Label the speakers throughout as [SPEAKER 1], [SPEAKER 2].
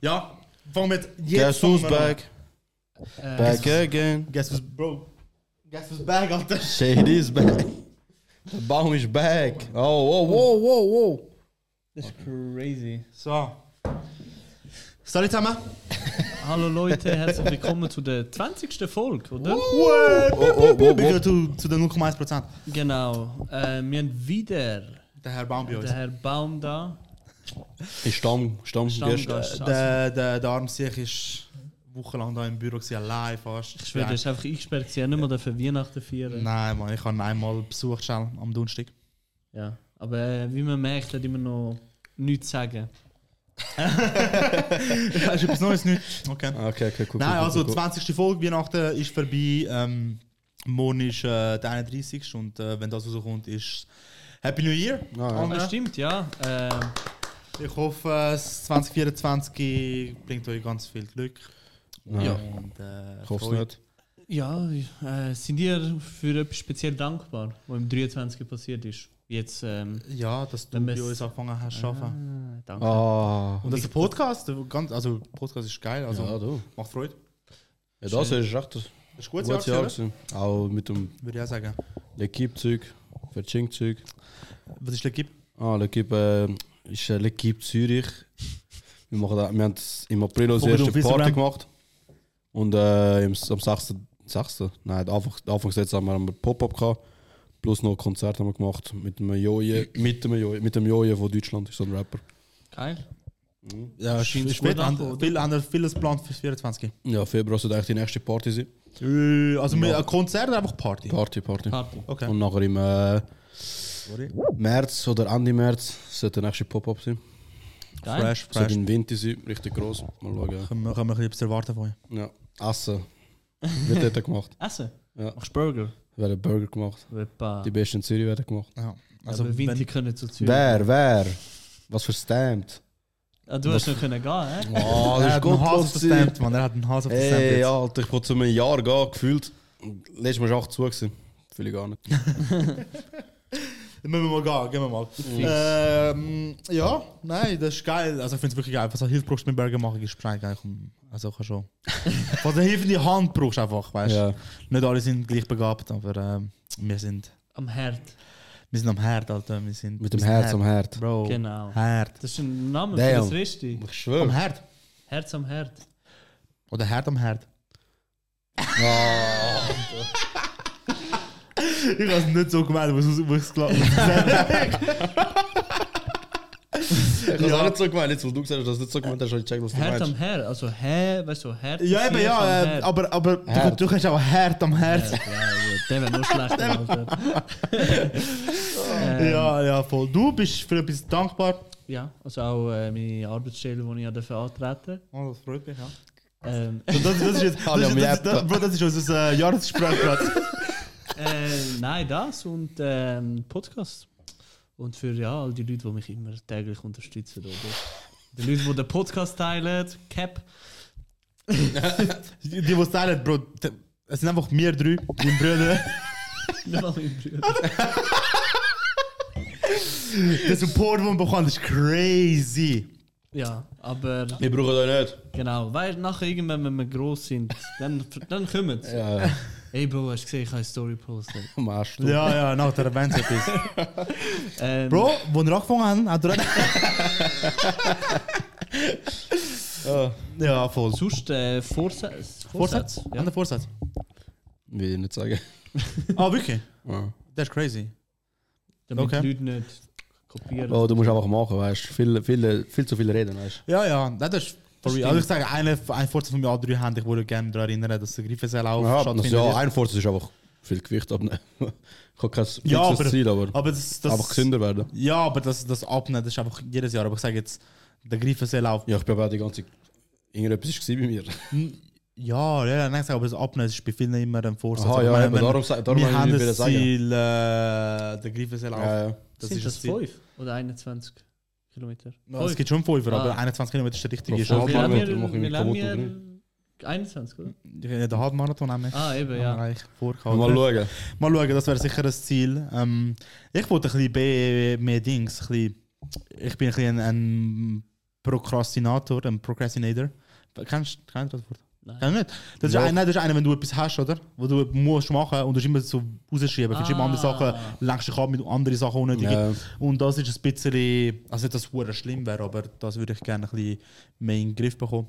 [SPEAKER 1] Ja, van met
[SPEAKER 2] Guess who's
[SPEAKER 1] van, eh,
[SPEAKER 2] back?
[SPEAKER 1] eh,
[SPEAKER 3] Äh,
[SPEAKER 2] Back again.
[SPEAKER 1] Guess who's bro. Guess who's back altijd.
[SPEAKER 2] Shady's back. The bomb is back. Oh, wow, wow, wow, wow.
[SPEAKER 3] Das ist crazy.
[SPEAKER 1] So. Salut zusammen.
[SPEAKER 3] Hallo Leute, herzlich willkommen zu der 20. Folge, oder?
[SPEAKER 1] Wow.
[SPEAKER 2] Oh, oh, oh,
[SPEAKER 1] Wir
[SPEAKER 2] oh.
[SPEAKER 1] gehen zu, zu den 0,1%.
[SPEAKER 3] Genau. Äh, wir haben wieder
[SPEAKER 1] Der Herr Baum bei uns.
[SPEAKER 3] den Herr Baum da.
[SPEAKER 2] Ich stamm, stamm,
[SPEAKER 3] Stammgast.
[SPEAKER 2] gestern.
[SPEAKER 1] Der, der, der Armsiech ist wochenlang da im Büro gewesen, allein fast.
[SPEAKER 3] Ich schwöre, der
[SPEAKER 2] dus-
[SPEAKER 3] ist einfach eingesperrt, sie haben nicht mehr dafür Weihnachten feiern.
[SPEAKER 1] Nein, Mann, ich habe ihn einmal besucht schon am Donnerstag.
[SPEAKER 3] Ja. Aber äh, wie man merkt, hat immer noch nichts zu sagen.
[SPEAKER 1] ist etwas Neues nicht? Okay.
[SPEAKER 2] Okay, okay, cool.
[SPEAKER 1] Nein,
[SPEAKER 2] cool,
[SPEAKER 1] also
[SPEAKER 2] cool, cool.
[SPEAKER 1] 20. Folge Weihnachten ist vorbei. Ähm, morgen ist äh, der 31. und äh, wenn das rauskommt, ist Happy New Year.
[SPEAKER 2] ja.
[SPEAKER 1] Allen.
[SPEAKER 3] Ah, stimmt, ja. Äh,
[SPEAKER 1] Ich hoffe, äh, das 2024 bringt euch ganz viel Glück.
[SPEAKER 2] Nein,
[SPEAKER 1] Ja. Und, äh,
[SPEAKER 2] Ich hoffe es
[SPEAKER 1] Freude.
[SPEAKER 2] nicht.
[SPEAKER 3] ja, äh, sind ihr für etwas speziell dankbar, was im 23. passiert ist? Jetzt, ähm,
[SPEAKER 1] Ja, dass du
[SPEAKER 3] Wenn
[SPEAKER 1] bei
[SPEAKER 3] wir's-
[SPEAKER 1] uns angefangen hast zu arbeiten.
[SPEAKER 3] ah, danke.
[SPEAKER 2] Ah.
[SPEAKER 1] Und das ist ein Podcast. äh, Ganz, also, Podcast ist geil. Also,
[SPEAKER 2] Ja, du.
[SPEAKER 1] Macht Freude.
[SPEAKER 2] Ja, das ist echt ein
[SPEAKER 1] Das ist ein
[SPEAKER 2] gutes Jahr gewesen. Auch mit dem
[SPEAKER 1] gewesen, Würde ich auch sagen.
[SPEAKER 2] L'Equipe-Zeug, Verchink-Zeug.
[SPEAKER 1] Was ist der Gip?
[SPEAKER 2] Ah, L'Equipe äh, ist äh, L'Equipe Zürich. Wir, machen da, wir haben s- im April unsere
[SPEAKER 1] Folgt
[SPEAKER 2] erste
[SPEAKER 1] auf Instagram.
[SPEAKER 2] Party gemacht. Und äh, im, S- am 6. 6. Nein, Anfang, Anfang März haben wir einen Pop-Up gehabt. Plus noch ein Konzert haben wir gemacht mit einem Joje, mit dem Joje, mit dem Joje von Deutschland, ist so ein Rapper.
[SPEAKER 3] Geil.
[SPEAKER 2] Äh,
[SPEAKER 1] Ja,
[SPEAKER 3] scheint
[SPEAKER 1] ist
[SPEAKER 3] es gut
[SPEAKER 1] gut.
[SPEAKER 3] an,
[SPEAKER 1] An-
[SPEAKER 3] oder?
[SPEAKER 1] Viel, an- vieles geplant für 24.
[SPEAKER 2] Ja, Februar sollte eigentlich die nächste Party sein.
[SPEAKER 1] Äh, Also, mit einem Konzert oder einfach Party?
[SPEAKER 2] Party, Party.
[SPEAKER 3] Party.
[SPEAKER 1] Okay.
[SPEAKER 2] Und nachher im äh,
[SPEAKER 1] Sorry.
[SPEAKER 2] März oder Ende März sollte der nächste Pop-Up sein.
[SPEAKER 3] Geil.
[SPEAKER 1] Fresh,
[SPEAKER 2] Sollte
[SPEAKER 1] fresh.
[SPEAKER 2] im Winter sein, richtig groß. Mal schauen.
[SPEAKER 1] Können wir, können wir ein bisschen etwas erwarten von euch?
[SPEAKER 2] Ja, Essen wird dort gemacht.
[SPEAKER 3] Essen?
[SPEAKER 2] Ja.
[SPEAKER 3] Machst du Burger?
[SPEAKER 2] Werden Burger gemacht.
[SPEAKER 3] Wepa.
[SPEAKER 2] Die besten in Zürich werden gemacht.
[SPEAKER 1] Ja.
[SPEAKER 3] Also
[SPEAKER 1] Also,
[SPEAKER 3] aber Winter können zu Zürich.
[SPEAKER 2] Wer, wer? Was für Stamped?
[SPEAKER 3] Ah, du hast noch können gehen, hä?
[SPEAKER 2] Oh,
[SPEAKER 1] er hat einen Hals auf den Stamp, Mann. Er hat einen Hals auf den Stamp
[SPEAKER 2] Ey,
[SPEAKER 1] jetzt.
[SPEAKER 2] ja, Alter, ich wollte zu einem Jahr gehen, gefühlt. Letztes Mal war ich zu gewesen. Fühle ich gar nicht.
[SPEAKER 1] Dann müssen wir mal gehen, gehen wir mal. Ähm, ja, nein, das ist geil. Also ich finde es wirklich geil. Was du Hilfe brauchst mit Burger machen, ist breit geil. Komm, Also kannst schon. Was du Hilfe in die Hand brauchst einfach, weißt du.
[SPEAKER 2] Ja.
[SPEAKER 1] Nicht alle sind gleich begabt, aber ähm, wir sind
[SPEAKER 3] Am Herd.
[SPEAKER 1] wir sind am Herd, Alter. Wir sind,
[SPEAKER 2] Mit dem
[SPEAKER 1] wir sind
[SPEAKER 2] Herz am Herd.
[SPEAKER 1] Bro,
[SPEAKER 3] Genau.
[SPEAKER 1] Herd.
[SPEAKER 3] Das ist ein Name
[SPEAKER 2] Damn.
[SPEAKER 3] für das Resti.
[SPEAKER 2] Ich
[SPEAKER 1] Am
[SPEAKER 2] schwöre.
[SPEAKER 1] Herd.
[SPEAKER 3] Herz am Herd.
[SPEAKER 1] Oder Herd am Herd. Oh. ich habe es nicht so gemeint, wo ich es glaube.
[SPEAKER 2] Ich habe es auch nicht so gemeint. Jetzt, wo du gesagt hast, dass du nicht so gemeint hast, habe ich gecheckt, was du
[SPEAKER 3] Herd
[SPEAKER 2] meinst.
[SPEAKER 3] am Herd. Also Herd, weißt du, Herd.
[SPEAKER 1] ja, eben, ja. Äh, aber aber du,
[SPEAKER 2] Herd.
[SPEAKER 1] du kannst auch Herd am Herd.
[SPEAKER 3] Herd. Ja, gut. Der wäre noch schlechter. Alter. Ähm,
[SPEAKER 1] Ja, ja, voll. Du bist für etwas dankbar.
[SPEAKER 3] Ja, also auch äh, meine Arbeitsstelle, die ich dafür antreten
[SPEAKER 1] Oh, das freut mich, ja.
[SPEAKER 3] ähm,
[SPEAKER 1] Das, das ist jetzt, das,
[SPEAKER 2] Alle
[SPEAKER 1] ist,
[SPEAKER 2] am
[SPEAKER 1] das, das,
[SPEAKER 2] Jeppen.
[SPEAKER 1] Bro, das ist unser äh, Jahresgespräch gerade.
[SPEAKER 3] äh, Nein, das und ähm, Podcast. Und für ja, all die Leute, die mich immer täglich unterstützen. Oder? Die Leute, die den Podcast teilen, Cap.
[SPEAKER 1] Die, die es teilen, Bro, d- es sind einfach wir drei, die Brüder.
[SPEAKER 3] Nicht mal mein Bruder.
[SPEAKER 1] Der Support, den wir bekommen, ist crazy.
[SPEAKER 3] Ja, aber
[SPEAKER 2] Wir brauchen euch nicht.
[SPEAKER 3] genau, weil nachher irgendwann, wenn wir gross sind, dann, dann kommen sie.
[SPEAKER 2] Ja, ja.
[SPEAKER 3] Ey Bro, hast du gesehen, ich habe eine Story postet.
[SPEAKER 2] Am Arsch, du.
[SPEAKER 1] Ja, ja, nou, nach der Event etwas.
[SPEAKER 3] Ähm,
[SPEAKER 1] Bro, wo wir angefangen haben, hat er
[SPEAKER 2] Ja.
[SPEAKER 1] Ja, voll.
[SPEAKER 3] Sonst äh, Vorsatz.
[SPEAKER 1] Vorsatz? Ja.
[SPEAKER 3] Ja.
[SPEAKER 1] der Vorsatz.
[SPEAKER 2] Will ich nicht sagen.
[SPEAKER 1] Ah, wirklich?
[SPEAKER 2] Ja.
[SPEAKER 1] Das ist crazy.
[SPEAKER 3] Damit
[SPEAKER 1] Okay.
[SPEAKER 3] die Leute nicht kopieren.
[SPEAKER 2] Oh, du musst einfach machen, weißt du. Viel, viel, viel zu viel reden, weißt
[SPEAKER 1] Ja, ja, nein, das ist.
[SPEAKER 3] Das
[SPEAKER 1] Also ich sage, eine, ein Vorsatz von mir, alle drei Hände, ich würde gerne daran erinnern, dass der Griffesellauf
[SPEAKER 2] du.
[SPEAKER 1] ja,
[SPEAKER 2] Ja,
[SPEAKER 1] stattfindet.
[SPEAKER 2] ja, ein Vorsatz ist einfach viel Gewicht abnehmen. Ich habe kein fixes
[SPEAKER 1] Ja, aber-
[SPEAKER 2] Ziel, aber,
[SPEAKER 1] aber das, das,
[SPEAKER 2] einfach gesünder werden.
[SPEAKER 1] Ja, aber das, das Abnehmen, das ist einfach jedes Jahr. Aber ich sage jetzt, der Griffesellauf
[SPEAKER 2] Ja, ich bin aber auch die ganze Zeit. Irgendetwas war bei mir.
[SPEAKER 1] Ja, ja, ja, nein, ich sag, aber das Abnehmen ist bei vielen immer ein Vorsatz.
[SPEAKER 2] Aha,
[SPEAKER 1] Aber
[SPEAKER 2] ja,
[SPEAKER 1] ich meine,
[SPEAKER 2] eben,
[SPEAKER 1] wenn-
[SPEAKER 2] darum sa- darum
[SPEAKER 1] wir
[SPEAKER 2] habe ich
[SPEAKER 1] haben
[SPEAKER 2] nicht
[SPEAKER 1] das
[SPEAKER 2] wollen sagen.
[SPEAKER 1] Ziel, äh, der Griffensee auf.
[SPEAKER 2] Ja, ja.
[SPEAKER 1] Das
[SPEAKER 3] sind
[SPEAKER 1] ist
[SPEAKER 3] das
[SPEAKER 1] das Ziel.
[SPEAKER 3] 5 oder 21 Kilometer?
[SPEAKER 1] Ja, es
[SPEAKER 3] Fünf.
[SPEAKER 1] gibt schon 5, aber
[SPEAKER 3] Ah.
[SPEAKER 1] 21 Kilometer ist der richtige.
[SPEAKER 2] Pro
[SPEAKER 1] Ist
[SPEAKER 2] Frau.
[SPEAKER 1] auch-
[SPEAKER 3] Also,
[SPEAKER 2] Halb
[SPEAKER 3] wie lange
[SPEAKER 2] Kilometer, mach ich
[SPEAKER 3] wir- wie
[SPEAKER 2] mich
[SPEAKER 3] lange
[SPEAKER 2] kaputt
[SPEAKER 3] wir 21, oder?
[SPEAKER 1] Den Halbmarathon haben wir.
[SPEAKER 3] Ah,
[SPEAKER 1] Haben
[SPEAKER 3] eben,
[SPEAKER 1] wir
[SPEAKER 3] ja.
[SPEAKER 1] eigentlich vorgehalten.
[SPEAKER 2] Mal schauen.
[SPEAKER 1] Mal schauen, das wäre sicher ein Ziel. Ähm, ich wollte ein bisschen be- mehr Dings. Ein bisschen, ich bin ein bisschen ein, ein Prokrastinator, ein Procrastinator. Kennst du kennst du das Wort?
[SPEAKER 3] Nein.
[SPEAKER 1] Kennst du nicht? Das ist,
[SPEAKER 2] Doch.
[SPEAKER 1] ein, nein, das ist einer, wenn du etwas hast, oder? Wo du musst machen und du hast immer so rausschieben. Findest du immer andere
[SPEAKER 3] Ah.
[SPEAKER 1] Sachen, lenkst dich ab mit anderen Sachen unnötig.
[SPEAKER 2] Ja.
[SPEAKER 1] Und das ist ein bisschen, also nicht, dass es verdammt schlimm wäre, aber das würde ich gerne ein bisschen mehr in den Griff bekommen.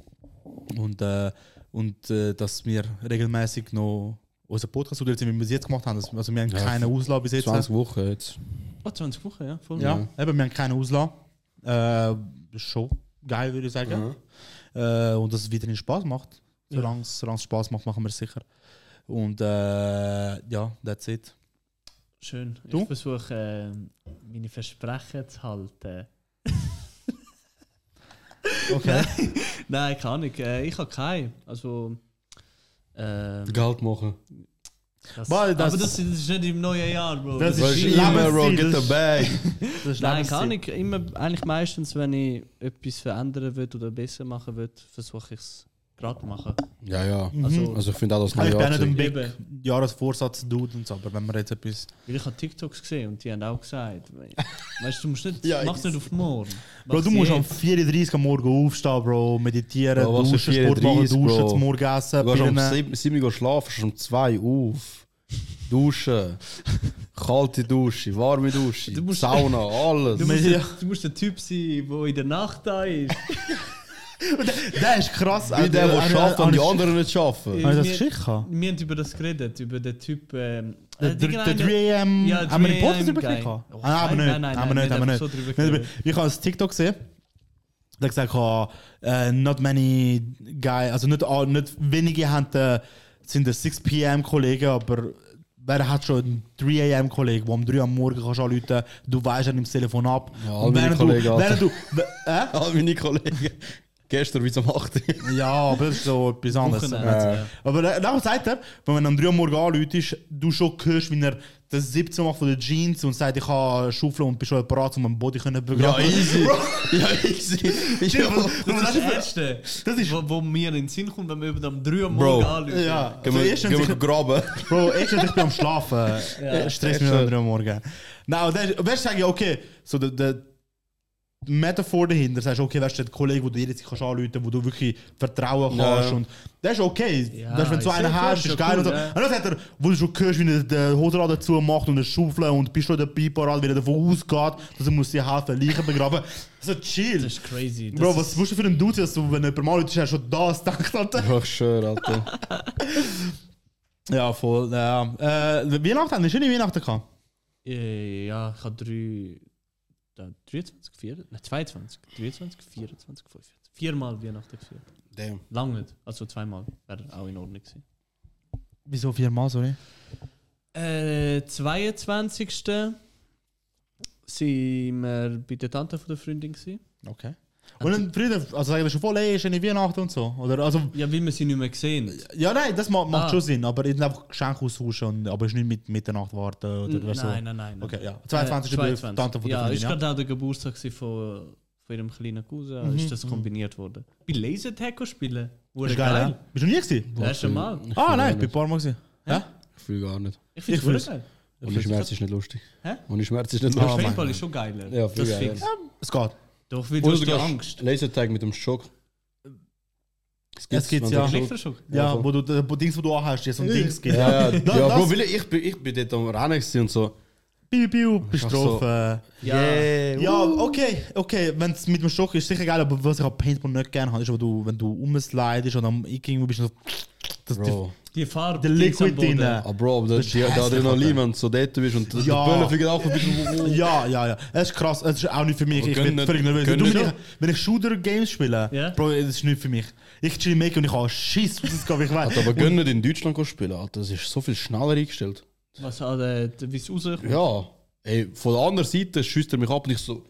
[SPEAKER 1] Und, äh, und äh, dass wir regelmäßig noch unseren Podcast, oder jetzt, wie wir es jetzt gemacht haben, dass- also wir haben
[SPEAKER 2] Ja.
[SPEAKER 1] keine Auslage bis jetzt.
[SPEAKER 2] 20 Wochen jetzt.
[SPEAKER 3] Oh, 20 Wochen, ja. Voll.
[SPEAKER 1] Ja, eben, wir haben keine Auslagen. Äh, ist schon geil, würde ich
[SPEAKER 2] Mhm.
[SPEAKER 1] sagen. Äh, und dass es weiterhin Spaß macht.
[SPEAKER 3] Ja.
[SPEAKER 1] Solange es solange es Spaß macht, machen wir es sicher. Und äh, ja, that's it.
[SPEAKER 3] Schön.
[SPEAKER 1] Du?
[SPEAKER 3] Ich versuche, ähm, meine Versprechen zu halten.
[SPEAKER 1] Okay.
[SPEAKER 3] Nein, keine Ahnung. Äh, ich habe keine. Also. Ähm,
[SPEAKER 2] Geld machen.
[SPEAKER 3] das,
[SPEAKER 1] Boah, das-
[SPEAKER 3] aber das, das ist nicht im neuen Jahr, Bro.
[SPEAKER 1] Das
[SPEAKER 2] Weisst
[SPEAKER 1] ist
[SPEAKER 2] du,
[SPEAKER 1] Lebensziel,
[SPEAKER 2] immer, Bro, get
[SPEAKER 1] das
[SPEAKER 2] the
[SPEAKER 1] ist-
[SPEAKER 2] bag.
[SPEAKER 1] Das ist
[SPEAKER 3] Nein,
[SPEAKER 1] Lebensziel.
[SPEAKER 3] kann ich. Immer, eigentlich meistens, wenn ich etwas verändern will oder besser machen will, versuche ich es gerade zu machen.
[SPEAKER 2] Ja, ja.
[SPEAKER 1] Mhm.
[SPEAKER 3] Also,
[SPEAKER 2] Also ich finde auch, dass
[SPEAKER 1] Ich bin auch nicht ein
[SPEAKER 2] Zeit-
[SPEAKER 1] Big Jahresvorsatz-Dude und so, aber wenn wir jetzt etwas.
[SPEAKER 3] weil ich habe TikToks gesehen und die haben auch gesagt, we- weißt du, du musst nicht,
[SPEAKER 2] Ja,
[SPEAKER 3] mach's nicht auf morgen.
[SPEAKER 1] Bro,
[SPEAKER 3] Mach's
[SPEAKER 1] du musst am
[SPEAKER 3] jetzt.
[SPEAKER 1] 4.30 Uhr am Morgen aufstehen, Bro, meditieren,
[SPEAKER 2] Bro, was für
[SPEAKER 1] duschen, Sport machen,
[SPEAKER 2] 4:30,
[SPEAKER 1] duschen,
[SPEAKER 2] Bro?
[SPEAKER 1] zum Morgen essen,
[SPEAKER 2] Du gehst um
[SPEAKER 1] Birnen.
[SPEAKER 2] 7 7 Uhr schlafen, stehst um 2 Uhr auf. Duschen. Kalte Dusche, warme Dusche,
[SPEAKER 3] Du musst-
[SPEAKER 2] Sauna, alles.
[SPEAKER 3] Du musst,
[SPEAKER 1] Ja.
[SPEAKER 3] du musst der Typ sein, der in der Nacht da ist.
[SPEAKER 1] Der ist krass.
[SPEAKER 2] Wie der, der schafft und die
[SPEAKER 1] Hast
[SPEAKER 2] anderen nicht schaffen.
[SPEAKER 1] du das
[SPEAKER 3] Wir-
[SPEAKER 1] geschickt? gehabt?
[SPEAKER 3] Wir haben über das geredet, über den Typ. Ähm,
[SPEAKER 1] Der der-
[SPEAKER 3] äh, Ding,
[SPEAKER 1] der
[SPEAKER 3] einer-
[SPEAKER 1] 3am.
[SPEAKER 3] Ja,
[SPEAKER 1] haben wir
[SPEAKER 3] 3
[SPEAKER 1] den Podcast
[SPEAKER 3] AM
[SPEAKER 1] darüber
[SPEAKER 3] geil.
[SPEAKER 1] gekriegt? Ah,
[SPEAKER 3] Oh,
[SPEAKER 1] Nein, aber
[SPEAKER 3] nein,
[SPEAKER 1] nicht.
[SPEAKER 3] nein, nein,
[SPEAKER 1] Haben wir nicht, haben
[SPEAKER 3] nein,
[SPEAKER 1] wir
[SPEAKER 3] wir haben so drüber
[SPEAKER 1] nicht. Nicht drüber. Ich habe ein TikTok gesehen. Der hat gesagt, ah, äh, not many guy, also nicht, all- nicht wenige haben, äh, sind der 6 pm Kollegen, aber wer hat schon einen 3 am Kollegen, der um 3 Uhr am Morgen kannst anrufen kannst, du weißt, er nimmt das Telefon ab.
[SPEAKER 2] Ja, all
[SPEAKER 1] Und
[SPEAKER 2] meine
[SPEAKER 1] während du,
[SPEAKER 2] Kollegen, Alter.
[SPEAKER 1] während du, äh?
[SPEAKER 2] All meine Kollegen. Gestern bis um 8 Uhr.
[SPEAKER 1] Ja, aber das äh, ist so etwas anderes.
[SPEAKER 3] Wochenende, ja.
[SPEAKER 1] Aber dann- dann sagt er, wenn man am 3 Uhr morgen anläutest, du schon hörst, wie er das 17 macht von den Jeans und sagt, ich kann schaufeln und bin schon parat, um meinen Body zu begraben.
[SPEAKER 2] Ja, easy. Ja, easy. Ja.
[SPEAKER 3] Das ist das Erste,
[SPEAKER 1] Das ist-
[SPEAKER 3] wo, wo mir in den Sinn kommt, wenn wir über am 3
[SPEAKER 2] Bro.
[SPEAKER 3] Uhr morgen anrufen.
[SPEAKER 1] Ja,
[SPEAKER 2] Gehen
[SPEAKER 1] also
[SPEAKER 2] wir,
[SPEAKER 1] erstens,
[SPEAKER 2] gehen wir
[SPEAKER 1] ich,
[SPEAKER 2] graben.
[SPEAKER 1] Bro, erstens, ich bin am Schlafen. ja, Eh, Stress mich
[SPEAKER 2] erstens.
[SPEAKER 1] am 3 Uhr morgen. Nein, und dann, weißt du, sag ich, okay, so der, der die Metaphor dahinter, sagst du, okay, weißt du, der Kollege, wo du jederzeit kannst anrufen kannst, wo du wirklich Vertrauen
[SPEAKER 2] Ja.
[SPEAKER 1] kannst und das ist okay.
[SPEAKER 3] Ja,
[SPEAKER 1] das ist, wenn du so
[SPEAKER 3] ich
[SPEAKER 1] einen hast,
[SPEAKER 3] sehe, klar,
[SPEAKER 1] ist
[SPEAKER 3] ist
[SPEAKER 1] geil
[SPEAKER 3] ja
[SPEAKER 1] und so.
[SPEAKER 3] cool, ja.
[SPEAKER 1] Und dann sagt er, wo du schon hörst, wie er den Hosenladen zu macht und eine Schaufel und bist schon in der Pipe weil er davon ausgeht, dass er muss dir helfen, Leichen begraben. So chill.
[SPEAKER 3] Das ist crazy. Das
[SPEAKER 1] Bro,
[SPEAKER 3] ist-
[SPEAKER 1] was musst du für einen Dude sein, dass du, wenn jemand mal anruft, hast du schon das gedacht, Alter?
[SPEAKER 2] Ach, schön, Alter.
[SPEAKER 1] Ja, voll. Ja. Äh, Weihnachten, haben wir schöne Weihnachten gehabt.
[SPEAKER 3] Äh, ja, ich habe 3. 23, 24, nein, 22, 23, 24, 45. Viermal Weihnachten gefeiert.
[SPEAKER 2] Damn.
[SPEAKER 3] Lang nicht, also zweimal. Wäre auch in Ordnung gewesen.
[SPEAKER 1] Wieso viermal, sorry?
[SPEAKER 3] Äh, 22. sind wir bei der Tante von der Freundin. Gewesen.
[SPEAKER 1] Okay.
[SPEAKER 3] Äh,
[SPEAKER 1] Und dann Freunde, also sagen wir schon voll, ey, schöne Weihnachten und so. Oder, also,
[SPEAKER 3] Ja, weil wir sie nicht mehr gesehen
[SPEAKER 1] ja, nein, das ma macht
[SPEAKER 3] Ah.
[SPEAKER 1] schon Sinn, aber eben einfach Geschenke austauschen, und, aber ist nicht mit Mitternacht warten oder
[SPEAKER 3] Nein,
[SPEAKER 1] so.
[SPEAKER 3] nein, nein, nein.
[SPEAKER 1] Okay, ja. 22.
[SPEAKER 3] Äh,
[SPEAKER 1] bei der Tante von der
[SPEAKER 3] ja,
[SPEAKER 1] Freundin,
[SPEAKER 3] ist
[SPEAKER 1] ja.
[SPEAKER 3] gerade auch der Geburtstag gewesen von, von ihrem kleinen Cousin. Ist das kombiniert worden? Bei Laser Tag spielen. Wurde
[SPEAKER 1] Mhm. Ist geil,
[SPEAKER 3] geil.
[SPEAKER 1] ja? Bist du noch nie gewesen?
[SPEAKER 3] Das erste Mal.
[SPEAKER 1] Ah, nein, ich bin ein paar Mal gewesen. Hä?
[SPEAKER 2] Ich fühle gar nicht.
[SPEAKER 3] Ich
[SPEAKER 1] Ich
[SPEAKER 3] finde
[SPEAKER 1] find's-
[SPEAKER 3] es geil.
[SPEAKER 2] Ohne Schmerz ist nicht lustig.
[SPEAKER 3] Hä?
[SPEAKER 2] Ohne Schmerz ist nicht
[SPEAKER 1] Oh
[SPEAKER 3] Aber
[SPEAKER 2] lustig.
[SPEAKER 1] mein
[SPEAKER 3] Paintball
[SPEAKER 1] Gott.
[SPEAKER 3] ist schon geiler.
[SPEAKER 2] Ja,
[SPEAKER 3] das
[SPEAKER 2] viel geiler.
[SPEAKER 3] fix.
[SPEAKER 1] Es geht.
[SPEAKER 3] Doch, weil du
[SPEAKER 2] Oder
[SPEAKER 3] hast
[SPEAKER 2] du
[SPEAKER 3] ja
[SPEAKER 2] gehst
[SPEAKER 3] Angst.
[SPEAKER 2] Lasertag mit dem Schock. Es
[SPEAKER 1] Es gibt's,
[SPEAKER 2] wenn
[SPEAKER 1] ja.
[SPEAKER 2] du Schock-
[SPEAKER 3] Elektroschock.
[SPEAKER 1] Ja,
[SPEAKER 2] voll.
[SPEAKER 1] wo du die Dings, wo du anhast, die so ein Dings gibt.
[SPEAKER 2] Ja, ja,
[SPEAKER 1] Das-
[SPEAKER 2] ja Bro,
[SPEAKER 1] das-
[SPEAKER 2] weil ich, ich, bin, ich bin dort am Rennen gewesen und so.
[SPEAKER 1] Piu, piu, bist
[SPEAKER 2] Ach
[SPEAKER 1] drauf.
[SPEAKER 2] so.
[SPEAKER 1] äh.
[SPEAKER 3] Ja.
[SPEAKER 1] Ja, okay, okay. Wenn es mit dem Schock ist, sicher geil, aber was ich an Paintball nicht gerne habe, ist, wenn du, wenn du umslidest und am Ecken bist, du so, das
[SPEAKER 2] Bro.
[SPEAKER 3] Die Farbe.
[SPEAKER 1] Der
[SPEAKER 3] liegt's am
[SPEAKER 1] Liquid
[SPEAKER 3] Boden.
[SPEAKER 1] drin.
[SPEAKER 2] Ah, Bro, aber das,
[SPEAKER 1] Das ist
[SPEAKER 2] die, der
[SPEAKER 1] hässlich,
[SPEAKER 2] Adrenalin,
[SPEAKER 1] Alter.
[SPEAKER 2] wenn du so dort bist und die-
[SPEAKER 1] Ja.
[SPEAKER 2] die Böllen fliegen auch ein bisschen.
[SPEAKER 1] Ja, ja, ja. Es ist krass. Es ist auch nicht für mich.
[SPEAKER 2] Aber
[SPEAKER 1] Ich
[SPEAKER 2] gönn
[SPEAKER 1] bin
[SPEAKER 2] nicht-
[SPEAKER 1] völlig nervös.
[SPEAKER 2] gönn
[SPEAKER 1] Du,
[SPEAKER 2] nicht
[SPEAKER 1] wenn, ich,
[SPEAKER 2] ab.
[SPEAKER 1] wenn ich Shooter-Games spiele,
[SPEAKER 3] Ja.
[SPEAKER 1] Bro, das ist nicht für mich. Ich chill im Eck und ich habe Schiss, was es geht. Ich weiß.
[SPEAKER 2] Alter, aber gönn nicht in Deutschland gehen spielen, Alter. Das ist so viel schneller eingestellt.
[SPEAKER 3] Was äh, hat er, wie es rauskommt?
[SPEAKER 2] Ja. Ey, von der anderen Seite schießt er mich ab und ich so.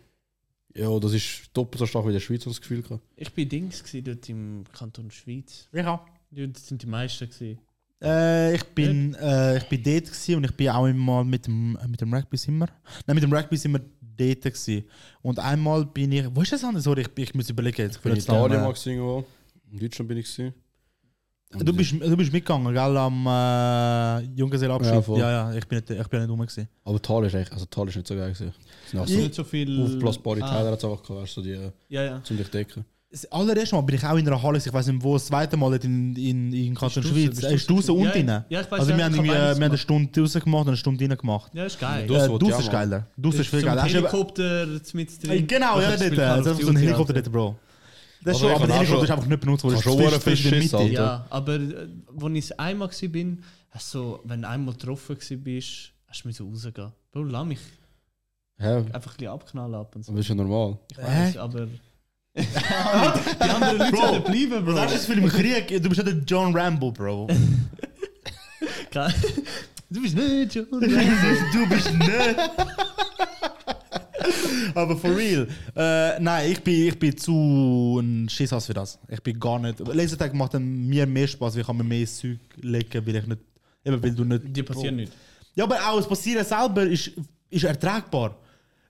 [SPEAKER 2] Ja, das ist doppelt so stark wie in der Schweiz, hab ich das Gefühl gehabt.
[SPEAKER 3] Ich bin Dings gewesen, dort im Kanton Schweiz.
[SPEAKER 1] Ich auch.
[SPEAKER 3] Ja, Das sind die meisten gewesen.
[SPEAKER 1] Äh, ich bin, äh, ich bin dort gewesen und ich bin auch einmal mit dem, mit dem Rugby immer. Nein, mit dem Rugby sind wir dort gewesen. Und einmal bin ich, wo ist das anders? Sorry, ich, ich muss überlegen. Jetzt, ich
[SPEAKER 2] Ich bin
[SPEAKER 1] will
[SPEAKER 2] in
[SPEAKER 1] jetzt noch,
[SPEAKER 2] Italien
[SPEAKER 1] äh,
[SPEAKER 2] mal gewesen, irgendwo. In Deutschland bin ich gewesen.
[SPEAKER 1] Du bist, du bist mitgegangen, gell, am äh,
[SPEAKER 2] Ja,
[SPEAKER 1] Junggesellenabschied. Ja,
[SPEAKER 2] voll.
[SPEAKER 1] ja, ich bin nicht, ich bin nicht rum. Gewesen.
[SPEAKER 2] Aber Tal ist eigentlich, also Tal ist nicht so geil gewesen. Es sind auch
[SPEAKER 3] Also
[SPEAKER 2] so
[SPEAKER 3] nicht so viel.
[SPEAKER 2] aufblasbare
[SPEAKER 3] Ah,
[SPEAKER 2] Teile hat's einfach gehabt, weißt du, so die äh,
[SPEAKER 3] Ja, ja.
[SPEAKER 2] zum dich decken.
[SPEAKER 1] Das allererste Mal bin ich auch in einer Halle, gewesen. ich weiß nicht wo, das zweite Mal dort in, in, in Kanton
[SPEAKER 3] Bist du
[SPEAKER 1] Schweiz.
[SPEAKER 3] draussen?
[SPEAKER 1] Äh, Ist draußen und
[SPEAKER 3] Ja,
[SPEAKER 1] drinnen.
[SPEAKER 3] ja, ich weiss,
[SPEAKER 1] also wir
[SPEAKER 3] ja,
[SPEAKER 1] haben,
[SPEAKER 3] ich hab
[SPEAKER 1] irgendwie, äh, wir
[SPEAKER 3] beides
[SPEAKER 1] haben eine Stunde draußen gemacht und eine Stunde drinnen gemacht.
[SPEAKER 3] Ja, ist geil.
[SPEAKER 2] Du- Draussen
[SPEAKER 1] Äh,
[SPEAKER 2] wollte ich
[SPEAKER 1] draußen ist
[SPEAKER 2] auch mal.
[SPEAKER 1] geiler. Draußen ist viel geiler. Hast du eben-
[SPEAKER 3] Helikopter mit
[SPEAKER 1] Ey, Genau, ja, dort. äh, Das ist so ein Helikopter dort, Bro. Das ist schon,
[SPEAKER 2] Also ich
[SPEAKER 1] aber
[SPEAKER 2] kann
[SPEAKER 1] der
[SPEAKER 2] auch
[SPEAKER 1] Helikopter
[SPEAKER 2] schon-
[SPEAKER 1] ist einfach nicht benutzt worden.
[SPEAKER 2] Kann
[SPEAKER 1] Das
[SPEAKER 2] schon
[SPEAKER 1] ist
[SPEAKER 2] sehr
[SPEAKER 1] zwischen- zwischen
[SPEAKER 2] viel
[SPEAKER 1] der
[SPEAKER 2] Schiss,
[SPEAKER 1] Mitte.
[SPEAKER 3] Ja, aber äh, als ich das einmal war, hast du, so, wenn du einmal getroffen warst, hast du mich so rausgehen. Bro, lass mich
[SPEAKER 2] Hä?
[SPEAKER 3] einfach ein bisschen abknallen ab und so.
[SPEAKER 2] Aber das ist ja normal.
[SPEAKER 3] Ich weiß, aber. die anderen Leute
[SPEAKER 1] Bro.
[SPEAKER 3] sollen bleiben, Bro.
[SPEAKER 1] Das ist für den Krieg, du bist nicht der John Rambo, Bro.
[SPEAKER 3] Kein- Du bist nicht John.
[SPEAKER 1] du bist nicht. Aber for real. Äh, nein, ich bin, ich bin zu ein Schisshass für das. Ich bin gar nicht. Lasertag macht mir mehr Spaß, weil ich kann mir mehr Zeug legen, weil ich nicht. Eben, weil du nicht.
[SPEAKER 3] Die passieren nicht.
[SPEAKER 1] Ja, aber auch das Passieren selber ist, ist ertragbar.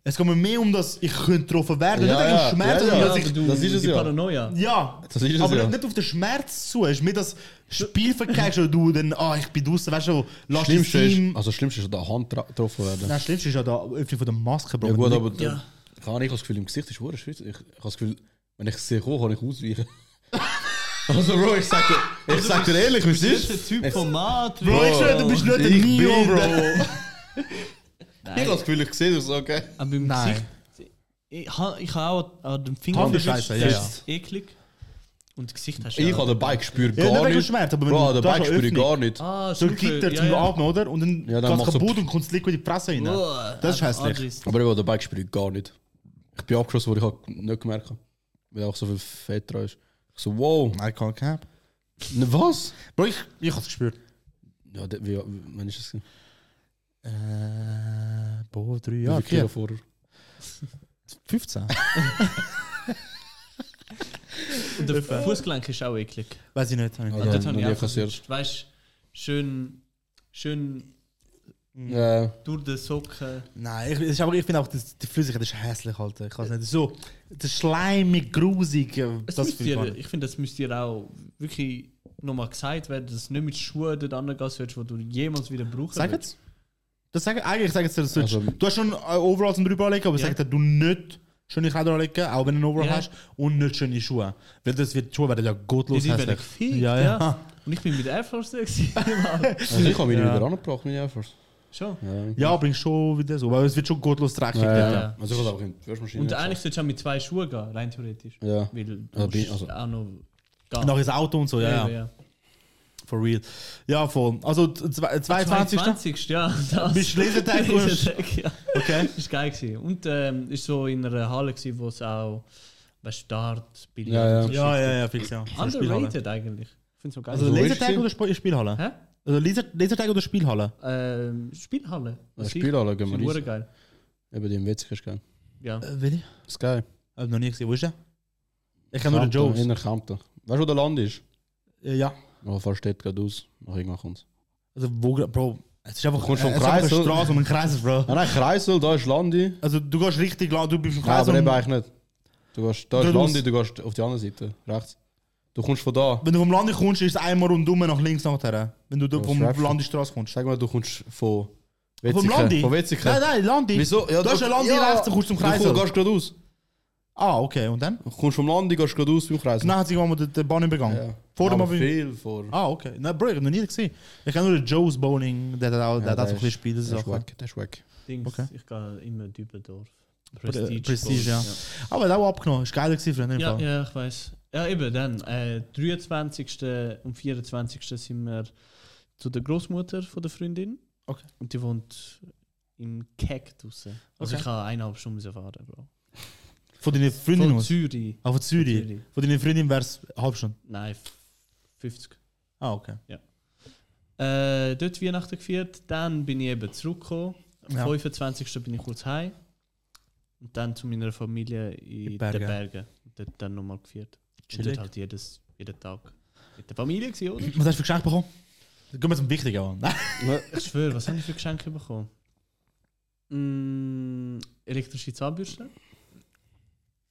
[SPEAKER 1] Es geht mir mehr um das, ich könnte getroffen werden,
[SPEAKER 2] Ja,
[SPEAKER 1] nicht wegen
[SPEAKER 2] ja.
[SPEAKER 1] Schmerz,
[SPEAKER 2] Ja,
[SPEAKER 1] sondern
[SPEAKER 2] ja.
[SPEAKER 1] dass ich
[SPEAKER 3] aber du,
[SPEAKER 2] das ist es
[SPEAKER 3] die
[SPEAKER 2] ja.
[SPEAKER 3] Paranoia.
[SPEAKER 1] Ja,
[SPEAKER 2] Das ist es
[SPEAKER 1] aber
[SPEAKER 2] ja.
[SPEAKER 1] nicht auf den Schmerz zu. Es ist mir das Spiel verkehrt, oder du dann, ah, ich bin draußen, weißt du, lass das
[SPEAKER 2] Schlimmste
[SPEAKER 1] Team.
[SPEAKER 2] ist, also das Schlimmste ist, dass die Hand tra- getroffen werden.
[SPEAKER 1] Nein, das Schlimmste ist ja da öffnen von der Maske, Bro.
[SPEAKER 2] Ja gut, aber
[SPEAKER 3] Ja.
[SPEAKER 2] ich habe das Gefühl, im Gesicht ist hure schwierig. Ich, ich habe das Gefühl, wenn ich sehe, hoch, kann ich ausweichen. also Bro, ich sag dir, ich sag dir ehrlich, wie es
[SPEAKER 3] Also, Du bist
[SPEAKER 2] ist.
[SPEAKER 3] der Typ vom Matrix.
[SPEAKER 1] Bro, ich schwör, du bist nicht
[SPEAKER 2] Ich
[SPEAKER 1] ein Neo,
[SPEAKER 2] bin
[SPEAKER 1] Bro.
[SPEAKER 2] Ich habe das Gefühl, ich sehe das, okay.
[SPEAKER 3] Aber im
[SPEAKER 1] Nein.
[SPEAKER 3] Gesicht. Ich habe ich ha auch an dem Finger.
[SPEAKER 1] Hand ist scheiße, ja, ja.
[SPEAKER 3] Ist eklig. Und das Gesicht hast du.
[SPEAKER 2] Ich habe den Bike gespürt
[SPEAKER 1] Ja, nicht
[SPEAKER 2] gar
[SPEAKER 1] wegen
[SPEAKER 2] nicht.
[SPEAKER 1] Schmerz, aber wenn
[SPEAKER 2] Bro,
[SPEAKER 1] du
[SPEAKER 2] den
[SPEAKER 1] da
[SPEAKER 2] Bike
[SPEAKER 1] schon
[SPEAKER 2] spüre ich
[SPEAKER 1] öffnest.
[SPEAKER 2] gar nicht.
[SPEAKER 3] Ah,
[SPEAKER 1] So
[SPEAKER 3] super.
[SPEAKER 1] kickt er
[SPEAKER 3] ja,
[SPEAKER 1] zum
[SPEAKER 3] ja.
[SPEAKER 1] Atmen, oder? Und dann
[SPEAKER 2] Ja,
[SPEAKER 1] ja,
[SPEAKER 2] dann
[SPEAKER 1] dann
[SPEAKER 2] macht's so-
[SPEAKER 1] kaputt und kommt das Liquid in die Presse rein.
[SPEAKER 3] Uah,
[SPEAKER 1] Das ist
[SPEAKER 3] ein
[SPEAKER 1] hässlich.
[SPEAKER 3] Anriss.
[SPEAKER 2] Aber Bro, den Bike spüre ich gar nicht. Ich bin abgeschossen, wo ich halt nicht gemerkt habe. Weil auch so viel Fett dran ist. Ich so, wow.
[SPEAKER 1] I can't cap.
[SPEAKER 2] Ne, was?
[SPEAKER 1] Bro, ich, ich hab's gespürt.
[SPEAKER 2] Ja, de, wie, wann ist das? gewesen?
[SPEAKER 1] Äh, boah, drei
[SPEAKER 2] Wie
[SPEAKER 1] Jahre.
[SPEAKER 2] viele Kilo
[SPEAKER 1] Vier,
[SPEAKER 2] vorher?
[SPEAKER 1] 15.
[SPEAKER 3] Und der Fußgelenk ist auch eklig. Also,
[SPEAKER 1] Weiß ich nicht. hab ich nicht.
[SPEAKER 2] Ja,
[SPEAKER 3] das hab
[SPEAKER 2] noch
[SPEAKER 3] ich
[SPEAKER 2] nie
[SPEAKER 3] auch
[SPEAKER 2] kassiert.
[SPEAKER 3] versucht. Weißt schön, schön
[SPEAKER 1] Mhm.
[SPEAKER 2] Ja.
[SPEAKER 3] durch den Socken.
[SPEAKER 1] Nein, ich, es ist aber, ich finde auch, das, die Flüssigkeit ist hässlich, Alter. Ich weiß nicht. So, das schleimig, grusig. äh,
[SPEAKER 3] Es
[SPEAKER 1] Das
[SPEAKER 3] müsst
[SPEAKER 1] finde ich gar
[SPEAKER 3] ihr,
[SPEAKER 1] nicht.
[SPEAKER 3] ich finde, das müsst ihr auch wirklich nochmal gesagt werden, dass du nicht mit Schuhen dort angehen sollst, die du jemals wieder brauchen
[SPEAKER 1] Sag
[SPEAKER 3] wirst.
[SPEAKER 1] jetzt. Das sag, eigentlich sag jetzt, dass du,
[SPEAKER 2] Also-
[SPEAKER 1] du hast schon äh, Overall zum drüber anlegen, aber
[SPEAKER 3] Ja.
[SPEAKER 1] sag dir, du nicht schöne Kleider anlegen, auch wenn du einen Overall
[SPEAKER 3] Ja.
[SPEAKER 1] hast, und nicht schöne Schuhe. Weil das wird, die Schuhe werden ja
[SPEAKER 3] Die
[SPEAKER 1] gottlos
[SPEAKER 3] sind werden
[SPEAKER 1] hässlich.
[SPEAKER 3] gefickt,
[SPEAKER 1] Ja,
[SPEAKER 3] ja,
[SPEAKER 1] ja.
[SPEAKER 3] Und ich bin mit Air Force da gewesen. Mann.
[SPEAKER 2] Also ich habe mich
[SPEAKER 1] Ja.
[SPEAKER 2] wieder angebracht, meine Efforts.
[SPEAKER 3] Schon.
[SPEAKER 2] Ja.
[SPEAKER 1] Ja, bringst schon wieder so, weil es wird schon gottlos dreckig.
[SPEAKER 2] Ja, ja,
[SPEAKER 1] dort.
[SPEAKER 2] ja. Also ich habe auch in die Waschmaschine.
[SPEAKER 3] Und eigentlich solltest du auch mit zwei Schuhen gehen, rein theoretisch.
[SPEAKER 2] Ja.
[SPEAKER 3] Weil du
[SPEAKER 2] Also bin-
[SPEAKER 3] musst
[SPEAKER 2] also-
[SPEAKER 3] auch noch gehen.
[SPEAKER 1] Nach ins Auto und so, ja, ja. For real. Ja, voll. Also, z- zwei- 22.
[SPEAKER 3] 22. Ja, das.
[SPEAKER 1] Bist du Lesertag, du hast-
[SPEAKER 3] Lesertag, ja.
[SPEAKER 1] Okay.
[SPEAKER 3] Das war geil. Gewesen. Und ähm, ist so in einer Halle, gewesen, wo es auch weißt, Start, Billard.
[SPEAKER 2] Ja, ja.
[SPEAKER 3] und so
[SPEAKER 1] Ja,
[SPEAKER 3] Shit.
[SPEAKER 1] ja, ja, fix, ja. So eine Spielhalle.
[SPEAKER 3] Underrated eigentlich. Ich finde es geil.
[SPEAKER 1] Also,
[SPEAKER 2] Also, wo ist
[SPEAKER 1] Lasertag
[SPEAKER 2] sie?
[SPEAKER 1] oder Sp Spielhalle?
[SPEAKER 3] Hä?
[SPEAKER 1] Also, Laser Lasertag oder Spielhalle?
[SPEAKER 3] Ähm, Spielhalle.
[SPEAKER 2] Ja, Spielhalle gehen wir rein.
[SPEAKER 3] Sind hure geil.
[SPEAKER 2] Eben die im WC ist geil.
[SPEAKER 3] Ja.
[SPEAKER 1] Äh, will ich?
[SPEAKER 2] Sky.
[SPEAKER 1] Hab Äh, noch nie gesehen. Wo ist der? Ich kenne nur den Joes.
[SPEAKER 2] In der Kampte. Weißt du, wo der Land ist?
[SPEAKER 1] Äh, Ja.
[SPEAKER 2] Man fährst dort gerade aus. Nach irgendwann kommt
[SPEAKER 1] Also, wo, Bro, es ist einfach,
[SPEAKER 2] kommst vom
[SPEAKER 1] es ist einfach
[SPEAKER 2] Kreisel.
[SPEAKER 1] eine Straße und ein Kreis, Bro.
[SPEAKER 2] Ah, Nein, nein, Kreisel, da ist Landi.
[SPEAKER 1] Also, du gehst richtig lang, du bist im
[SPEAKER 2] Nein,
[SPEAKER 1] Kreis.
[SPEAKER 2] aber eben
[SPEAKER 1] und,
[SPEAKER 2] eigentlich nicht. Du gehst, da ist
[SPEAKER 1] Geradeaus.
[SPEAKER 2] Landi, du gehst auf die andere Seite, rechts. Du kommst von da.
[SPEAKER 1] wenn du vom Lande kommst, ist es einmal rundum nach links nachher. Wenn du dort
[SPEAKER 2] Ja,
[SPEAKER 1] vom
[SPEAKER 2] schrecklich.
[SPEAKER 1] Landesstraße kommst.
[SPEAKER 2] Sag mal, du kommst von
[SPEAKER 1] Vom
[SPEAKER 2] Wetzikon.
[SPEAKER 1] Landi?
[SPEAKER 2] Von Wetzikon.
[SPEAKER 1] Nein, nein, Landi.
[SPEAKER 2] Wieso? Ja,
[SPEAKER 1] Da ist ein Landi rechts, du kommst zum Kreisel.
[SPEAKER 2] Du gehst geradeaus.
[SPEAKER 1] Ah, okay, und dann?
[SPEAKER 2] Du kommst vom Landi, gehst geradeaus beim Kreisel.
[SPEAKER 1] Dann hat sich jemand den- den Bahn übergangen.
[SPEAKER 2] Ja.
[SPEAKER 1] Vor dem
[SPEAKER 2] Aber
[SPEAKER 1] Abi-
[SPEAKER 2] viel vor.
[SPEAKER 1] Ah, okay. Nein, Bro, ich hab noch nie gesehen. Ich kenne nur den Joe's Bowling, der hat auch, der hat
[SPEAKER 2] Ja,
[SPEAKER 1] auch
[SPEAKER 2] der
[SPEAKER 1] so ein
[SPEAKER 2] ist-
[SPEAKER 1] bisschen Spiele.
[SPEAKER 2] Das ist
[SPEAKER 1] Sachen.
[SPEAKER 2] weg, das ist weg.
[SPEAKER 3] Dings,
[SPEAKER 1] Okay.
[SPEAKER 3] Ich gehe immer Dübendorf.
[SPEAKER 1] Pre- Prestige, ja.
[SPEAKER 3] Gold,
[SPEAKER 1] Aber er hat auch abgenommen, ist geil gewesen, Freunde. im
[SPEAKER 3] ja. Ja,
[SPEAKER 1] Fall.
[SPEAKER 3] ja, ich weiß. Ja, eben dann. Äh, 23. und 24. sind wir zu der Großmutter von der Freundin.
[SPEAKER 1] Okay.
[SPEAKER 3] Und die wohnt im Keck draußen. Also
[SPEAKER 1] Okay.
[SPEAKER 3] ich kann eineinhalb Stunden fahren, Bro.
[SPEAKER 1] Von deinen Freundinnen
[SPEAKER 3] Von
[SPEAKER 1] aus?
[SPEAKER 3] Zürich.
[SPEAKER 1] Ah, von Zürich.
[SPEAKER 3] Zürich.
[SPEAKER 1] Von deinen Freundinnen wär's eine halbe Stunde.
[SPEAKER 3] Nein, f- 50.
[SPEAKER 1] Ah, okay.
[SPEAKER 3] Äh, dort Weihnachten gefeiert, dann bin ich eben zurückgekommen. Am
[SPEAKER 1] Ja.
[SPEAKER 3] 25. bin ich kurz heim. Und dann zu meiner Familie in
[SPEAKER 1] Die
[SPEAKER 3] den
[SPEAKER 1] Berge.
[SPEAKER 3] Bergen. Und dort dann nochmal gefeiert. Und
[SPEAKER 1] Chillig.
[SPEAKER 3] dort halt jedes, jeden Tag mit der Familie gewesen, oder?
[SPEAKER 1] Was hast du für Geschenk bekommen? Dann gehen wir zum Wichtigen an. Nein.
[SPEAKER 3] ich schwöre, was habe ich für Geschenke bekommen? Mm, elektrische Zahnbürste.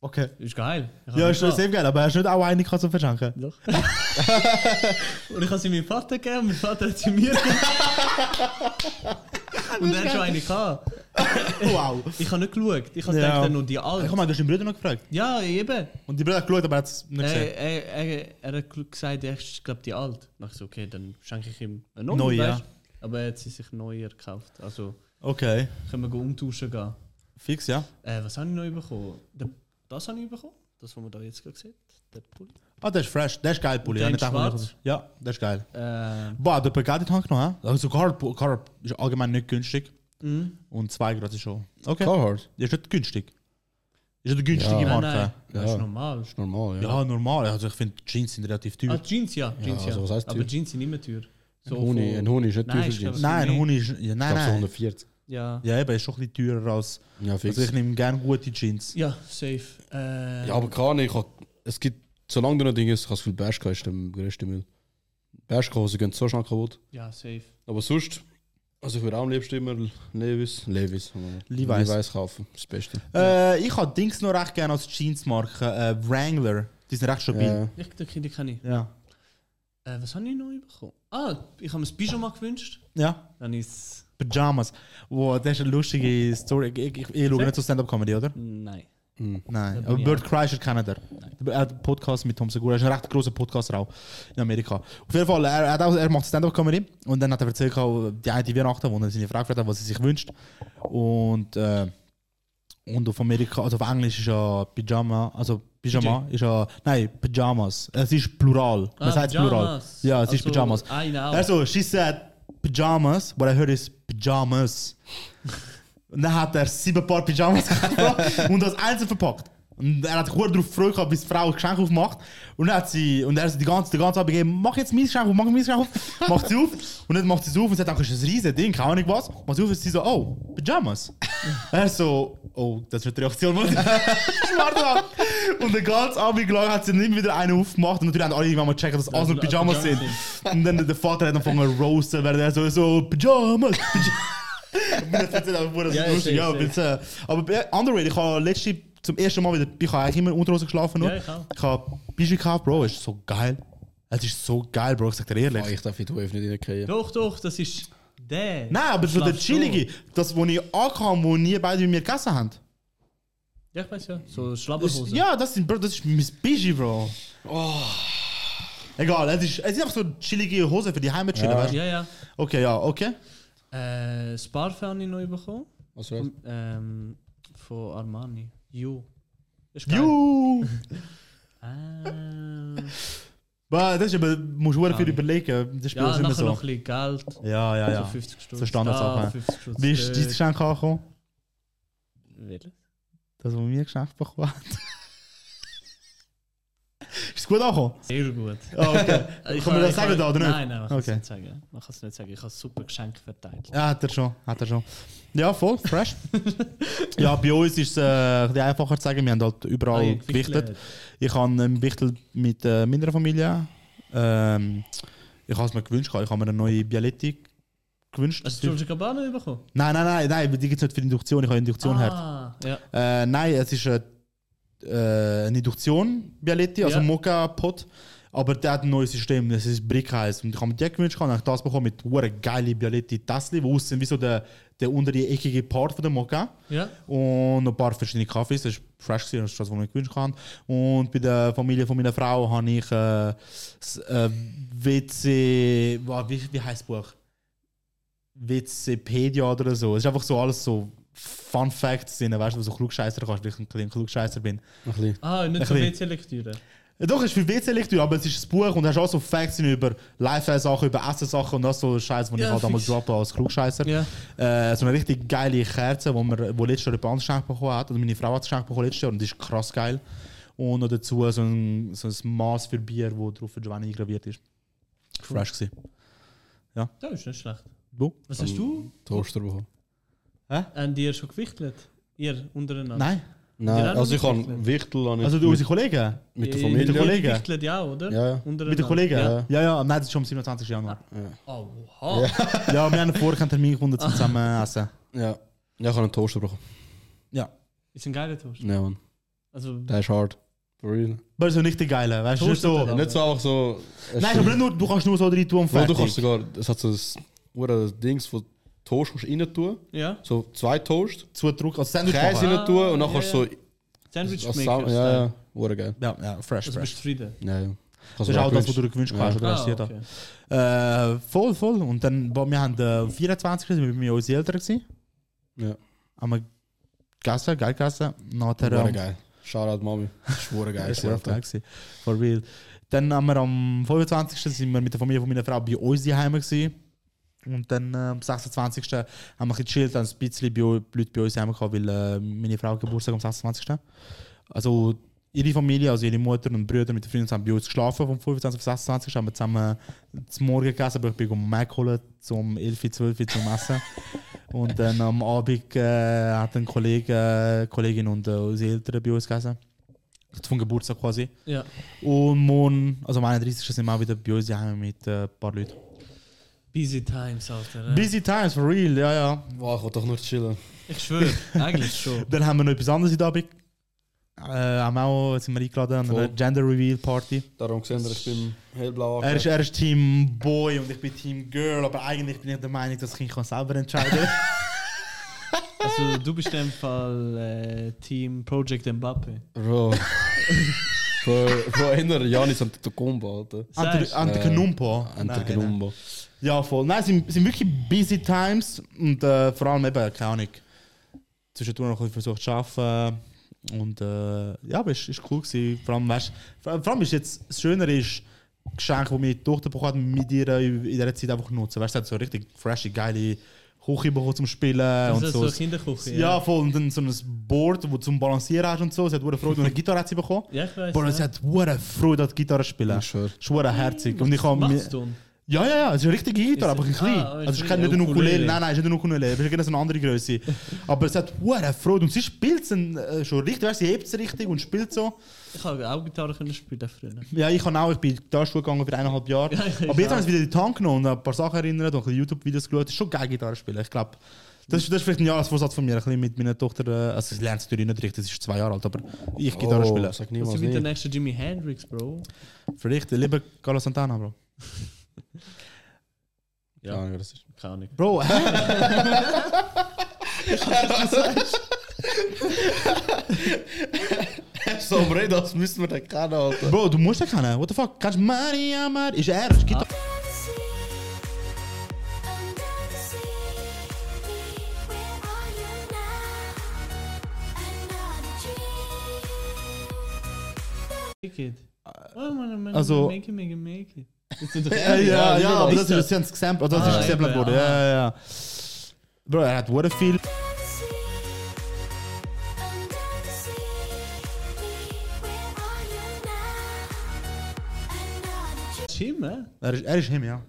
[SPEAKER 1] Okay.
[SPEAKER 3] Ist geil. Ich hab
[SPEAKER 1] Ja,
[SPEAKER 3] ihn
[SPEAKER 1] ist schon
[SPEAKER 3] gehabt.
[SPEAKER 1] sehr geil, aber hast du nicht auch eine gehabt zum Verschenken?
[SPEAKER 3] Doch. und ich habe sie meinem Vater gegeben, mein Vater hat sie mir gegeben. und er hat schon eine gehabt.
[SPEAKER 1] Wow.
[SPEAKER 3] Ich habe nicht geschaut. Ich habe
[SPEAKER 1] Ja.
[SPEAKER 3] gedacht, er nur die
[SPEAKER 1] Ich
[SPEAKER 3] alte.
[SPEAKER 1] hab mal, du hast den Bruder noch gefragt.
[SPEAKER 3] Ja, eben.
[SPEAKER 1] Und die Bruder hat geschaut, aber er hat es nicht
[SPEAKER 3] Er,
[SPEAKER 1] gesehen.
[SPEAKER 3] er, er, er hat gl- gesagt, er ist, glaube die alte. Dann dachte ich so, okay, dann schenke ich ihm eine neue.
[SPEAKER 1] Neu, ja.
[SPEAKER 3] weißt? Aber er hat sie sich neuer gekauft. Also
[SPEAKER 1] Okay.
[SPEAKER 3] können wir go umtauschen gehen.
[SPEAKER 1] Fix, ja.
[SPEAKER 3] Äh, was habe ich noch bekommen? Der- Das habe ich bekommen. Das, was man da jetzt gerade sieht. Der Pulli.
[SPEAKER 1] Ah, der ist fresh. Der ist geil, Pulli.
[SPEAKER 3] Und
[SPEAKER 1] Ja,
[SPEAKER 3] der
[SPEAKER 1] nicht
[SPEAKER 3] in
[SPEAKER 1] einfach-
[SPEAKER 3] schwarz?
[SPEAKER 1] Ja, der ist geil.
[SPEAKER 3] Ähm,
[SPEAKER 1] Boah, der Pagadi hat genommen, hä? Also Carp, Carp ist allgemein nicht günstig.
[SPEAKER 3] Mhm.
[SPEAKER 1] Und 2 Grad ist schon. Okay.
[SPEAKER 2] Carhartt.
[SPEAKER 1] Ist nicht günstig. Ist nicht eine günstige
[SPEAKER 2] Ja.
[SPEAKER 3] Ah, nein,
[SPEAKER 1] Marke.
[SPEAKER 3] nein. Das
[SPEAKER 2] Ja.
[SPEAKER 3] ist normal.
[SPEAKER 2] Ist normal, ja.
[SPEAKER 1] Ja, normal. Also ich finde Jeans sind relativ teuer.
[SPEAKER 3] Ah, Jeans ja. Jeans, ja.
[SPEAKER 2] also was heißt
[SPEAKER 3] Aber
[SPEAKER 2] teuer?
[SPEAKER 3] Jeans sind immer teuer. So
[SPEAKER 2] ein, Huni,
[SPEAKER 3] von-
[SPEAKER 2] ein Huni ist nicht
[SPEAKER 3] Nein,
[SPEAKER 2] teuer für
[SPEAKER 3] ich
[SPEAKER 2] Jeans.
[SPEAKER 3] glaube-
[SPEAKER 1] nein,
[SPEAKER 3] nee.
[SPEAKER 1] ein Huni ist. Ja,
[SPEAKER 2] Ich
[SPEAKER 1] nein,
[SPEAKER 2] glaube so
[SPEAKER 1] nein.
[SPEAKER 2] 140.
[SPEAKER 3] Ja.
[SPEAKER 1] Ja, eben, ist schon ein bisschen teurer als.
[SPEAKER 2] Ja, fix.
[SPEAKER 1] Also ich nehme gerne gute Jeans.
[SPEAKER 3] Ja, safe. Äh,
[SPEAKER 2] Ja, aber keine, ich hab, es gibt, solange du noch Ding ist, ich habe das Gefühl, Bershka ist der größte Müll. Bershka-Hosen gehen so schnell kaputt.
[SPEAKER 3] ja, safe.
[SPEAKER 2] Aber sonst, also ich würde auch am liebsten immer Levis, Levis,
[SPEAKER 1] Levi's.
[SPEAKER 2] Levi's kaufen, das Beste.
[SPEAKER 1] Äh, ich habe Dings noch recht gerne als Jeansmarke. Äh, Wrangler. Die sind recht stabil.
[SPEAKER 2] Ja.
[SPEAKER 3] Ich, die, die kann ich.
[SPEAKER 1] Ja. Ja.
[SPEAKER 3] Äh, was habe ich neu bekommen? Ah, ich habe mir ein Pyjama gewünscht. Dann ist
[SPEAKER 1] Pyjamas. Wow, das ist eine lustige Story. Ich, ich, ich schaue nicht so Stand-Up-Comedy, oder?
[SPEAKER 3] Nein.
[SPEAKER 2] Mhm.
[SPEAKER 1] Nein,
[SPEAKER 3] Da bin
[SPEAKER 1] aber
[SPEAKER 3] ich
[SPEAKER 1] Bird halt Kreischer kennt er. Er hat einen Podcast mit Tom Segura. Er ist ein recht großer Podcaster auch in Amerika. Auf jeden Fall, er, hat auch, er macht Stand-Up-Comedy und dann hat er erzählt, die eine Weihnachten, wo er seine Frau gefragt hat, was sie sich wünscht. Und, äh, und auf Amerika, also auf Englisch ist ja Pyjama, also Pyjama ist ja, nein, Pyjamas. Es ist Plural. Man sagt Plural.
[SPEAKER 3] Ah, Pyjamas.
[SPEAKER 1] Ja, es ist
[SPEAKER 3] Also,
[SPEAKER 1] Pyjamas.
[SPEAKER 3] I know.
[SPEAKER 1] Also, she said Pyjamas. What I heard is Pyjamas. Und dann hat er sieben Paar Pyjamas gekauft und das einzeln verpackt. Und er hat gut darauf gefreut, gehabt, bis die Frau ein Geschenk aufmacht. Und dann hat sie, und er hat sie die ganze, die ganze Abend gegeben, mach jetzt mein Geschenk auf, mach mein Geschenk auf. Macht sie auf. Und dann macht sie es auf und sagt, das ist ein riesiges Ding, keine Ahnung was. Macht sie auf und sie so, oh, Pyjamas. er so, oh, das wird die Reaktion. Mann. Warte mal. Und den ganzen Abend lang hat sie dann immer wieder eine aufgemacht. Und natürlich haben alle irgendwann mal gecheckt, dass alles nur Pyjamas sind. Und dann der Vater hat angefangen zu roasten, weil er so, so, Pyjamas, Pyjamas. Und das erzählt einfach, wo das
[SPEAKER 3] Ja,
[SPEAKER 1] ist lustig,
[SPEAKER 3] safe,
[SPEAKER 1] ja.
[SPEAKER 3] safe.
[SPEAKER 1] Jetzt, äh, aber bei Underrated, ich habe letzte zum ersten Mal wieder, ich habe eigentlich immer Unterhose geschlafen. Nur.
[SPEAKER 3] Ja, ich auch.
[SPEAKER 1] Ich habe Bischi gekauft, Bro, ist so geil. Es ist so geil, Bro, ich sag dir ehrlich.
[SPEAKER 2] Ah, ich darf in die Wave nicht reinkriegen.
[SPEAKER 3] Doch, doch, das ist der.
[SPEAKER 1] Nein, aber so der
[SPEAKER 3] Schlafst du?
[SPEAKER 1] chillige, das, wo ich ankam, wo nie beide mit mir gegessen haben.
[SPEAKER 3] Ja, ich weiß ja. So
[SPEAKER 1] Das,
[SPEAKER 3] Schlabberhose.
[SPEAKER 1] ja, das, sind, bro, das ist mein Bischi, Bro.
[SPEAKER 3] Oh.
[SPEAKER 1] Egal, es ist, es ist einfach so chillige Hose für die Heimat chillen, weißt du?
[SPEAKER 3] Ja, ja.
[SPEAKER 1] Okay, ja, okay.
[SPEAKER 3] Äh, das Parfum habe ich neu bekommen.
[SPEAKER 2] Was war's?
[SPEAKER 3] Ähm, von Armani. You. Ist geil.
[SPEAKER 1] You!
[SPEAKER 3] Ah.
[SPEAKER 1] Aber das ist aber, musst du viel
[SPEAKER 3] Nein.
[SPEAKER 1] überlegen. Das Spiel
[SPEAKER 3] Ja,
[SPEAKER 1] ist
[SPEAKER 3] nachher
[SPEAKER 1] immer so.
[SPEAKER 3] noch Also ein bisschen Geld.
[SPEAKER 1] Ja, ja, ja.
[SPEAKER 3] So Ah, 50 Stunden.
[SPEAKER 1] So Standardsachen.
[SPEAKER 3] Da, 50 Stunden.
[SPEAKER 1] Wie ist dein Geschenk angekommen?
[SPEAKER 3] Welches?
[SPEAKER 1] Das, was mir geschenkt bekommen hat. ist es gut angekommen?
[SPEAKER 3] Sehr gut.
[SPEAKER 1] Ah, okay.
[SPEAKER 3] Äh, Ich
[SPEAKER 1] Kann man das
[SPEAKER 3] ich
[SPEAKER 1] sagen da, oder nicht?
[SPEAKER 3] Nein, nein, man kann es
[SPEAKER 1] Okay.
[SPEAKER 3] nicht sagen. Man kann es nicht sagen. Ich habe super Geschenke verteilt.
[SPEAKER 1] Ja, hat er schon, hat er schon. Ja, voll, fresh. ja, bei uns ist es äh, ein bisschen einfacher zu sagen, wir haben halt
[SPEAKER 3] Ah,
[SPEAKER 1] überall
[SPEAKER 3] ihr
[SPEAKER 1] gewichtet.
[SPEAKER 3] gewichtelt.
[SPEAKER 1] Ich habe ähm, gewichtelt mit äh, meiner Familie. Ähm, ich habe es mir gewünscht, gehabt. ich habe mir eine neue Bialetti gewünscht.
[SPEAKER 3] Hast Also du Georgia Cabana bekommen?
[SPEAKER 1] nein, nein, nein, nein, die gibt es nicht für Induktion, ich habe Induktion ah.
[SPEAKER 3] ah, ja.
[SPEAKER 1] Äh, nein, es ist eine, äh, eine Induktion Bialetti, also
[SPEAKER 3] Ja.
[SPEAKER 1] Mokka-Pot. Aber der hat ein neues System, das ist Brick heißt. Und ich habe mir die gewünscht, habe ich das bekommen mit einer geile Bialetti-Tassli, wo aussehen wie so der, der untere eckige Part von der Mokka.
[SPEAKER 3] ja.
[SPEAKER 1] Und ein paar verschiedene Kaffees, das war fresh, gewesen, das ist das, was ich mir gewünscht habe. Und bei der Familie von meiner Frau habe ich äh, das, äh, WC, wa- wie, wie heißt das Buch? Wikipedia oder so. Es ist einfach so alles so Fun Facts drin, weißt du, wo so Klugscheißer kannst, weil ich ein kleiner Klugscheißer bin.
[SPEAKER 2] Ein bisschen.
[SPEAKER 3] Ah, nicht
[SPEAKER 1] Ein
[SPEAKER 3] so
[SPEAKER 1] bisschen.
[SPEAKER 3] WC-Lektüre.
[SPEAKER 1] Ja, Doch, es ist für WC-Lektüre, aber es ist ein Buch und hast auch so Facts drin über Lifestyle-Sachen, über Essen-Sachen und das so Scheiß, den
[SPEAKER 3] Ja,
[SPEAKER 1] ich halt damals
[SPEAKER 3] fix.
[SPEAKER 1] droppe als Klugscheißer.
[SPEAKER 3] Ja.
[SPEAKER 1] Äh, so eine richtig geile Kerze, wo, wir, wo letztes Jahr jemand anderes geschenkt bekommen hat. Also meine Frau hat es geschenkt bekommen letztes Jahr und die ist krass geil. Und noch dazu so ein, so ein Maß für Bier, wo drauf für Giovanni graviert ist. Fresh gewesen.
[SPEAKER 3] Das ist nicht schlecht.
[SPEAKER 1] Du?
[SPEAKER 3] Was hast du
[SPEAKER 2] Toaster bekommen.
[SPEAKER 3] an dir schon gewichtelt? Ihr untereinander?
[SPEAKER 1] Nein.
[SPEAKER 2] Nein,
[SPEAKER 3] auch
[SPEAKER 2] also ich
[SPEAKER 3] noch
[SPEAKER 2] habe
[SPEAKER 3] gewichtelt?
[SPEAKER 2] Wichtel hab ich
[SPEAKER 1] Also du,
[SPEAKER 2] mit,
[SPEAKER 1] unsere Kollegen?
[SPEAKER 2] mit der
[SPEAKER 3] Ihr-
[SPEAKER 2] Familie.
[SPEAKER 1] Kollegen.
[SPEAKER 3] Ihr Äh, gewichtelt ja, oder?
[SPEAKER 2] Ja, ja.
[SPEAKER 1] Mit den Kollegen?
[SPEAKER 3] Ja. Oh,
[SPEAKER 1] Ja, ja. Nein, das ist schon am 27. Januar.
[SPEAKER 3] Oha.
[SPEAKER 1] ja, wir haben vorher keinen Termin gefunden, zum zusammen essen.
[SPEAKER 2] Ja. ja, ich habe einen Toaster bekommen.
[SPEAKER 1] Ja.
[SPEAKER 3] Ist ein geiler Toast.
[SPEAKER 2] Ja, Mann.
[SPEAKER 3] Also Also,
[SPEAKER 2] Der ist hart. For real.
[SPEAKER 1] Aber so nicht der geile, weißt du? Nicht so.
[SPEAKER 3] Toaster,
[SPEAKER 1] Nein,
[SPEAKER 3] ja.
[SPEAKER 2] Nicht so einfach so. es ist-
[SPEAKER 1] aber nicht nur, du kannst nur so rein tun und
[SPEAKER 2] Bro,
[SPEAKER 1] fertig.
[SPEAKER 2] du kannst sogar. Es hat so ein Dings, wo du Toast kannst rein tun.
[SPEAKER 3] ja.
[SPEAKER 2] So zwei Toast,
[SPEAKER 1] Zudrücken, als also Sandwich
[SPEAKER 2] Käse
[SPEAKER 1] machen.
[SPEAKER 2] rein tun und dann
[SPEAKER 3] Ah,
[SPEAKER 2] kannst
[SPEAKER 3] ja,
[SPEAKER 2] du
[SPEAKER 3] ja. Sandwich
[SPEAKER 2] so. als Sau-
[SPEAKER 3] Maker.
[SPEAKER 2] Ja, ja. Wurde geil.
[SPEAKER 1] Ja, ja, fresh,
[SPEAKER 3] Also
[SPEAKER 1] fresh.
[SPEAKER 3] bist du zufrieden.
[SPEAKER 2] Ja, ja.
[SPEAKER 1] Das ist also auch das, was du dir gewünscht hast, oder was
[SPEAKER 3] Ah,
[SPEAKER 1] dir da.
[SPEAKER 3] okay.
[SPEAKER 1] Äh, voll, voll. Und dann, boah, wir haben äh, 24 gewesen, wir waren bei unseren Eltern. Gewesen.
[SPEAKER 2] Ja.
[SPEAKER 1] Haben wir gegessen, geil gegessen. Nachher,
[SPEAKER 2] Wurde
[SPEAKER 1] ähm,
[SPEAKER 2] geil. Shoutout Mami. Das war geil.
[SPEAKER 1] das war echt
[SPEAKER 2] Alter.
[SPEAKER 1] geil gewesen. For real. Dann haben wir am 25. sind wir mit der Familie von meiner Frau bei uns daheim gewesen. Und dann äh, am 26. haben wir ein bisschen gechillt, haben ein bisschen bei, u- Leute bei uns daheim gehabt, weil äh, meine Frau Geburtstag am 26. Also ihre Familie, also ihre Mutter und Brüder mit den Freunden haben bei uns geschlafen vom 25. auf 26. haben wir zusammen zum Morgen gegessen, aber ich bin um Mac geholt, zum 11, 12 Uhr zum Essen. und dann am Abend äh, hat ein Kollege, äh, Kollegin und äh, unsere Eltern bei uns gegessen. Vom Geburtstag quasi.
[SPEAKER 3] Ja.
[SPEAKER 1] Und morgen, also am 31. sind wir auch wieder bei uns daheim mit äh, ein paar Leuten.
[SPEAKER 3] Busy Times, Alter. ne?
[SPEAKER 1] Busy times, for real, ja, ja.
[SPEAKER 2] Boah, ich will doch nur chillen.
[SPEAKER 3] Ich schwöre, eigentlich schon.
[SPEAKER 1] Dann haben wir noch etwas anderes in der Abend. Äh, haben wir auch, jetzt sind wir eingeladen an einer
[SPEAKER 2] Voll.
[SPEAKER 1] Gender Reveal Party.
[SPEAKER 2] Darum gesehen, ich bin hellblau
[SPEAKER 1] Er ist, er ist Team Boy und ich bin Team Girl, aber eigentlich bin ich der Meinung, dass das Kind kann selber entscheiden kann.
[SPEAKER 3] Also, du bist in dem Fall äh, Team Project
[SPEAKER 1] Ah,
[SPEAKER 3] Mbappe.
[SPEAKER 2] Bro. Bro, Bro, erinnere Janis an Tukumba, Alter.
[SPEAKER 3] Sagst du?
[SPEAKER 1] Ante
[SPEAKER 2] Äh,
[SPEAKER 1] Kenumpo.
[SPEAKER 2] An
[SPEAKER 1] Nein, nein.
[SPEAKER 2] Tukumba.
[SPEAKER 1] Ja, voll. Nein, es sind, es sind wirklich busy times und äh, vor allem eben, keine Ahnung, zwischendurch noch ein bisschen versucht zu arbeiten. Und äh, ja, aber es war cool. Gewesen. Vor allem, weißt, vor, vor allem ist jetzt, das Schöne ist, Geschenke, die meine Tochter bekommen hat, mit ihr in dieser Zeit einfach nutzen. Weißt du, sie hat so richtig frische, geile Küche bekommen zum Spielen
[SPEAKER 3] Also,
[SPEAKER 1] und
[SPEAKER 3] so,
[SPEAKER 1] so.
[SPEAKER 3] so Kinderküche.
[SPEAKER 1] Ja, voll. Und dann so ein Board, wo du zum Balancieren hast und so. Sie hat hure Freude und eine Gitarre hat sie bekommen.
[SPEAKER 3] ja ich weiß.
[SPEAKER 1] Boah, sie hat hure Freude an Gitarre spielen.
[SPEAKER 2] Ich schwör.
[SPEAKER 1] Ist hure herzig. Und ich habe mir-
[SPEAKER 3] Machst du? denn?
[SPEAKER 1] ja, ja, ja, es ist eine richtige Gitarre,
[SPEAKER 3] Ist-
[SPEAKER 1] aber ein klein.
[SPEAKER 3] Ah,
[SPEAKER 1] also es
[SPEAKER 3] ist
[SPEAKER 1] ist keine nicht eine
[SPEAKER 3] eine
[SPEAKER 1] Ukulele.
[SPEAKER 3] Ukulele.
[SPEAKER 1] Nein, nein, es ist nicht eine Ukulele. Es ist genau so eine andere Größe. aber es hat hure Freude und sie spielt es äh, schon richtig, weißt, du, sie hebt es richtig und spielt so.
[SPEAKER 3] Ich habe auch Gitarre können spielen früher.
[SPEAKER 1] Ja, ich kann auch, ich bin in die Gitarrschule gegangen für eineinhalb Jahre.
[SPEAKER 3] Ja, ich
[SPEAKER 1] aber jetzt
[SPEAKER 3] auch.
[SPEAKER 1] haben sie wieder die Hand genommen und an ein paar Sachen erinnert und ein bisschen YouTube-Videos geschaut. Es ist schon geil Gitarre spielen, ich glaube. Das, ist- das ist vielleicht ein Jahresvorsatz von mir, ein bisschen mit meiner Tochter. äh, Also sie lernt es natürlich nicht richtig, sie ist zwei Jahre alt, aber ich
[SPEAKER 2] Oh,
[SPEAKER 1] Gitarre
[SPEAKER 3] Oh.
[SPEAKER 1] spielen.
[SPEAKER 2] Sag
[SPEAKER 3] Was
[SPEAKER 2] niemals
[SPEAKER 3] ist mit der
[SPEAKER 2] nie.
[SPEAKER 3] nächsten Jimi Hendrix, Bro?
[SPEAKER 1] Vielleicht, lieber Carlos Santana, Bro.
[SPEAKER 2] Ja, Ahnung, das ist.
[SPEAKER 3] Keine Ahnung.
[SPEAKER 1] Bro, hä?
[SPEAKER 2] So, Bro, das müssen wir dann kennen, Alter.
[SPEAKER 1] Bro, du musst den kennen. What the fuck? Kannst du Maria Mar? Ist er, ist Gitarre.
[SPEAKER 3] Make it. Oh, man, man,
[SPEAKER 1] Also-
[SPEAKER 3] make it, make it, make it. Ist das doch
[SPEAKER 1] Ja,
[SPEAKER 3] ehrlich?
[SPEAKER 1] ja, ja, aber das
[SPEAKER 3] Ist
[SPEAKER 1] ist jetzt gesampelt, das
[SPEAKER 3] genau. Ah,
[SPEAKER 1] ist gesampelt
[SPEAKER 3] eben,
[SPEAKER 1] worden. Ja, ja, ja. Bro, er hat wurde viel.
[SPEAKER 3] Jim, eh?
[SPEAKER 1] Er ist, er ist him, ja.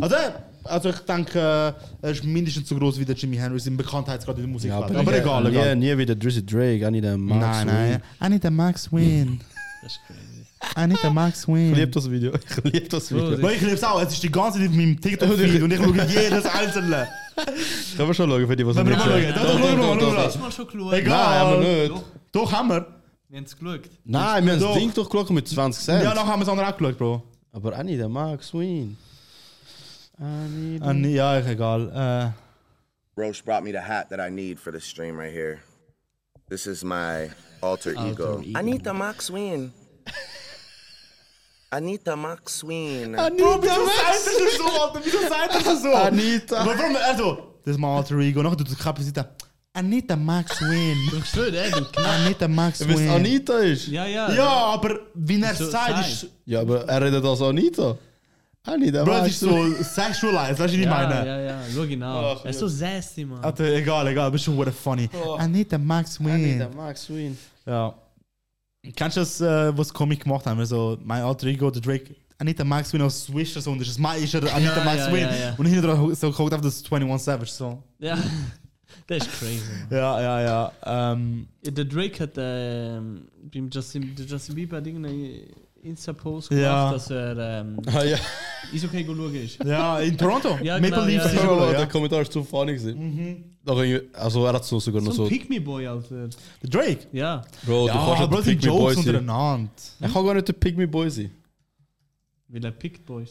[SPEAKER 1] Also, er- also ich denke, äh, er ist mindestens so groß wie der Jimi Hendrix im Bekanntheitsgrad in der Musik. aber, aber egal,
[SPEAKER 2] nie,
[SPEAKER 1] egal.
[SPEAKER 2] Nie wieder Drizzy Drake, auch nicht der Max.
[SPEAKER 1] Nein, nein. I need a Max Win.
[SPEAKER 3] Das ist crazy.
[SPEAKER 1] I need a Max Win.
[SPEAKER 2] Ich liebe das Video. Ich liebe das
[SPEAKER 3] Bro,
[SPEAKER 2] Video.
[SPEAKER 1] Bro, ich liebe es auch. Es ist die ganze Zeit auf meinem TikTok-Feed und ich schaue jedes einzelne.
[SPEAKER 2] Können wir schon schauen für die, was
[SPEAKER 1] Wenn wir mal
[SPEAKER 2] nicht
[SPEAKER 1] schauen.
[SPEAKER 2] sehen.
[SPEAKER 1] Doch, doch, schau mal, schau mal.
[SPEAKER 3] Hast du mal schon geschaut?
[SPEAKER 2] Nein, aber
[SPEAKER 1] Egal.
[SPEAKER 2] nicht.
[SPEAKER 3] Doch,
[SPEAKER 1] Doch, haben wir.
[SPEAKER 3] wir haben es geschaut.
[SPEAKER 2] Nein, wir haben
[SPEAKER 1] Doch.
[SPEAKER 2] das Ding durchgeschaut mit 20 Cent.
[SPEAKER 1] Ja, nachher haben wir es andere auch geschaut, Bro.
[SPEAKER 2] Aber auch nicht der Max Win.
[SPEAKER 1] Ah, nee, Ja, egal. Äh,
[SPEAKER 4] Roche brought me the hat that I need for this stream right here. This is my alter, ego.
[SPEAKER 3] ego.
[SPEAKER 4] I need the Max Win. I need the Max Win.
[SPEAKER 1] Bro, wieso sagt er das so, Alter? Wieso sagt er das so?
[SPEAKER 2] Anita.
[SPEAKER 1] Aber warum, also, das ist mein Alter Ego. Nachher tut die Kappe sich da. Anita Max Win.
[SPEAKER 3] Du hast gesehen, eh, du Knall.
[SPEAKER 1] Anita Max
[SPEAKER 2] Wenn es
[SPEAKER 1] Win.
[SPEAKER 2] Anita ist.
[SPEAKER 3] Ja, ja.
[SPEAKER 1] Ja, aber wie er
[SPEAKER 3] So,
[SPEAKER 1] sagt,
[SPEAKER 3] sagt.
[SPEAKER 1] ist.
[SPEAKER 2] Ja, aber er redet als Anita. Auch nicht der
[SPEAKER 1] Bro, das
[SPEAKER 2] Max
[SPEAKER 1] ist so sexualized, weißt du, wie ich
[SPEAKER 3] Ja,
[SPEAKER 1] meine?
[SPEAKER 3] ja, ja, schau ihn an. Er ist so sassy, Mann.
[SPEAKER 1] Alter, egal, egal, aber schon wurde funny. Anita Max Win.
[SPEAKER 2] Oh. Max Win.
[SPEAKER 1] Ja. Kennst du das, äh, was Comic gemacht haben? Also, mein Alter Ego, der Drake. Anita Max Win aus Swisher so und das ist mein ist er Anita
[SPEAKER 3] Ja,
[SPEAKER 1] Max
[SPEAKER 3] ja,
[SPEAKER 1] Win.
[SPEAKER 3] ja, ja.
[SPEAKER 1] Und hinter dran so kommt auf das 21 Savage so.
[SPEAKER 3] Ja. Das ist crazy, Mann.
[SPEAKER 1] Ja, ja, ja. Ähm,
[SPEAKER 3] Der Drake hat ähm, beim Justin, der Justin Bieber hat irgendeinen Insta-Post gemacht,
[SPEAKER 1] Ja.
[SPEAKER 3] dass er ähm,
[SPEAKER 2] Ah ja.
[SPEAKER 3] Eishockey schauen ist.
[SPEAKER 1] Ja, in Toronto.
[SPEAKER 3] Ja,
[SPEAKER 1] Maple
[SPEAKER 3] genau,
[SPEAKER 1] Leafs
[SPEAKER 3] ja,
[SPEAKER 1] ist
[SPEAKER 3] ja.
[SPEAKER 1] schon
[SPEAKER 2] Bro,
[SPEAKER 1] gut,
[SPEAKER 2] der
[SPEAKER 1] ja. Mm-hmm.
[SPEAKER 2] Kommentar ist zu funny gewesen. Noch irgendwie- Also er hat so sogar noch
[SPEAKER 3] So
[SPEAKER 2] so.
[SPEAKER 3] ein Pick-Me-Boy, Alter.
[SPEAKER 1] Der Drake.
[SPEAKER 3] Ja.
[SPEAKER 2] Bro, du
[SPEAKER 1] Ja,
[SPEAKER 2] kannst
[SPEAKER 1] Bro,
[SPEAKER 2] nicht
[SPEAKER 1] die
[SPEAKER 2] der Pick Me Boy
[SPEAKER 1] Jokes
[SPEAKER 2] sein.
[SPEAKER 1] untereinander.
[SPEAKER 2] Er kann gar nicht der Pick Me Boy sein.
[SPEAKER 3] Weil er pickt Boys.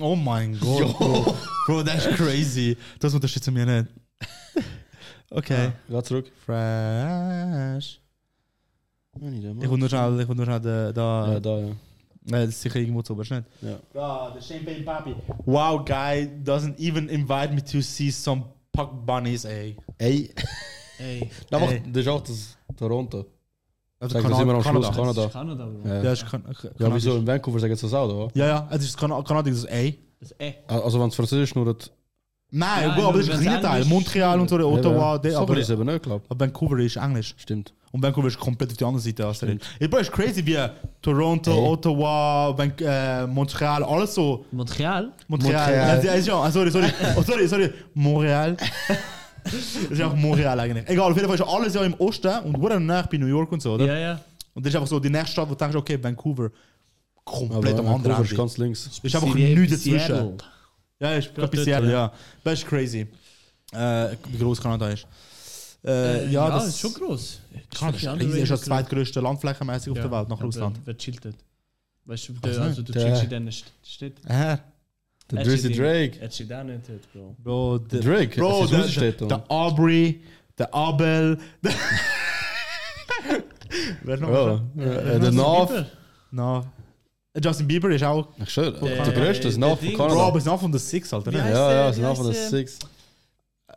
[SPEAKER 1] Oh mein Gott. Bro. bro, das ist crazy. Das unterstützen wir nicht. Okay.
[SPEAKER 2] Geh zurück.
[SPEAKER 1] Ah, Fresh. Ich
[SPEAKER 2] Ja,
[SPEAKER 1] will nur schnell, ich will nur schnell da, da,
[SPEAKER 2] da, ja.
[SPEAKER 1] Nein, das ist sicher irgendwo zu oberst nicht.
[SPEAKER 2] Ja.
[SPEAKER 1] Bro, the champagne papi. Wow, guy doesn't even invite me to see some puck bunnies, eh. ey.
[SPEAKER 2] Ey.
[SPEAKER 3] Ey.
[SPEAKER 2] Nein,
[SPEAKER 1] Ey.
[SPEAKER 2] mach, das ist auch das Toronto.
[SPEAKER 1] Also
[SPEAKER 2] Sagen wir sind wir am Schluss.
[SPEAKER 1] Kanada.
[SPEAKER 3] Das ist
[SPEAKER 2] Kanada.
[SPEAKER 3] Kanada, Bro.
[SPEAKER 2] Ja.
[SPEAKER 1] Ja, genau. ist kan kan-
[SPEAKER 2] Ja, wieso?
[SPEAKER 1] Kanadisch.
[SPEAKER 2] In Vancouver sagen sie das auch, oder?
[SPEAKER 1] Ja, ja, es ist kan Kanadisch, das ist ey.
[SPEAKER 3] Das E.
[SPEAKER 2] Also wenn es Französisch nur das...
[SPEAKER 1] Nein,
[SPEAKER 3] Nein,
[SPEAKER 1] gut, aber das ist ein
[SPEAKER 3] nur wenn's
[SPEAKER 1] kleiner Teil.
[SPEAKER 2] dus-
[SPEAKER 3] Englisch-
[SPEAKER 1] Montreal und so, der Ottawa, der,
[SPEAKER 2] aber...
[SPEAKER 1] aber,
[SPEAKER 2] ist eben nicht, glaube
[SPEAKER 1] aber Vancouver ist Englisch.
[SPEAKER 2] ich. Stimmt.
[SPEAKER 1] Und Vancouver ist komplett auf die andere Seite. Also. Ich bin crazy wie Toronto,
[SPEAKER 2] Ey.
[SPEAKER 1] Ottawa, Van äh, Montreal, alles so.
[SPEAKER 3] Montreal?
[SPEAKER 1] Montreal.
[SPEAKER 2] Montreal.
[SPEAKER 1] Also, also, ja, ah, sorry, sorry. Oh, sorry, sorry. Montreal. das ist auch Montreal eigentlich. Egal, auf jeden Fall ist alles ja im Osten und wurde nach bei New York und so, oder?
[SPEAKER 3] Ja, ja.
[SPEAKER 1] Und das ist einfach so die nächste Stadt, wo du denkst, okay, Vancouver.
[SPEAKER 2] Aber
[SPEAKER 1] Komplett am anderen
[SPEAKER 2] Vancouver ist
[SPEAKER 1] Ende.
[SPEAKER 2] ganz links.
[SPEAKER 1] Ist einfach
[SPEAKER 3] Serie-
[SPEAKER 1] nichts
[SPEAKER 3] Seattle.
[SPEAKER 1] dazwischen. Ja, ich bin
[SPEAKER 3] Gerade
[SPEAKER 1] bis
[SPEAKER 3] dort,
[SPEAKER 1] Seattle,
[SPEAKER 3] ja.
[SPEAKER 1] ja. Das ist crazy. Äh, wie groß Kanada ist. Äh,
[SPEAKER 3] Äh,
[SPEAKER 1] ja,
[SPEAKER 3] ja,
[SPEAKER 1] das
[SPEAKER 3] ist schon groß.
[SPEAKER 1] Kanada ist riesig, ist das zweitgrößte landflächenmäßig auf der Welt nach Russland.
[SPEAKER 3] Wer chillt dort? Weißt du,
[SPEAKER 1] Weiß
[SPEAKER 3] der, also du
[SPEAKER 2] nicht.
[SPEAKER 3] chillst in diesen St- Städten.
[SPEAKER 1] Hä?
[SPEAKER 2] Der
[SPEAKER 3] Er
[SPEAKER 2] Drizzy
[SPEAKER 3] chillt in-
[SPEAKER 2] Drake.
[SPEAKER 3] Er chillt auch nicht dort, Bro.
[SPEAKER 1] Bro, der
[SPEAKER 2] Drake?
[SPEAKER 1] Bro, dus
[SPEAKER 2] Es ist
[SPEAKER 1] der, der,
[SPEAKER 2] rausgestellt,
[SPEAKER 1] der Aubrey, der Abel. Der Wer noch?
[SPEAKER 2] Ja. Äh, Der North.
[SPEAKER 1] No. Justin Bieber ist auch.
[SPEAKER 2] Ich schwör,
[SPEAKER 3] Der-
[SPEAKER 2] der größte ist
[SPEAKER 3] der
[SPEAKER 2] North von
[SPEAKER 3] Ding-
[SPEAKER 1] Bro, aber
[SPEAKER 2] Kanada.
[SPEAKER 1] ist noch von der Six, Alter.
[SPEAKER 3] Wie
[SPEAKER 1] Ne?
[SPEAKER 3] heißt
[SPEAKER 2] Ja,
[SPEAKER 3] der-
[SPEAKER 2] ja, ist
[SPEAKER 3] wie
[SPEAKER 2] North von
[SPEAKER 3] heißt
[SPEAKER 2] der
[SPEAKER 3] der?
[SPEAKER 2] Six.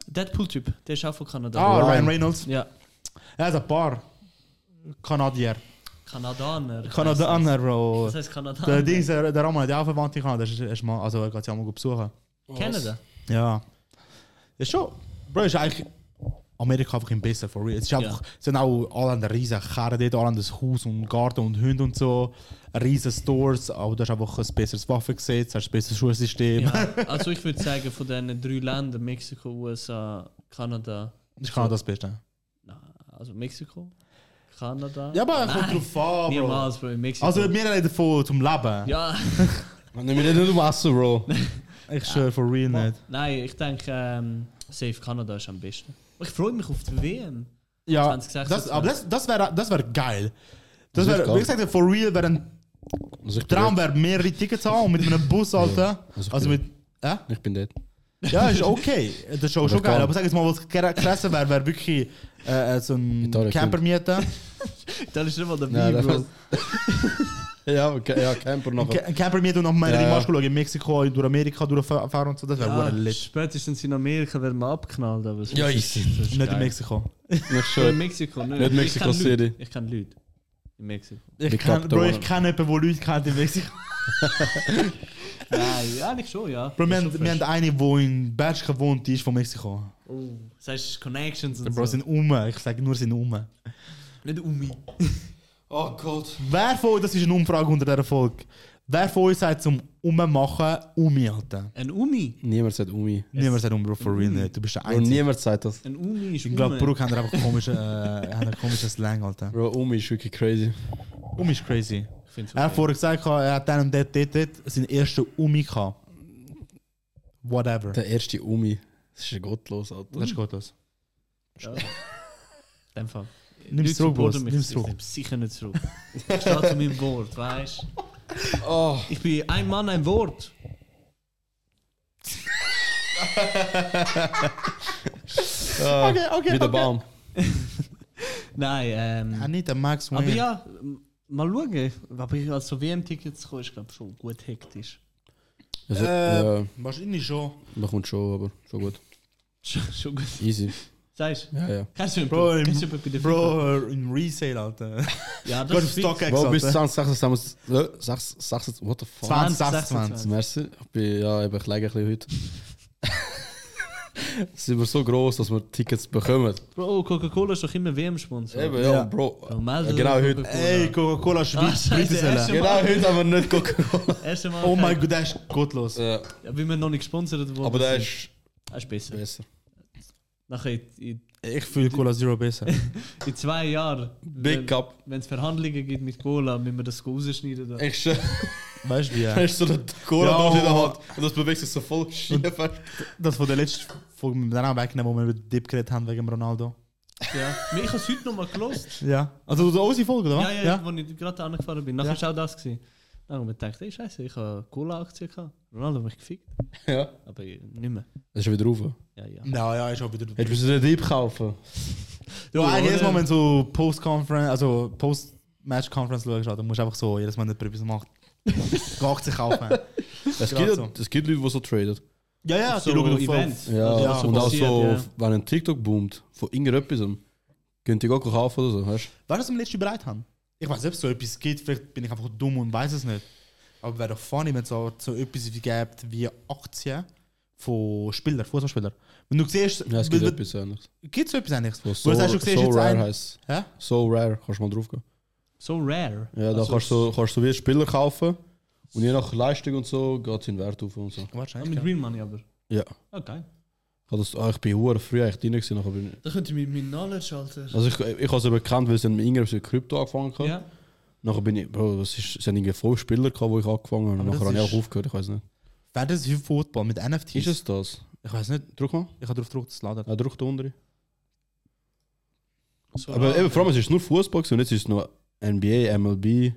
[SPEAKER 3] Deadpool-Typ, der ist auch von Kanada.
[SPEAKER 1] Ah,
[SPEAKER 2] Ryan.
[SPEAKER 1] Ryan Reynolds.
[SPEAKER 3] Ja,
[SPEAKER 1] Er ist ein paar. Kanadier.
[SPEAKER 3] Kanadaner.
[SPEAKER 1] Kanadaner, Bro.
[SPEAKER 3] Das heißt
[SPEAKER 1] Der
[SPEAKER 3] Kanadaner.
[SPEAKER 1] Dings, der der Roman hat ja auch Verwandte in Kanada. Das ist- ist mal- Also, er geht ja mal gut besuchen.
[SPEAKER 3] Kanada.
[SPEAKER 1] Ja. Ist schon. Bro, ist eigentlich. Amerika einfach im Besten, for real. Es ist einfach, es sind auch alle an der riesen Kerre dort, alle an das Haus und Garten und Hunde und so. Riesen Stores, aber du hast einfach ein besseres Waffengesetz, hast ein besseres Schulsystem.
[SPEAKER 3] Ja, also ich würde sagen, von diesen drei Ländern, Mexiko, USA, Kanada.
[SPEAKER 1] Ich kann auch das Beste.
[SPEAKER 3] Na, also Mexiko, Kanada.
[SPEAKER 1] Ja, aber kommt drauf an, Bro.
[SPEAKER 3] Niemals, Bro, in Mexiko.
[SPEAKER 1] Also, wir reden davon zum Leben.
[SPEAKER 3] ja,
[SPEAKER 2] Man, Wir reden nicht um Essen, Bro.
[SPEAKER 1] Ich schwöre, for real nicht.
[SPEAKER 3] nein, ich denke, ähm, safe Kanada ist am besten. Ich freue mich auf die WM.
[SPEAKER 1] Ja,
[SPEAKER 3] 2026.
[SPEAKER 1] das, aber das, das wäre das wär geil. Das
[SPEAKER 2] Das ist
[SPEAKER 1] wäre,
[SPEAKER 2] geil.
[SPEAKER 1] wie gesagt, for real wäre ein
[SPEAKER 2] Also ich bin
[SPEAKER 1] Traum,
[SPEAKER 2] dort.
[SPEAKER 1] wäre mehrere Tickets haben und mit einem Bus, Alter.
[SPEAKER 2] Also ich
[SPEAKER 1] Also
[SPEAKER 2] bin-
[SPEAKER 1] mit. Äh?
[SPEAKER 2] Ich bin dort.
[SPEAKER 1] Ja, ist okay. Das ist auch schon
[SPEAKER 2] kann-
[SPEAKER 1] geil. Aber sag jetzt mal, was kra- krasser wäre, wäre wirklich äh, äh, so ein
[SPEAKER 2] Italien,
[SPEAKER 1] Camper mieten.
[SPEAKER 3] Das ist immer dabei,
[SPEAKER 2] Nein,
[SPEAKER 3] Bro.
[SPEAKER 2] Ja, okay, ja, Camper nachher.
[SPEAKER 1] Ca- Ein Camper mieten und nochmal
[SPEAKER 2] Ja,
[SPEAKER 1] in
[SPEAKER 2] ja.
[SPEAKER 1] Maschko schauen, in Mexiko, durch Amerika durchfahren und so. Das wäre ja,
[SPEAKER 3] Ja,
[SPEAKER 1] lit.
[SPEAKER 3] Ah, spätestens in Amerika werden wir abknallt. Aber
[SPEAKER 2] Ja, ich-
[SPEAKER 1] Nicht in Mexiko.
[SPEAKER 2] Nicht
[SPEAKER 3] Ja, in
[SPEAKER 2] schön.
[SPEAKER 3] Mexiko, ne?
[SPEAKER 2] Nicht Mexico
[SPEAKER 3] ich kenn Leute.
[SPEAKER 2] City.
[SPEAKER 3] Ich kenne Leute. In Mexiko.
[SPEAKER 1] Ich
[SPEAKER 2] Big
[SPEAKER 1] kenn,
[SPEAKER 2] Top
[SPEAKER 1] Bro,
[SPEAKER 2] da,
[SPEAKER 1] ich kenne jemanden, der Leute kennt in Mexiko.
[SPEAKER 3] Nein, eigentlich schon, ja.
[SPEAKER 1] Bro, wir
[SPEAKER 3] Ist
[SPEAKER 1] haben,
[SPEAKER 3] schon
[SPEAKER 1] wir haben
[SPEAKER 3] fresh.
[SPEAKER 1] eine, die in Bershka wohnt, die ist von Mexiko.
[SPEAKER 3] Oh, das heißt Connections und
[SPEAKER 1] Bro,
[SPEAKER 3] so.
[SPEAKER 1] sind um. Ich sage nur, sind um.
[SPEAKER 3] Nicht Umi.
[SPEAKER 2] Oh Gott.
[SPEAKER 1] Wer von euch, das ist eine Umfrage unter dieser Folge, wer von euch sagt zum Ummachen, Umi, Alter?
[SPEAKER 3] Ein Umi?
[SPEAKER 2] Niemand sagt Umi.
[SPEAKER 1] Niemand sagt um, Bro, for real nicht. Du bist der
[SPEAKER 2] Und
[SPEAKER 1] Einzige.
[SPEAKER 2] niemand sagt das.
[SPEAKER 3] Ein Umi ist
[SPEAKER 1] Ich glaube,
[SPEAKER 3] Ume.
[SPEAKER 1] Brug haben einfach komische, äh, haben einen komischen Slang, Alter.
[SPEAKER 2] Bro, Umi ist wirklich crazy.
[SPEAKER 1] Umi ist crazy.
[SPEAKER 3] Ich find's
[SPEAKER 1] Er hat
[SPEAKER 3] okay.
[SPEAKER 1] vorher gesagt, er hat dann und dort, dort, dort seinen ersten Umi gehabt. Whatever.
[SPEAKER 2] Der erste Umi. Das ist ja gottlos, Alter.
[SPEAKER 1] Das ist gottlos.
[SPEAKER 3] Ja. In dem Fall.
[SPEAKER 1] Nimm's
[SPEAKER 3] Leute
[SPEAKER 1] zurück, Bro.
[SPEAKER 3] supporten mich.
[SPEAKER 1] Nimm's
[SPEAKER 3] Ich
[SPEAKER 1] zurück.
[SPEAKER 3] nehm's sicher nicht zurück. Ich stehe zu meinem Wort, weißt du?
[SPEAKER 2] Oh.
[SPEAKER 3] Ich bin ein Mann, ein Wort.
[SPEAKER 1] Okay, okay,
[SPEAKER 2] Wie
[SPEAKER 1] okay.
[SPEAKER 2] der Baum.
[SPEAKER 3] Nein, ähm.
[SPEAKER 1] Anita Max Wayne.
[SPEAKER 3] Aber ja, m- mal schauen. Aber ich als so WM-Tickets komme, ist glaube schon gut hektisch.
[SPEAKER 2] Also,
[SPEAKER 1] Äh,
[SPEAKER 2] Dus, eh, ja,
[SPEAKER 1] Wahrscheinlich schon.
[SPEAKER 2] man kommt schon, aber schon gut.
[SPEAKER 3] Schon, schon gut.
[SPEAKER 2] Easy.
[SPEAKER 3] Sagst du?
[SPEAKER 2] Ja, ja.
[SPEAKER 3] Kannst du
[SPEAKER 1] Bro,
[SPEAKER 3] jemanden? Kannst du jemanden bei der
[SPEAKER 1] im, bro, äh, im Resale, Alter.
[SPEAKER 3] FIFA? Ja,
[SPEAKER 1] Gott,
[SPEAKER 3] das
[SPEAKER 1] im
[SPEAKER 3] ist fix.
[SPEAKER 1] StockX,
[SPEAKER 2] Bro, bis
[SPEAKER 1] Alter.
[SPEAKER 2] 2026 haben wir es. 26, what the fuck?
[SPEAKER 1] 20,
[SPEAKER 3] 26.
[SPEAKER 1] 26.
[SPEAKER 2] Merci. Ich bin, ja, eben, ich lege ein bisschen heute. Sind wir so groß, dass wir Tickets bekommen?
[SPEAKER 3] Bro, Coca-Cola ist doch immer WM-Sponsor.
[SPEAKER 2] Eben, ja,
[SPEAKER 1] Ja.
[SPEAKER 2] Bro. Eh,
[SPEAKER 3] Bro, meld dich
[SPEAKER 2] Genau
[SPEAKER 3] bei
[SPEAKER 2] heute.
[SPEAKER 3] Coca-Cola.
[SPEAKER 1] Ey, Coca-Cola Schweiz,
[SPEAKER 3] Ah,
[SPEAKER 1] Schweizer
[SPEAKER 3] scheiße,
[SPEAKER 1] Selle.
[SPEAKER 2] Genau heute haben wir nicht Coca-Cola.
[SPEAKER 3] Erst einmal.
[SPEAKER 1] Oh mein Gott, der ist gottlos.
[SPEAKER 2] Ja,
[SPEAKER 3] Ja, weil wir noch nicht gesponsert wurden.
[SPEAKER 2] aber der ist
[SPEAKER 3] Er ist besser.
[SPEAKER 2] besser.
[SPEAKER 3] Nachher in, in,
[SPEAKER 1] Ich fühle Cola Zero besser.
[SPEAKER 3] in zwei Jahren.
[SPEAKER 2] Big Cup.
[SPEAKER 3] Wenn es Verhandlungen gibt mit Cola, müssen wir das rausschneiden. Da.
[SPEAKER 2] Ich schwör,
[SPEAKER 1] Weißt du wie?
[SPEAKER 2] hast so eine Cola
[SPEAKER 1] Ja.
[SPEAKER 2] dort in der Hand und das bewegt sich so voll schief.
[SPEAKER 1] Das von der letzten Folge mit dem wegnehmen, wo wir über Dip geredet haben wegen Ronaldo.
[SPEAKER 3] Ja. Ich habe es heute nochmal gelost.
[SPEAKER 1] Ja. Also du unsere Folge, oder was?
[SPEAKER 3] Ja, ja, wo ich gerade angefahren bin. Nachher
[SPEAKER 1] Ja.
[SPEAKER 3] war auch das. Gewesen. Dann habe ich mir gedacht, ey, scheiße, ich habe eine Cola-Aktie gehabt. Ronaldo Ah, hat mich gefickt.
[SPEAKER 2] Ja.
[SPEAKER 3] Aber ich- nicht mehr.
[SPEAKER 2] Das ist schon wieder rauf.
[SPEAKER 3] eh, Ja, ja.
[SPEAKER 1] Ja, ja, ist auch wieder.
[SPEAKER 2] Hättest du den Deep kaufen?
[SPEAKER 1] Ja, eigentlich jedes
[SPEAKER 3] oder?
[SPEAKER 1] Mal, wenn du Post-Conference, also Post-Match-Conference schaust, dann musst du einfach so, jedes Mal nicht etwas macht. Gehackt sich auf, man.
[SPEAKER 2] Es
[SPEAKER 1] Gerade
[SPEAKER 2] gibt,
[SPEAKER 1] so.
[SPEAKER 2] es gibt Leute, die so traden.
[SPEAKER 1] Ja, ja,
[SPEAKER 3] So
[SPEAKER 1] die schauen auf
[SPEAKER 3] Events.
[SPEAKER 2] Ja,
[SPEAKER 1] Ja,
[SPEAKER 2] und auch
[SPEAKER 3] passiert,
[SPEAKER 2] so,
[SPEAKER 3] ja.
[SPEAKER 2] wenn ein TikTok boomt, von irgendetwas, gehen die auch kaufen oder so, weißt
[SPEAKER 1] Weißt du, was wir letztes bereit haben? Ich weiß nicht, ob es so etwas gibt, vielleicht bin ich einfach dumm und weiß es nicht. Aber wäre doch funny, wenn es so, so etwas wie gibt wie Aktien von Spielern, Fußballspielern. Wenn du siehst,
[SPEAKER 2] du? Ja, es gibt
[SPEAKER 1] gibt
[SPEAKER 2] etwas ähnliches.
[SPEAKER 1] es etwas ähnliches?
[SPEAKER 2] Wo
[SPEAKER 1] Wo
[SPEAKER 2] so,
[SPEAKER 1] du sagst, du siehst
[SPEAKER 2] so
[SPEAKER 1] jetzt
[SPEAKER 2] rare
[SPEAKER 1] einen.
[SPEAKER 2] heißt.
[SPEAKER 1] Hä?
[SPEAKER 2] So rare, kannst du mal drauf gehen.
[SPEAKER 3] So rare.
[SPEAKER 2] Ja, da
[SPEAKER 3] Also,
[SPEAKER 2] kannst du kannst du wie Spieler kaufen und je nach Leistung und so geht sein Wert auf und so.
[SPEAKER 3] Ah,
[SPEAKER 1] Wahrscheinlich.
[SPEAKER 3] Mit
[SPEAKER 1] ja.
[SPEAKER 3] Real Money aber.
[SPEAKER 2] Ja.
[SPEAKER 3] Ah, geil.
[SPEAKER 2] Ich hab das, ah, ich bin hure früh echt drin gewesen, nachher bin ich.
[SPEAKER 5] Da könnt ihr mit meinem Knowledge, Alter.
[SPEAKER 2] Also ich, ich habe es eben gekannt, weil sie haben mit Ingrid mit Krypto angefangen haben.
[SPEAKER 3] Ja.
[SPEAKER 2] Nachher bin ich, Bro, das ist, sie haben irgendwie fünf Spieler gehabt, wo ich angefangen habe.
[SPEAKER 1] Aber
[SPEAKER 2] Nachher
[SPEAKER 1] das
[SPEAKER 2] habe ich auch
[SPEAKER 1] ist-
[SPEAKER 2] aufgehört, ich weiß nicht.
[SPEAKER 1] Fantasy für Football mit NFTs.
[SPEAKER 2] Ist es das?
[SPEAKER 1] Ich weiß nicht,
[SPEAKER 2] Drück mal.
[SPEAKER 1] ich habe darauf gedrückt, das laden.
[SPEAKER 2] Ja, drück da unten.
[SPEAKER 3] So
[SPEAKER 2] Aber
[SPEAKER 3] rare.
[SPEAKER 2] eben, vor allem, es ist nur Fußball gewesen und jetzt ist es nur NBA, MLB,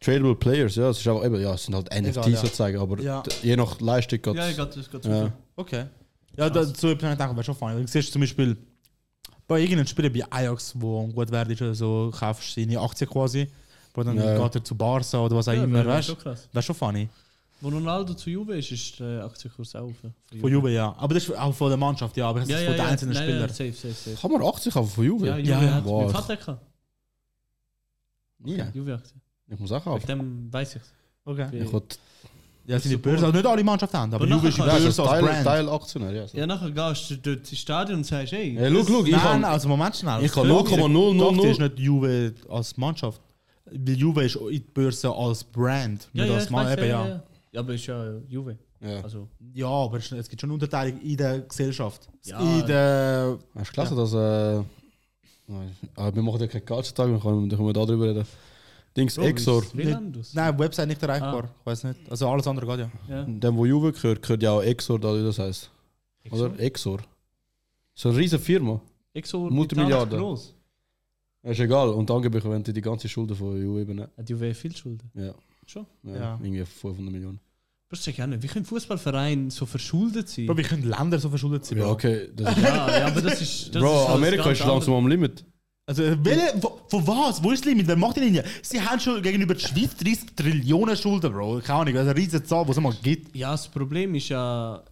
[SPEAKER 2] Tradable Players, ja. Es ist einfach, eben, ja, es sind halt NFTs
[SPEAKER 1] ja.
[SPEAKER 2] sozusagen, aber
[SPEAKER 1] Ja.
[SPEAKER 2] d- je nach Leistung geht
[SPEAKER 3] Ja, dus- ich geht, das geht
[SPEAKER 2] Ja.
[SPEAKER 3] super.
[SPEAKER 1] Okay. Ja, dazu habe ich gedacht, wäre schon funny. Du siehst zum Beispiel bei irgendeinem Spieler bei Ajax, wo gut wert ist oder so, kaufst du seine Aktie quasi, wo dann
[SPEAKER 2] Ja.
[SPEAKER 1] geht er zu Barca oder was auch
[SPEAKER 3] Ja,
[SPEAKER 1] immer,
[SPEAKER 3] wär
[SPEAKER 1] weißt
[SPEAKER 3] schon
[SPEAKER 1] du?
[SPEAKER 3] krass.
[SPEAKER 1] Wäre schon funny.
[SPEAKER 3] Wo Ronaldo zu Juve ist, ist der Aktienkurs auch auf.
[SPEAKER 1] Von Juve, ja. Aber das ist auch von der Mannschaft, ja, aber das
[SPEAKER 3] Ja,
[SPEAKER 1] ist
[SPEAKER 3] ja,
[SPEAKER 1] von den
[SPEAKER 3] ja.
[SPEAKER 1] einzelnen
[SPEAKER 3] Nein,
[SPEAKER 1] Spielern.
[SPEAKER 3] Ja, safe, safe, safe.
[SPEAKER 2] Kann man 80 kaufen von Juve?
[SPEAKER 3] Ja, Juve
[SPEAKER 1] Ja, ja.
[SPEAKER 3] hat
[SPEAKER 2] Wow.
[SPEAKER 3] mein Vater gehabt.
[SPEAKER 2] Nie.
[SPEAKER 3] Juve-Aktie.
[SPEAKER 2] Ich muss auch
[SPEAKER 3] Wegen
[SPEAKER 2] kaufen.
[SPEAKER 3] dem weiß ich
[SPEAKER 1] Okay.
[SPEAKER 2] Ich wollte
[SPEAKER 1] Ja, sind die
[SPEAKER 3] Support.
[SPEAKER 1] Börse, also nicht alle Mannschaften haben, aber,
[SPEAKER 3] Aber
[SPEAKER 1] Juve ist die
[SPEAKER 3] nachher
[SPEAKER 1] Börse
[SPEAKER 2] also
[SPEAKER 1] dus als
[SPEAKER 2] Teil,
[SPEAKER 1] Brand.
[SPEAKER 2] Teilaktionär, ja. So.
[SPEAKER 3] Ja, nachher gehst du dort ins Stadion und sagst, ey,
[SPEAKER 2] Hey, look, look, ich
[SPEAKER 1] Nein,
[SPEAKER 2] habe
[SPEAKER 1] also Moment schnell.
[SPEAKER 2] ich kann
[SPEAKER 1] Doch, die ist
[SPEAKER 2] 0,000.
[SPEAKER 1] nicht Juve als Mannschaft. Weil Juve ist in die Börse als Brand,
[SPEAKER 3] ja,
[SPEAKER 1] nicht
[SPEAKER 3] ja,
[SPEAKER 1] als
[SPEAKER 3] ich weiß,
[SPEAKER 1] Mann. Eben,
[SPEAKER 3] ja,
[SPEAKER 1] ja.
[SPEAKER 3] ja. ja, aber ist ja Juve.
[SPEAKER 2] Ja.
[SPEAKER 3] Also,
[SPEAKER 1] Ja, aber es es gibt schon Unterteilung in der Gesellschaft.
[SPEAKER 3] Ja.
[SPEAKER 1] In der.
[SPEAKER 2] Hast du klasse, oh, dass. Äh, nein, aber wir machen ja keinen Kaltstag, wir können, wir können da drüber reden. Dings Exor,
[SPEAKER 3] Relandus.
[SPEAKER 1] Nein, Website nicht erreichbar.
[SPEAKER 3] Ah.
[SPEAKER 1] Ich weiß nicht. Also alles andere geht ja.
[SPEAKER 3] Ja.
[SPEAKER 2] dem, wo Juve gehört, gehört ja auch Exor, da wie das heißt. Oder? Exor. So eine riesige Firma.
[SPEAKER 3] Exo
[SPEAKER 2] Multimilliarden.
[SPEAKER 3] groß.
[SPEAKER 2] Ist egal. Und angeblich wollen die die ganze Schulden von Juve übernehmen.
[SPEAKER 3] Hat Juve viel Schulden.
[SPEAKER 2] Ja.
[SPEAKER 3] Schon?
[SPEAKER 2] ja.
[SPEAKER 1] Ja.
[SPEAKER 2] Irgendwie 500 Millionen.
[SPEAKER 3] Das check ich auch nicht. Wie können Fußballvereine so verschuldet sein?
[SPEAKER 1] Bro, wie können Länder so verschuldet sein?
[SPEAKER 2] Ja,
[SPEAKER 1] Bro?
[SPEAKER 2] okay. Das
[SPEAKER 3] Ja, ja, aber das ist. Das
[SPEAKER 2] Bro,
[SPEAKER 3] ist alles
[SPEAKER 2] Amerika
[SPEAKER 3] ganz
[SPEAKER 2] ist langsam am Limit.
[SPEAKER 1] Also, welche, wo, von was? Wo ist das Limit? Wer macht die Linie? Sie haben schon gegenüber der Schweiz 30 Trillionen Schulden, Bro. Keine Ahnung, das ist eine riesige Zahl, die es mal gibt.
[SPEAKER 3] Ja, das Problem ist ja,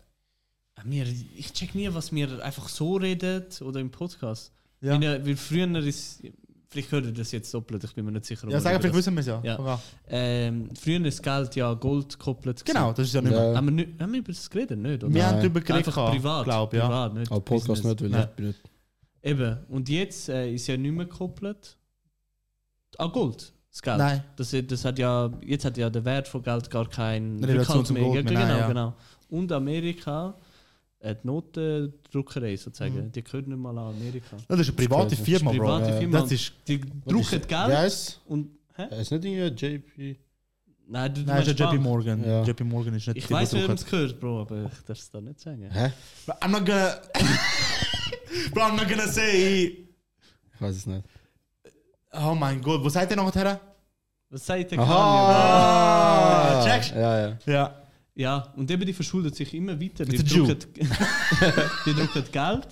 [SPEAKER 3] wir, ich check nie, was wir einfach so reden oder im Podcast.
[SPEAKER 1] Ja.
[SPEAKER 3] Wenn ja, weil früher ist, vielleicht hört ihr das jetzt doppelt, ich bin mir nicht sicher. ob
[SPEAKER 1] Ja,
[SPEAKER 3] wir
[SPEAKER 1] sagen,
[SPEAKER 3] über
[SPEAKER 1] vielleicht
[SPEAKER 3] das-
[SPEAKER 1] wissen wir es ja.
[SPEAKER 3] Ja.
[SPEAKER 1] Okay.
[SPEAKER 3] ähm, Früher ist Geld ja Gold gekoppelt.
[SPEAKER 1] Genau,
[SPEAKER 3] gewesen.
[SPEAKER 1] das ist ja nicht mehr.
[SPEAKER 2] Ja.
[SPEAKER 3] Haben wir, nicht, haben wir über das geredet? Nicht, oder?
[SPEAKER 1] Wir haben
[SPEAKER 2] Nein.
[SPEAKER 1] darüber geredet,
[SPEAKER 3] Einfach privat.
[SPEAKER 1] glaube ja.
[SPEAKER 3] privat nicht
[SPEAKER 2] Aber Podcast
[SPEAKER 3] Business.
[SPEAKER 2] nicht, weil
[SPEAKER 1] Nein.
[SPEAKER 2] ich bin nicht.
[SPEAKER 3] Eben, und jetzt äh, ist ja nicht mehr gekoppelt an Gold. Das Geld.
[SPEAKER 1] Nein.
[SPEAKER 3] Das, das hat ja, jetzt hat ja der Wert von Geld gar keinen
[SPEAKER 1] Relation
[SPEAKER 3] Rückhalt
[SPEAKER 1] zum Gold mehr,
[SPEAKER 3] Genau,
[SPEAKER 1] nein, ja.
[SPEAKER 3] genau. Und Amerika, äh, die Notendruckerei
[SPEAKER 1] Mhm.
[SPEAKER 3] sozusagen, die gehört nicht mal an Amerika.
[SPEAKER 1] Das ist eine private
[SPEAKER 2] Das ist
[SPEAKER 1] Firma, Bro.
[SPEAKER 3] Private
[SPEAKER 2] ja.
[SPEAKER 3] Firma.
[SPEAKER 1] Das ist.
[SPEAKER 3] die drucken Geld
[SPEAKER 2] Ja, ist,
[SPEAKER 3] und. Hä?
[SPEAKER 2] ist nicht irgendwie JP.
[SPEAKER 3] Nein, du, du
[SPEAKER 1] Nein,
[SPEAKER 3] meinst
[SPEAKER 1] das ist ja JP
[SPEAKER 3] Bank.
[SPEAKER 1] Morgan.
[SPEAKER 2] Ja.
[SPEAKER 1] JP Morgan ist nicht
[SPEAKER 3] Ich
[SPEAKER 1] die,
[SPEAKER 3] weiß,
[SPEAKER 1] die
[SPEAKER 3] wer
[SPEAKER 1] drucken.
[SPEAKER 3] es gehört, Bro, aber ich darf es da nicht sagen.
[SPEAKER 2] Hä?
[SPEAKER 1] But I'm not gonna. Bro, I'm not gonna say.
[SPEAKER 2] Ich weiß es nicht.
[SPEAKER 1] Oh mein Gott, wo seid ihr noch her?
[SPEAKER 3] Was sagt der Kanye, Bro?
[SPEAKER 1] Ah, checkst.
[SPEAKER 2] Ja, ja.
[SPEAKER 1] Ja.
[SPEAKER 3] Ja, und eben die verschuldet sich immer weiter. Die
[SPEAKER 1] It's a Jew.
[SPEAKER 3] drucken, die drucken Geld.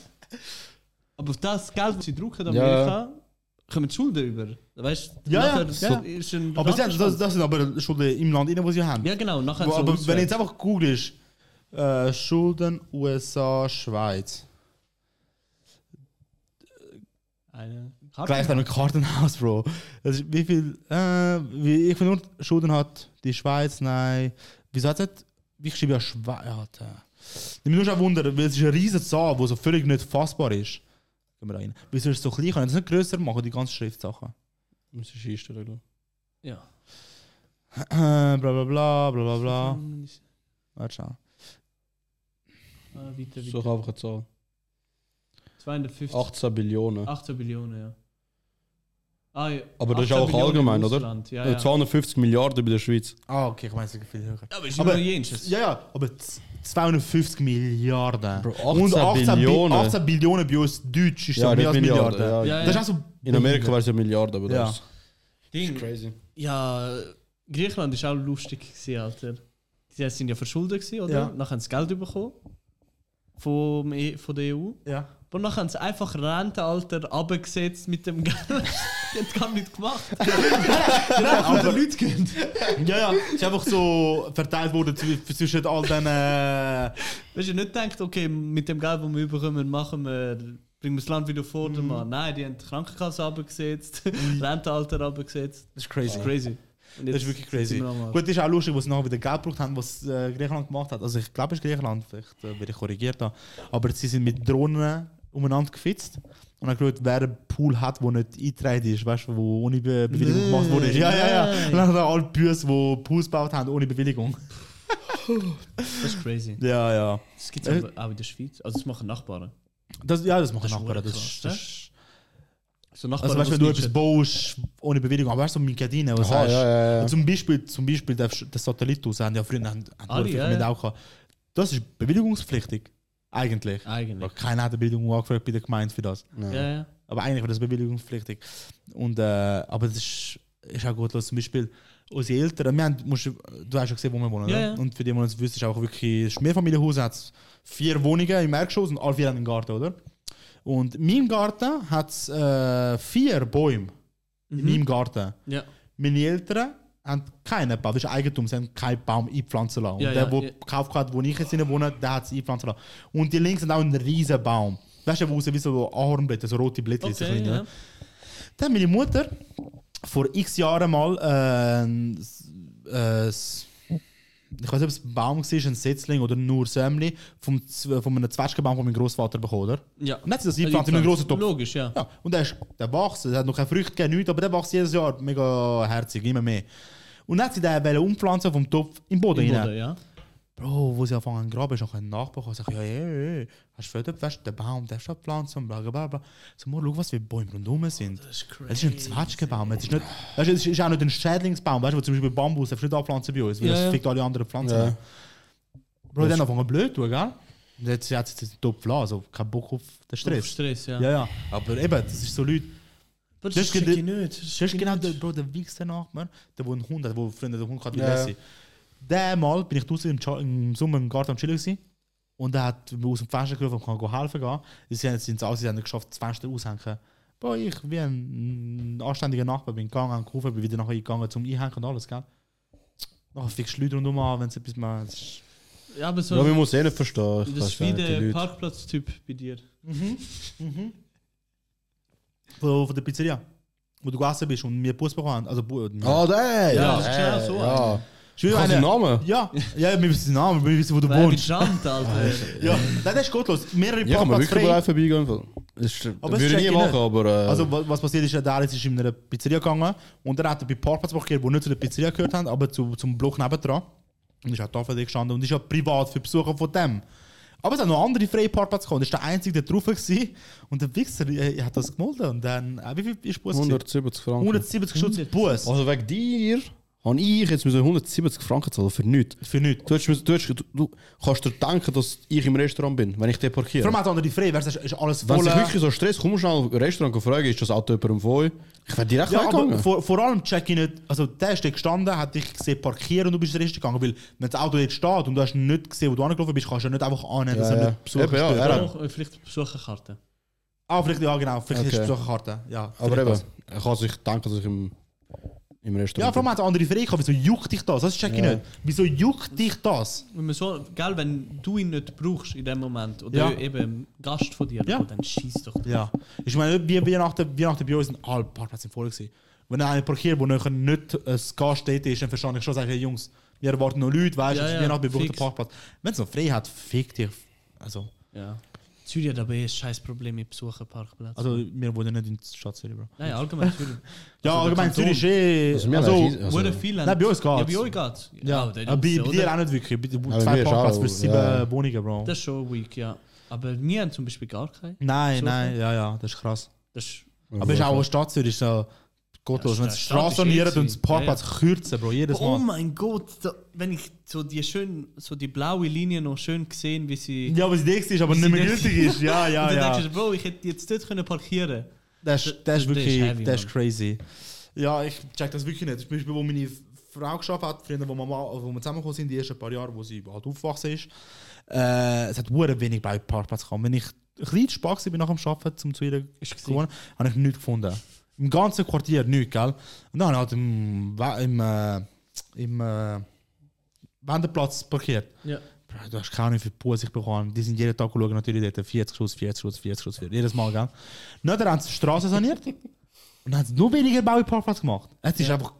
[SPEAKER 3] Aber auf das Geld, das sie drucken,
[SPEAKER 2] Ja.
[SPEAKER 3] Amerika, kommen die Schulden über. Weißt du?
[SPEAKER 1] Ja, ja,
[SPEAKER 3] nachher
[SPEAKER 1] ja.
[SPEAKER 3] Ist ein
[SPEAKER 1] Aber sie haben, das,
[SPEAKER 3] Rattenschwanz.
[SPEAKER 1] das sind aber Schulden im Land, in wo sie haben.
[SPEAKER 3] Ja, genau. Nachher
[SPEAKER 1] Wo,
[SPEAKER 3] so
[SPEAKER 1] aber wenn
[SPEAKER 3] auswärts.
[SPEAKER 1] du jetzt einfach googelst, äh, Schulden USA, Schweiz.
[SPEAKER 3] Eine Karte.
[SPEAKER 1] Gleich dann mit Kartenhaus, Bro. Das ist, wie viel. Äh, wie, ich will nur Schulden hat die Schweiz, nein. Wieso hat es nicht. Ich schreibe ja Schweiz. Alter. Ich mich nur schon wundern, weil es ist eine riesige Zahl, die so völlig nicht fassbar ist. Gehen wir da rein. Wieso ist es so klein? Kann ich das nicht grösser machen, die ganzen Schriftsachen?
[SPEAKER 2] Muss ich einstellen, glaube
[SPEAKER 3] Ja.
[SPEAKER 1] Äh, bla bla bla bla bla
[SPEAKER 3] Ah,
[SPEAKER 1] bla. Warte schon.
[SPEAKER 3] weiter,
[SPEAKER 2] ich.
[SPEAKER 3] weiter.
[SPEAKER 2] Such einfach eine Zahl.
[SPEAKER 3] 250.
[SPEAKER 2] 18 Billionen.
[SPEAKER 3] Ah, 18 Billionen, ja. Ah, ja.
[SPEAKER 2] Aber das ist
[SPEAKER 3] 18
[SPEAKER 2] auch
[SPEAKER 3] Millionen im
[SPEAKER 2] allgemein, oder?
[SPEAKER 3] Ausland, Ja,
[SPEAKER 1] Äh,
[SPEAKER 3] ja.
[SPEAKER 2] 250 Äh, Milliarden bei der Schweiz.
[SPEAKER 1] Ah, okay, ich meine, es ist viel höher.
[SPEAKER 3] aber ist
[SPEAKER 1] Aber-
[SPEAKER 3] nur jenes.
[SPEAKER 1] Ja, ja, aber z- 250 Milliarden.
[SPEAKER 2] Bro, 18
[SPEAKER 1] Bi-
[SPEAKER 2] Billionen.
[SPEAKER 1] 18 Billionen bei uns Deutsch ist ja,
[SPEAKER 2] Ja,
[SPEAKER 1] mehr
[SPEAKER 2] nicht
[SPEAKER 1] als Milliarden.
[SPEAKER 2] Milliarden,
[SPEAKER 3] ja.
[SPEAKER 1] Das ist auch so.
[SPEAKER 2] In Amerika wäre es ja Milliarden, aber
[SPEAKER 1] Ja.
[SPEAKER 2] das ist
[SPEAKER 3] Ding.
[SPEAKER 2] crazy.
[SPEAKER 3] Ja, Griechenland war auch lustig, gewesen, Alter. Die sind ja verschuldet, gewesen, oder?
[SPEAKER 1] Ja.
[SPEAKER 3] Nachher haben sie Geld bekommen vom e von der EU.
[SPEAKER 1] Ja.
[SPEAKER 3] Aber nachher haben sie einfach Rentenalter abgesetzt mit dem Geld. die haben gar nichts gemacht.
[SPEAKER 1] Aber Leute gehen. Ja, ja. Es ist einfach so verteilt worden zw- zwischen all den. Äh,
[SPEAKER 3] Weißt du, nicht denkt, okay, mit dem Geld, das wir bekommen, machen wir, bringen wir das Land wieder vor, mhm. Mann. Nein, die haben die Krankenkasse abgesetzt, Rentenalter abgesetzt.
[SPEAKER 1] das ist crazy.
[SPEAKER 3] Crazy. Und
[SPEAKER 1] Mhm. Das
[SPEAKER 3] jetzt
[SPEAKER 1] ist wirklich
[SPEAKER 3] sind
[SPEAKER 1] crazy.
[SPEAKER 3] wir am Arsch.
[SPEAKER 1] Gut, ist auch lustig, was sie nachher wieder Geld gebraucht haben, was äh, Griechenland gemacht hat. Also ich glaube, es ist Griechenland, vielleicht äh, werde ich korrigiert da. Aber sie sind mit Drohnen umeinander gefitzt und haben geschaut, wer einen Pool hat, der nicht eingetragen ist, weißt du, wo ohne Be Bewilligung gemacht wurde. Ja, ja, ja.
[SPEAKER 3] nein.
[SPEAKER 1] Und dann haben alle Büsse, die Pools gebaut haben, ohne Bewilligung.
[SPEAKER 3] Das ist crazy.
[SPEAKER 1] Ja, ja.
[SPEAKER 3] Das gibt es aber auch in der Schweiz. Also, das machen Nachbarn.
[SPEAKER 1] Das, ja, das machen
[SPEAKER 3] Das ist
[SPEAKER 1] Nachbarn. Das,
[SPEAKER 3] krass,
[SPEAKER 1] ist-
[SPEAKER 3] ne?
[SPEAKER 1] das, ist-
[SPEAKER 3] So Nachbarn
[SPEAKER 1] also weißt du, wenn
[SPEAKER 3] die
[SPEAKER 1] du
[SPEAKER 3] es
[SPEAKER 1] etwas
[SPEAKER 3] nicht
[SPEAKER 1] baust ohne Bewilligung, aber weißt du, mit Gardinen, was
[SPEAKER 2] Aha,
[SPEAKER 1] sagst
[SPEAKER 2] ja, ja, ja.
[SPEAKER 1] Zum Beispiel, zum Beispiel der, der Satellit aus, haben ja früher haben, haben
[SPEAKER 3] Alle,
[SPEAKER 1] häufig
[SPEAKER 3] ja,
[SPEAKER 1] mit
[SPEAKER 3] ja.
[SPEAKER 1] auch gehabt. Das ist bewilligungspflichtig. Eigentlich.
[SPEAKER 3] schätzen. Eigentlich.
[SPEAKER 1] Aber keiner hat eine Bewilligung angefragt bei der Gemeinde für das.
[SPEAKER 3] Ja, ja.
[SPEAKER 1] Aber eigentlich war das bewilligungspflichtig. Und, äh, aber das ist, ist auch gut los. Zum Beispiel unsere Eltern, wir haben, musst, du du hast ja gesehen, wo wir wohnen.
[SPEAKER 3] Ja,
[SPEAKER 1] oder?
[SPEAKER 3] ja.
[SPEAKER 1] Und für die, die es wissen, ist auch wirklich es ist ein Mehrfamilienhaus, hat vier Wohnungen im Erdgeschoss und alle vier haben einen Garten, oder? Und in meinem Garten hat es äh, vier Bäume.
[SPEAKER 3] Mhm.
[SPEAKER 1] In meinem Garten.
[SPEAKER 3] ja.
[SPEAKER 1] Meine Eltern haben keinen Baum, das ist Eigentum, sie haben keinen Baum einpflanzen lassen. Und
[SPEAKER 3] Ja,
[SPEAKER 1] der,
[SPEAKER 3] ja,
[SPEAKER 1] der
[SPEAKER 3] ja.
[SPEAKER 1] gekauft hat, wo ich jetzt drin wohne, der hat es einpflanzen lassen. Und die links haben auch einen riesen Baum. Weißt du, wo aussieht wie so Ahornblätter, so rote Blätter. so
[SPEAKER 3] Okay,
[SPEAKER 1] kleine,
[SPEAKER 3] ja.
[SPEAKER 1] ne? Dann meine Mutter vor x Jahren mal äh, ein- äh, s- ich weiß nicht, ob es ein Baum war, ein Setzling oder nur Sämli, vom, Z- von einem Zwetschgenbaum von meinem Großvater bekommen, oder?
[SPEAKER 3] ja.
[SPEAKER 1] Und dann hat sie das eingepflanzt in einen grossen Topf.
[SPEAKER 3] Logisch, ja.
[SPEAKER 1] Ja, und der, ist, der wächst, der hat noch keine Früchte gegeben, nichts, aber der wächst jedes Jahr mega herzig, immer mehr. Und dann hat sie den wollen umpflanzen vom Topf im Boden,
[SPEAKER 3] Im
[SPEAKER 1] rein.
[SPEAKER 3] Boden, ja.
[SPEAKER 1] Bro, wo sie anfangen zu graben, ist auch ein Nachbar gekommen und sagt, ja, ja, ja, ja, hast du Fötter, weißt du, den Baum, der ist schon gepflanzt und bla, bla, bla, bla. So, mal schau, was für Bäume rundherum sind.
[SPEAKER 3] Das ist crazy.
[SPEAKER 1] Es ist ein Zwetschgenbaum, es ist, nicht, weißt du, es ist auch nicht ein Schädlingsbaum, weißt du, wo zum Beispiel Bambus, darfst du nicht anpflanzen bei uns, weil
[SPEAKER 3] Ja,
[SPEAKER 1] das
[SPEAKER 3] ja.
[SPEAKER 1] fickt alle anderen Pflanzen.
[SPEAKER 2] Ja.
[SPEAKER 1] an. Bro, die haben angefangen blöd zu tun, gell? Und jetzt hat sie den Topf lassen, also kein Bock auf den
[SPEAKER 3] Stress.
[SPEAKER 1] Stress.
[SPEAKER 3] Stress, ja.
[SPEAKER 1] Ja, ja, aber eben, das ist so Leute,
[SPEAKER 3] Aber das,
[SPEAKER 1] Das
[SPEAKER 3] ist
[SPEAKER 1] geht-
[SPEAKER 3] wirklich nicht. Das
[SPEAKER 1] Das ist
[SPEAKER 3] wirklich
[SPEAKER 1] genau
[SPEAKER 3] nicht.
[SPEAKER 1] der, Bro, der wichste Nachbar, der wo einen Hund hat, wo Freunde der Hund hat, wie
[SPEAKER 2] Ja.
[SPEAKER 1] Lassie. Der Mal bin ich draußen im, Cha- im Sommer im Garten am Chillen gewesen, und der hat mir aus dem Fenster gerufen, ich kann go helfen gehen. Sie haben es aus, sie haben geschafft, das Fenster aushängen. Bro, ich wie ein anständiger Nachbar bin gegangen, habe gerufen, bin wieder nachher gegangen zum Einhängen und alles, gell? Nachher fickst du Leute rundum an, wenn es etwas mehr... Das ist-
[SPEAKER 3] Ja, aber so.
[SPEAKER 2] Ja, wir müssen eh nicht verstehen. Ich
[SPEAKER 3] das
[SPEAKER 2] weiß
[SPEAKER 3] ist wie
[SPEAKER 2] nicht, die
[SPEAKER 3] der
[SPEAKER 2] Leute.
[SPEAKER 3] Parkplatztyp bei dir.
[SPEAKER 1] Von, von der Pizzeria, wo du gegessen bist und mir Bus bekommen haben. Also, Bu-
[SPEAKER 2] Ah, der!
[SPEAKER 3] Ja,
[SPEAKER 2] Ja,
[SPEAKER 3] das ist genau
[SPEAKER 2] der,
[SPEAKER 3] so
[SPEAKER 2] Ja.
[SPEAKER 1] Ich will
[SPEAKER 2] Kannst du
[SPEAKER 1] einen-
[SPEAKER 2] den Namen?
[SPEAKER 1] Ja, ja, wir wissen den Namen, wir wissen, wo du
[SPEAKER 3] Wer
[SPEAKER 1] wohnst.
[SPEAKER 3] bestand, Alter.
[SPEAKER 1] Ja, nein, das ist gottlos. Mehrere
[SPEAKER 2] Ja, kann man
[SPEAKER 1] Parkplätze
[SPEAKER 2] wirklich mal
[SPEAKER 1] frei.
[SPEAKER 2] vorbeigehen. Ist,
[SPEAKER 1] Aber es
[SPEAKER 2] würde ich nie
[SPEAKER 1] check ich
[SPEAKER 2] machen,
[SPEAKER 1] nicht.
[SPEAKER 2] aber. Äh,
[SPEAKER 1] Also wa- was passiert ist, der Alex ist in einer Pizzeria gegangen und er hat bei Parkplatz markiert, wo nicht zu der Pizzeria gehört haben, aber zu, zum Block nebendran. Und ist halt auch Tafel gestanden und ist ja privat für Besucher von dem. Aber es hat noch andere freie Parkplätze gehabt. und Das war der einzige, der drauf war. Und der Wichser äh, hat das gemolden. Und dann, äh, wie viel ist Bus?
[SPEAKER 2] 170 Franken.
[SPEAKER 1] 170 Schutz Bus.
[SPEAKER 2] Also wegen dir habe ich jetzt müssen 170 Franken zahlen für nichts.
[SPEAKER 1] Für nichts.
[SPEAKER 2] Du, hast müssen- du, hast- du, du kannst dir denken, dass ich im Restaurant bin, wenn ich den
[SPEAKER 1] Vor
[SPEAKER 2] parkiere.
[SPEAKER 1] allem hat andere frei, weil es ist- ist alles
[SPEAKER 2] Wenn
[SPEAKER 1] voll.
[SPEAKER 2] sich wirklich so Stress kommt, schnell im nou Restaurant und fragen, ist das Auto jemandem von euch? Ich wäre direkt
[SPEAKER 1] Ja, aber
[SPEAKER 2] weggegangen.
[SPEAKER 1] vor, vor allem check ich nicht, also der ist dort gestanden, hat dich gesehen parkieren und du bist richtig gegangen, weil wenn das Auto jetzt steht und du hast nicht gesehen, wo du angelaufen bist, kannst du ja nicht einfach annehmen, dass
[SPEAKER 2] Ja,
[SPEAKER 1] er
[SPEAKER 2] ja.
[SPEAKER 1] nicht Besuch
[SPEAKER 2] Eben, ja,
[SPEAKER 1] ist.
[SPEAKER 2] er hat-
[SPEAKER 3] Auch, äh, Vielleicht Besucherkarte.
[SPEAKER 1] Ah, vielleicht, ja genau, vielleicht
[SPEAKER 2] Okay.
[SPEAKER 1] hast du Besucherkarte. Ja,
[SPEAKER 2] Aber
[SPEAKER 1] vielleicht
[SPEAKER 2] eben,
[SPEAKER 1] das.
[SPEAKER 2] er kann sich denken, dass ich im, im
[SPEAKER 1] Ja,
[SPEAKER 2] Restaurant
[SPEAKER 1] vor allem hat es andere Frage gehabt, wieso juckt dich das? Das check ich
[SPEAKER 2] Ja.
[SPEAKER 1] nicht. Wieso juckt dich das?
[SPEAKER 3] Wenn, man so, gell, wenn du ihn nicht brauchst in dem Moment oder
[SPEAKER 1] Ja.
[SPEAKER 3] eben Gast Oh, von dir,
[SPEAKER 1] Ja.
[SPEAKER 3] Bro, dann schieß doch.
[SPEAKER 1] Ja. Dus Ich meine, wir Weihnachten, Weihnachten bei uns sind alle Parkplätze voll gewesen. Wenn einer parkiert, wo nachher nicht ein Gast dort ist, dann verstehe ich schon, sage ich, hey, Jungs, wir erwarten noch Leute, weißt du,
[SPEAKER 3] Ja,
[SPEAKER 1] ja,
[SPEAKER 3] ja,
[SPEAKER 1] Weihnachten, wir brauchen den
[SPEAKER 3] fix.
[SPEAKER 1] Parkplatz. Wenn es noch frei hat, fick dich. Also,
[SPEAKER 3] Ja. Zürich hat aber eh ein scheiß Problem mit Besucherparkplätzen.
[SPEAKER 1] also wir wohnen nicht in der Stadt Zürich, Bro.
[SPEAKER 3] Nein, allgemein Zürich.
[SPEAKER 1] Ja,
[SPEAKER 3] Also der
[SPEAKER 1] allgemein
[SPEAKER 3] Kanton.
[SPEAKER 1] Zürich ist eh.
[SPEAKER 2] Also
[SPEAKER 1] Also,
[SPEAKER 2] wir haben einen riesen- also-
[SPEAKER 3] Wurde viel
[SPEAKER 1] Nein, bei uns geht's.
[SPEAKER 3] Ja, bei euch geht's.
[SPEAKER 1] ja,
[SPEAKER 3] aber
[SPEAKER 1] aber
[SPEAKER 3] dann
[SPEAKER 1] bei, bei
[SPEAKER 3] ist es, oder?
[SPEAKER 1] dir auch nicht wirklich. Bei, bei
[SPEAKER 2] Aber
[SPEAKER 1] zwei
[SPEAKER 2] wir ist
[SPEAKER 1] Parkplätze
[SPEAKER 2] auch-
[SPEAKER 1] für sieben
[SPEAKER 2] ja.
[SPEAKER 1] Wohnungen, Bro.
[SPEAKER 3] Das ist schon weak, ja. Aber wir haben zum Beispiel gar keinen.
[SPEAKER 1] nein,
[SPEAKER 3] so
[SPEAKER 1] nein, ja, ja, das ist krass.
[SPEAKER 3] Das ist,
[SPEAKER 2] Also
[SPEAKER 1] Aber es ist auch eine Stadt Zürich, so gottlos. Wenn
[SPEAKER 3] das
[SPEAKER 1] sie
[SPEAKER 3] ist
[SPEAKER 1] Straße sanieren
[SPEAKER 3] eh
[SPEAKER 1] und das Parkplatz kürzen, Bro, jedes
[SPEAKER 3] Oh
[SPEAKER 1] Mal.
[SPEAKER 3] mein Gott, da, wenn ich so die schön, so die blaue Linie noch schön gesehen, wie sie.
[SPEAKER 1] Ja, was die ist, aber
[SPEAKER 3] Sie
[SPEAKER 1] nicht mehr
[SPEAKER 3] denkt-
[SPEAKER 1] gültig ist. Ja,
[SPEAKER 3] und
[SPEAKER 1] ja,
[SPEAKER 3] dann
[SPEAKER 1] ja.
[SPEAKER 3] denkst du, Bro, ich hätte jetzt dort können parkieren.
[SPEAKER 1] Das ist, das ist
[SPEAKER 3] Das ist
[SPEAKER 1] wirklich,
[SPEAKER 3] heavy,
[SPEAKER 1] das ist
[SPEAKER 3] Mann.
[SPEAKER 1] crazy. Ja, ich check das wirklich nicht. Zum Beispiel, wo meine Frau geschafft hat, früher, wo wir, mal, wo wir zusammengekommen sind, die ersten paar Jahre, wo sie halt aufgewachsen ist, äh, es hat hure wenig bei Parkplatz gekommen. Wenn ich ein bisschen zu spät war nach dem Arbeiten, um zu ihr zu kommen, habe ich nichts gefunden. Im ganzen Quartier nichts, gell? Und dann habe ich halt im, Wa- im, äh, im äh, Wendeplatz parkiert.
[SPEAKER 3] Ja.
[SPEAKER 1] Bro, Du hast keine Ahnung, wie viel Puss ich bekomme. Die sind jeden Tag schauen, natürlich dort 40 Schuss, 40 Schuss, 40 Schuss, 40. jedes Mal, gell? Dann haben sie die Straße saniert und haben sie nur weniger Bauparkplatz gemacht. Es ist einfach...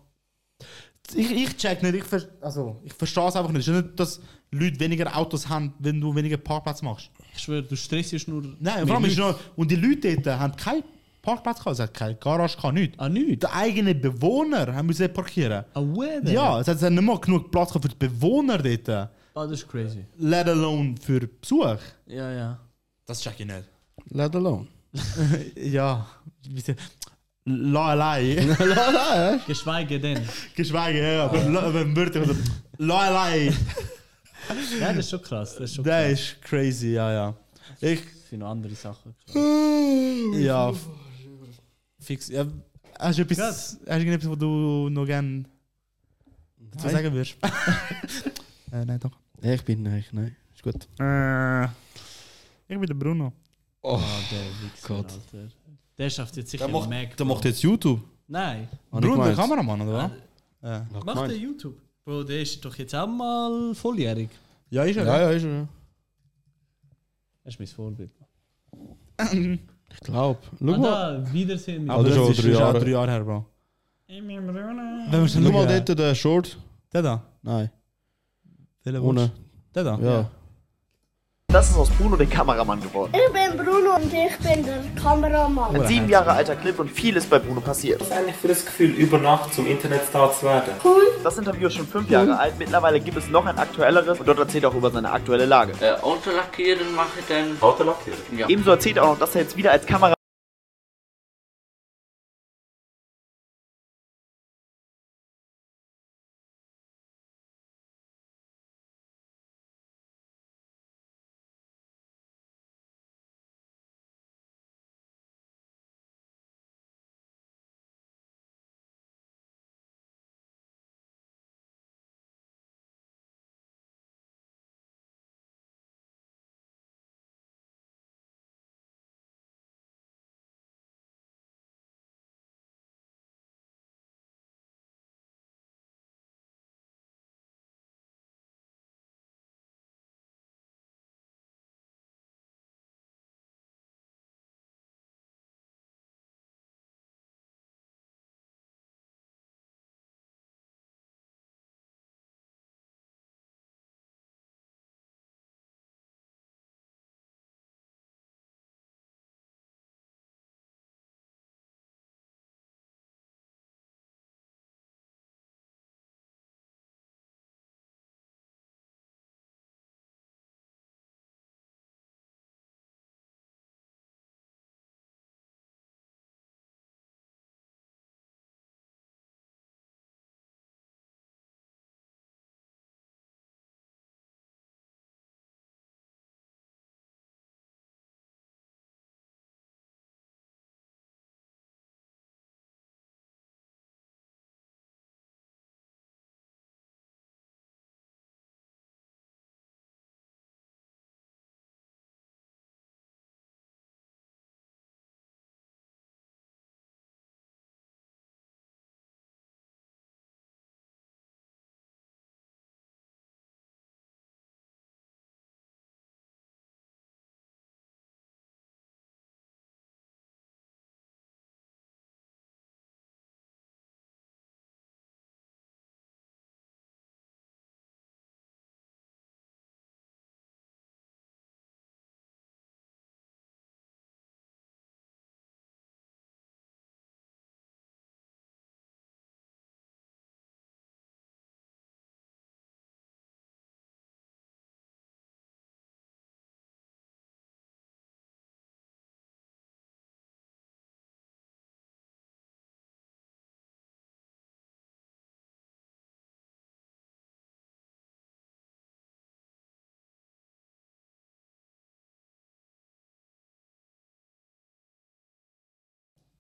[SPEAKER 1] Ich, ich check nicht, ich, ver also, ich verstehe es einfach nicht. Es ist nicht, dass Leute weniger Autos haben, wenn du weniger Parkplatz machst.
[SPEAKER 3] Ich schwöre, du stressst nur.
[SPEAKER 1] Nein,
[SPEAKER 3] mit
[SPEAKER 1] vor allem ist
[SPEAKER 3] Leuten.
[SPEAKER 1] noch... Und die Leute dort haben keinen Parkplatz gehabt, es hat keine Garage, gehabt, nichts.
[SPEAKER 3] Ah, nichts.
[SPEAKER 1] Die eigenen Bewohner haben müssen parkieren.
[SPEAKER 3] Ah, weather.
[SPEAKER 1] Ja, es hat es hat nicht mal genug Platz gehabt für die Bewohner dort.
[SPEAKER 3] Ah, das ist crazy.
[SPEAKER 1] Let alone für Besuch.
[SPEAKER 3] Ja, ja.
[SPEAKER 1] Das check ich nicht.
[SPEAKER 2] Let alone.
[SPEAKER 1] Ja, wieso? La allein.
[SPEAKER 3] Geschweige denn.
[SPEAKER 1] Geschweige, ja, aber la- wenn Wörter. Also, la allein.
[SPEAKER 3] ja, das ist schon krass. Das ist schon
[SPEAKER 1] Das
[SPEAKER 3] krass.
[SPEAKER 1] ist crazy, ja, ja. Ich,
[SPEAKER 3] Das sind noch andere Sachen.
[SPEAKER 1] ja. f- Fix. Ja, hast du etwas, hast du irgendetwas, was du noch gerne dazu
[SPEAKER 2] Nein.
[SPEAKER 1] sagen würdest? äh, nein, doch.
[SPEAKER 2] Nein, ich bin nein, nein. Ist gut.
[SPEAKER 1] Äh, ich bin der Bruno.
[SPEAKER 3] Ah, der Wichser,
[SPEAKER 2] Gott.
[SPEAKER 3] Alter. Der schafft jetzt sicher
[SPEAKER 2] Der macht,
[SPEAKER 3] Mac.
[SPEAKER 2] der
[SPEAKER 3] Bro.
[SPEAKER 2] macht jetzt YouTube.
[SPEAKER 3] Nein.
[SPEAKER 1] Bruno, der Kameramann, oder was? Äh.
[SPEAKER 2] Hab
[SPEAKER 3] Macht
[SPEAKER 2] gemeint.
[SPEAKER 3] der YouTube? Bro, der ist doch jetzt auch mal volljährig.
[SPEAKER 1] Ja, ist er.
[SPEAKER 2] Ja, ja, ist er. ja.
[SPEAKER 3] Das ist mein Vorbild.
[SPEAKER 2] Ich glaube. Schau
[SPEAKER 3] Ah,
[SPEAKER 2] mal.
[SPEAKER 3] da, Wiedersehen mit
[SPEAKER 2] Ah,
[SPEAKER 1] Aber
[SPEAKER 2] das
[SPEAKER 1] das
[SPEAKER 2] ist
[SPEAKER 1] ist
[SPEAKER 2] schon drei
[SPEAKER 1] schon
[SPEAKER 2] Jahre.
[SPEAKER 1] drei Jahre her, Bro. Wenn wir schon
[SPEAKER 2] Schau mal
[SPEAKER 1] schauen,
[SPEAKER 2] dort den Short.
[SPEAKER 1] der da.
[SPEAKER 2] Nein,
[SPEAKER 1] Der
[SPEAKER 2] ohne.
[SPEAKER 1] da. Der da.
[SPEAKER 2] Ja.
[SPEAKER 6] Das ist aus Bruno der Kameramann geworden.
[SPEAKER 7] Ich bin Bruno und ich bin der Kameramann.
[SPEAKER 6] Ein sieben Jahre alter Clip und viel ist bei Bruno passiert.
[SPEAKER 8] eigentlich für das Gefühl, über Nacht zum Internetstar zu werden?
[SPEAKER 6] Das Interview ist schon fünf Jahre alt, mittlerweile gibt es noch ein aktuelleres und dort erzählt er auch über seine aktuelle Lage.
[SPEAKER 9] Äh, Auto lackieren mache ich dann.
[SPEAKER 8] Auto lackieren.
[SPEAKER 6] Ebenso erzählt er auch noch, dass er jetzt wieder als Kameramann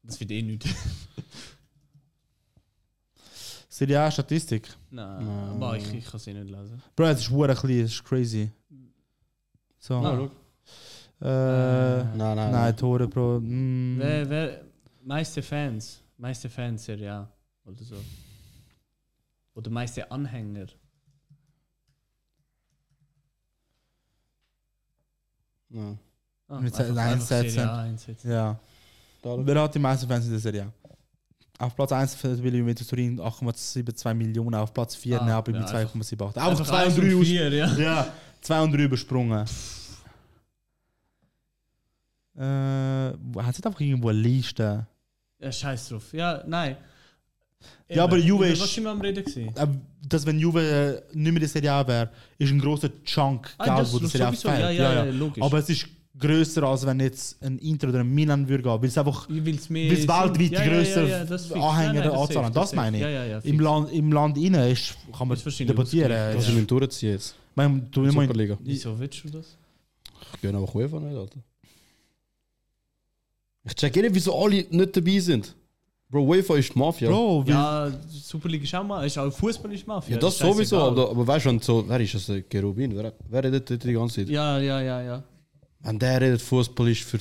[SPEAKER 3] Das wird eh nichts.
[SPEAKER 1] Serie A Statistik.
[SPEAKER 3] Nein, aber ich, ich kann es eh nicht lesen.
[SPEAKER 1] Bro, es ist hure klein, es ist crazy. So.
[SPEAKER 3] Ah, schau.
[SPEAKER 1] äh, nein,
[SPEAKER 3] Ah.
[SPEAKER 2] Nein, nein. nein.
[SPEAKER 1] nein, Tore, Bro. Mm.
[SPEAKER 3] Wer, wer, meiste Fans, meiste Fans, Serie A oder so. Oder meiste Anhänger.
[SPEAKER 2] nein.
[SPEAKER 3] Ah,
[SPEAKER 1] Mit
[SPEAKER 3] einfach-
[SPEAKER 1] Serie
[SPEAKER 3] einfach Serie
[SPEAKER 1] einsetzen.
[SPEAKER 3] A einsetzen.
[SPEAKER 1] Ja.
[SPEAKER 2] Da-
[SPEAKER 1] Wer hat die meisten Fans in der Serie? A? Auf Platz 1 für die Juventus Turin 8,72 Millionen, auf Platz 4
[SPEAKER 3] Ah,
[SPEAKER 1] Neapel
[SPEAKER 3] ja,
[SPEAKER 1] mit
[SPEAKER 3] einfach-
[SPEAKER 1] 2,78. Einfach 2
[SPEAKER 3] eins
[SPEAKER 1] und 3
[SPEAKER 3] vier, ja.
[SPEAKER 1] Ja, 2 und 3 übersprungen. Äh, hat sie da einfach irgendwo eine Liste?
[SPEAKER 3] ja. Scheiß drauf. Ja, nein.
[SPEAKER 1] Ja, aber Juve
[SPEAKER 3] Über
[SPEAKER 1] ist-
[SPEAKER 3] Was sind wir am Reden gewesen?
[SPEAKER 1] Äh, Dass wenn Juve äh, nicht mehr in der Serie A wäre, ist ein großer Chunk
[SPEAKER 3] Ah,
[SPEAKER 1] Geld,
[SPEAKER 3] das
[SPEAKER 1] wo die
[SPEAKER 3] ist
[SPEAKER 1] Serie A
[SPEAKER 3] sowieso,
[SPEAKER 1] fehlt.
[SPEAKER 3] ja, ja, ja, logisch.
[SPEAKER 1] Aber es ist grösser, als wenn jetzt ein Inter oder ein Milan würde gehen, weil es einfach
[SPEAKER 3] Ich will's mehr.
[SPEAKER 1] Weil es weltweit
[SPEAKER 3] Ja, ja,
[SPEAKER 1] grösser
[SPEAKER 3] ja, ja, das fix.
[SPEAKER 1] Anhänger
[SPEAKER 3] Nein, nein, das
[SPEAKER 1] anzahlen.
[SPEAKER 3] fix,
[SPEAKER 1] Das
[SPEAKER 3] fix.
[SPEAKER 1] meine ich.
[SPEAKER 3] Ja, ja, ja.
[SPEAKER 1] Im
[SPEAKER 3] fix.
[SPEAKER 1] Land, im Land innen ist, kann man
[SPEAKER 3] Ist wahrscheinlich
[SPEAKER 1] debattieren.
[SPEAKER 2] Das
[SPEAKER 1] Ich
[SPEAKER 2] ist mit dem Durchziehen jetzt.
[SPEAKER 1] meine, du immer in-
[SPEAKER 2] Superliga.
[SPEAKER 3] Wieso willst du das?
[SPEAKER 2] Ich gönne aber UEFA nicht, Alter. Ich check eh nicht, wieso alle nicht dabei sind. Bro, UEFA ist die Mafia.
[SPEAKER 1] Bro, weil-
[SPEAKER 3] Ja, Superliga ist auch mal, ist auch Fußball ist Mafia.
[SPEAKER 2] ja, das
[SPEAKER 3] ist
[SPEAKER 2] sowieso,
[SPEAKER 3] scheißegal.
[SPEAKER 2] aber, aber weißt du, wenn so, wer ist das? der Gerubin? Wer, wer redet dort die ganze Zeit?
[SPEAKER 3] Ja, ja, ja, ja.
[SPEAKER 2] Wenn der redet, Fußball ist für,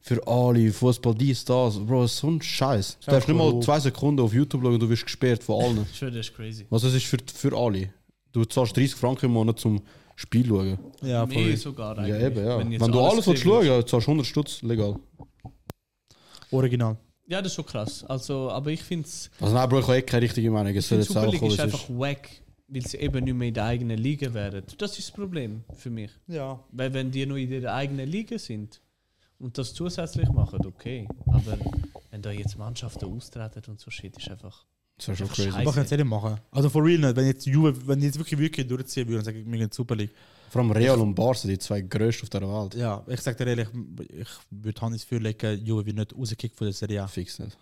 [SPEAKER 2] für alle, Fußball dies, das. Bro, so ein Scheiß. Du darfst nicht mal zwei Sekunden auf YouTube schauen und du wirst gesperrt von allen.
[SPEAKER 3] Ich schwöre, das ist crazy.
[SPEAKER 2] Also, es ist für, für alle. Du zahlst 30 Franken im Monat zum Spiel schauen.
[SPEAKER 1] ja, voll.
[SPEAKER 3] Mehr sogar eigentlich.
[SPEAKER 2] Ja, eben, ja. Wenn,
[SPEAKER 3] jetzt
[SPEAKER 2] du alles willst
[SPEAKER 3] gesehen
[SPEAKER 2] schauen,
[SPEAKER 3] ist.
[SPEAKER 2] ja, zahlst 100 Stutz legal.
[SPEAKER 1] original.
[SPEAKER 3] Ja, das ist schon krass. Also, aber ich finde es.
[SPEAKER 2] Also, nein, Bro, ich habe eh keine richtige Meinung. Es soll jetzt auch
[SPEAKER 3] Superliga
[SPEAKER 2] kommen.
[SPEAKER 3] ist
[SPEAKER 2] es
[SPEAKER 3] einfach
[SPEAKER 2] ist-
[SPEAKER 3] wack, weil sie eben nicht mehr in der eigenen Liga wären. Das ist das Problem für mich.
[SPEAKER 1] Ja.
[SPEAKER 3] Weil, wenn die nur in der eigenen Liga sind und das zusätzlich machen, okay. Aber wenn da jetzt Mannschaften austreten und so shit, ist einfach.
[SPEAKER 2] Das ist schon
[SPEAKER 3] einfach
[SPEAKER 2] crazy.
[SPEAKER 1] Aber können sie nicht machen. Also for real nicht. Wenn jetzt Juve, wenn die jetzt wirklich wirklich durchziehen würden und sagen, wir gehen in die Super League.
[SPEAKER 2] Vor allem Real und Barca, die zwei größten auf der Welt.
[SPEAKER 1] Ja, ich sag dir ehrlich, ich würde Hannes für legen, Juve wird nicht rausgekickt von der Serie A.
[SPEAKER 2] Fix nicht.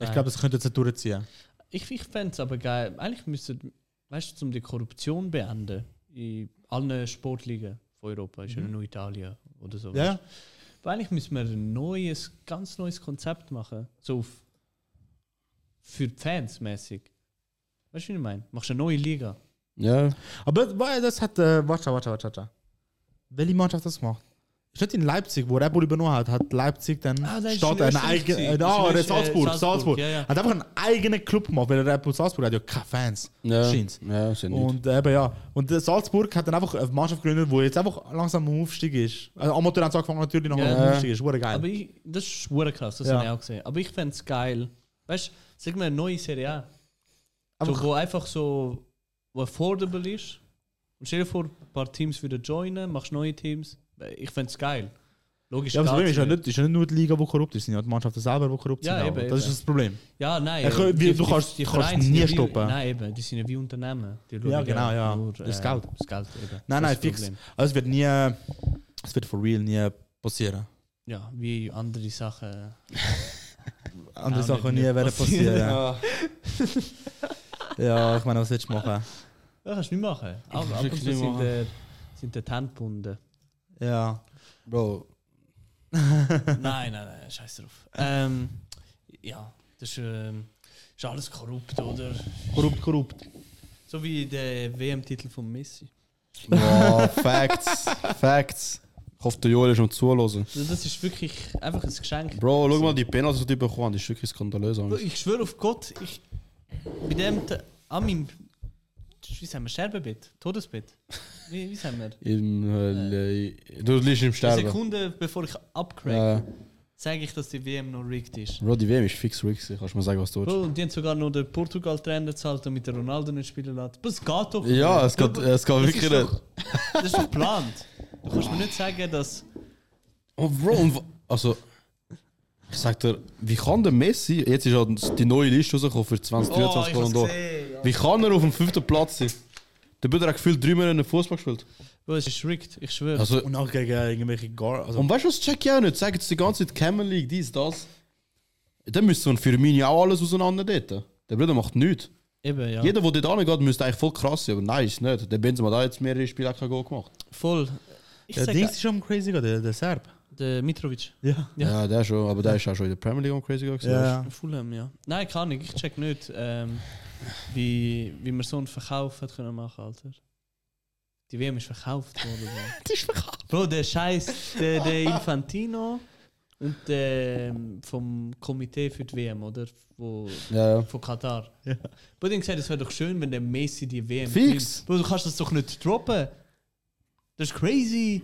[SPEAKER 1] Ich glaube, das könnte jetzt durchziehen.
[SPEAKER 3] Ich, ich fände es aber geil. Eigentlich müsste, weißt du, um die Korruption beenden in allen Sportligen von Europa, ist ja nur Italien oder so.
[SPEAKER 1] Mhm. Ja.
[SPEAKER 3] Weil eigentlich müssen wir ein neues, ganz neues Konzept machen. So auf, für die Fans mäßig. Weißt du, wie ich meine? Machst eine neue Liga.
[SPEAKER 2] Ja,
[SPEAKER 1] Aber weil das hat, äh, warte, warte, warte, warte. Welche Mannschaft das gemacht? Ist nicht in Leipzig, wo Red Bull übernommen hat, hat Leipzig dann
[SPEAKER 3] Ah, das ist
[SPEAKER 1] statt
[SPEAKER 3] in
[SPEAKER 1] eine
[SPEAKER 3] Österreich
[SPEAKER 1] eigene,
[SPEAKER 3] gewesen.
[SPEAKER 1] äh,
[SPEAKER 3] Das ist in
[SPEAKER 1] ah, der
[SPEAKER 3] Österreich,
[SPEAKER 1] Salzburg,
[SPEAKER 3] Salzburg,
[SPEAKER 1] Salzburg,
[SPEAKER 3] ja, ja.
[SPEAKER 1] hat einfach einen eigenen Club gemacht, weil Red Bull Salzburg hat ja keine Fans,
[SPEAKER 2] ja.
[SPEAKER 1] scheint's.
[SPEAKER 2] Ja, sind nicht.
[SPEAKER 1] Und eben ja, und der Salzburg hat dann einfach eine Mannschaft gegründet, die jetzt einfach langsam am Aufstieg ist. Also Amateur haben sie angefangen natürlich noch
[SPEAKER 3] Ja.
[SPEAKER 1] am Aufstieg ist, wurde
[SPEAKER 3] Aber
[SPEAKER 1] geil.
[SPEAKER 3] ich, das ist schwer krass, das
[SPEAKER 1] Ja.
[SPEAKER 3] habe ich auch gesehen. Aber ich fände es geil. Weißt du, sag mal eine neue Serie A. So, wo einfach so wo affordable ist. Und stell dir vor, ein paar Teams wieder joinen, machst neue Teams. Ich fände es geil. Logisch.
[SPEAKER 1] Ja, aber das Problem
[SPEAKER 3] geht's
[SPEAKER 1] ist ja nicht, ist ja nicht nur die Liga, die korrupt ist, sind ja die Mannschaften selber, die korrupt
[SPEAKER 3] Ja,
[SPEAKER 1] sind.
[SPEAKER 3] eben,
[SPEAKER 1] auch. das
[SPEAKER 3] eben.
[SPEAKER 1] ist das Problem.
[SPEAKER 3] Ja, nein.
[SPEAKER 1] Ja,
[SPEAKER 3] äh,
[SPEAKER 1] wie- du kannst- du kannst
[SPEAKER 3] Vereine
[SPEAKER 1] nie
[SPEAKER 3] sind wie-
[SPEAKER 1] stoppen.
[SPEAKER 3] Nein, eben, die sind ja wie Unternehmen. Die eh, schauen
[SPEAKER 1] Ja, genau, ja.
[SPEAKER 3] Nur,
[SPEAKER 1] Das Geld.
[SPEAKER 3] Das Geld eben.
[SPEAKER 1] Nein,
[SPEAKER 3] Das
[SPEAKER 1] nein,
[SPEAKER 3] ist das
[SPEAKER 1] fix.
[SPEAKER 3] Problem.
[SPEAKER 1] Also es wird nie, es wird for real nie passieren.
[SPEAKER 3] Ja, wie andere Sachen.
[SPEAKER 1] andere
[SPEAKER 3] Auch
[SPEAKER 1] Sachen nie
[SPEAKER 3] nicht
[SPEAKER 1] werden passieren.
[SPEAKER 3] passieren.
[SPEAKER 1] Ja. ich meine, was willst du machen?
[SPEAKER 3] Ja, kannst du nicht machen. Aber ab und zu sind, der, sind der Hände gebunden.
[SPEAKER 1] Ja.
[SPEAKER 2] Bro,
[SPEAKER 3] nein, nein, nein, scheiß drauf. Ähm, ja, das ist, ähm, ist alles korrupt, oder?
[SPEAKER 1] Korrupt, korrupt.
[SPEAKER 3] So wie der WM-Titel von Messi.
[SPEAKER 2] Boah, Facts. Facts. Ich hoffe, der Joel ist am Zuhören.
[SPEAKER 3] Also Das ist wirklich einfach ein Geschenk.
[SPEAKER 2] Bro, schau mal die Penalty, die die bekommen haben, die ist wirklich skandalös.
[SPEAKER 3] Bro,
[SPEAKER 2] Angst.
[SPEAKER 3] Ich schwöre auf Gott, ich. Bei dem. Te- An meinem. Wie sagen wir? Sterbebett? Todesbett? Wie, wie sagen wir?
[SPEAKER 2] Im, äh, du liegst im
[SPEAKER 3] Eine
[SPEAKER 2] Sterben.
[SPEAKER 3] Sekunde bevor ich
[SPEAKER 2] Äh,
[SPEAKER 3] abcrack, sage ich, dass die WM noch rigged ist.
[SPEAKER 2] Bro, die WM ist fix ruhig. Kannst du mir sagen, was du willst?
[SPEAKER 3] Bro, und die haben sogar noch den Portugal-Trainer gezahlt, damit der Ronaldo nicht spielen lässt. Aber es geht doch.
[SPEAKER 2] Ja, es geht,
[SPEAKER 3] Bro,
[SPEAKER 2] es geht
[SPEAKER 3] das
[SPEAKER 2] wirklich
[SPEAKER 3] ist
[SPEAKER 2] nicht.
[SPEAKER 3] doch- Das ist doch geplant. Du kannst mir nicht sagen, dass.
[SPEAKER 2] Oh, Bro, und, wa- also. Ich sag dir, wie kann der Messi, jetzt ist ja die neue Liste rausgekommen für
[SPEAKER 3] Oh,
[SPEAKER 2] 2023 Ballon d'Or. Wie kann er auf dem fünften Platz sein? Der Bruder hat gefühlt drei Monate Fußball gespielt.
[SPEAKER 3] Bro, es ist rigged, ich schwöre.
[SPEAKER 2] Also,
[SPEAKER 1] Und auch gegen irgendwelche Gar. Also,
[SPEAKER 3] Um
[SPEAKER 2] und weißt du, was check ich auch nicht? Sagen sie die ganze Zeit Camel League, dies, das. Dann müsste man für mich auch alles auseinander dort. Der Bruder macht nichts.
[SPEAKER 3] Eben, ja.
[SPEAKER 2] Jeder, der dort angeht, müsste eigentlich voll krass sein, aber nein, ist nicht. Der Benzema hat auch jetzt mehrere Spiele auch kein Goal gemacht.
[SPEAKER 3] Voll. Ich
[SPEAKER 1] der
[SPEAKER 3] sag,
[SPEAKER 1] Dings ist schon crazy, gewesen, der, der Serb.
[SPEAKER 3] Der Mitrovic.
[SPEAKER 1] Ja.
[SPEAKER 3] Ja.
[SPEAKER 2] Ja, der schon, aber der ist auch schon in der Premier League am Crazy Guy.
[SPEAKER 1] ja.
[SPEAKER 3] Fulham, ja. Nein, keine Ahnung. Ich check nicht, ähm, wie, wie man so einen Verkauf hat können machen, Alter. Die WM ist verkauft worden. Bro. Die ist verkauft. Bro, der Scheiß, der, der Infantino und der ähm, vom Komitee für die WM, oder? Wo,
[SPEAKER 2] Ja, ja.
[SPEAKER 3] Von Katar. Ja. Bro, die haben gesagt, es wäre doch schön, wenn der Messi die WM
[SPEAKER 2] Fix.
[SPEAKER 3] gewinnt. Bro, du kannst das doch nicht droppen. Das ist crazy.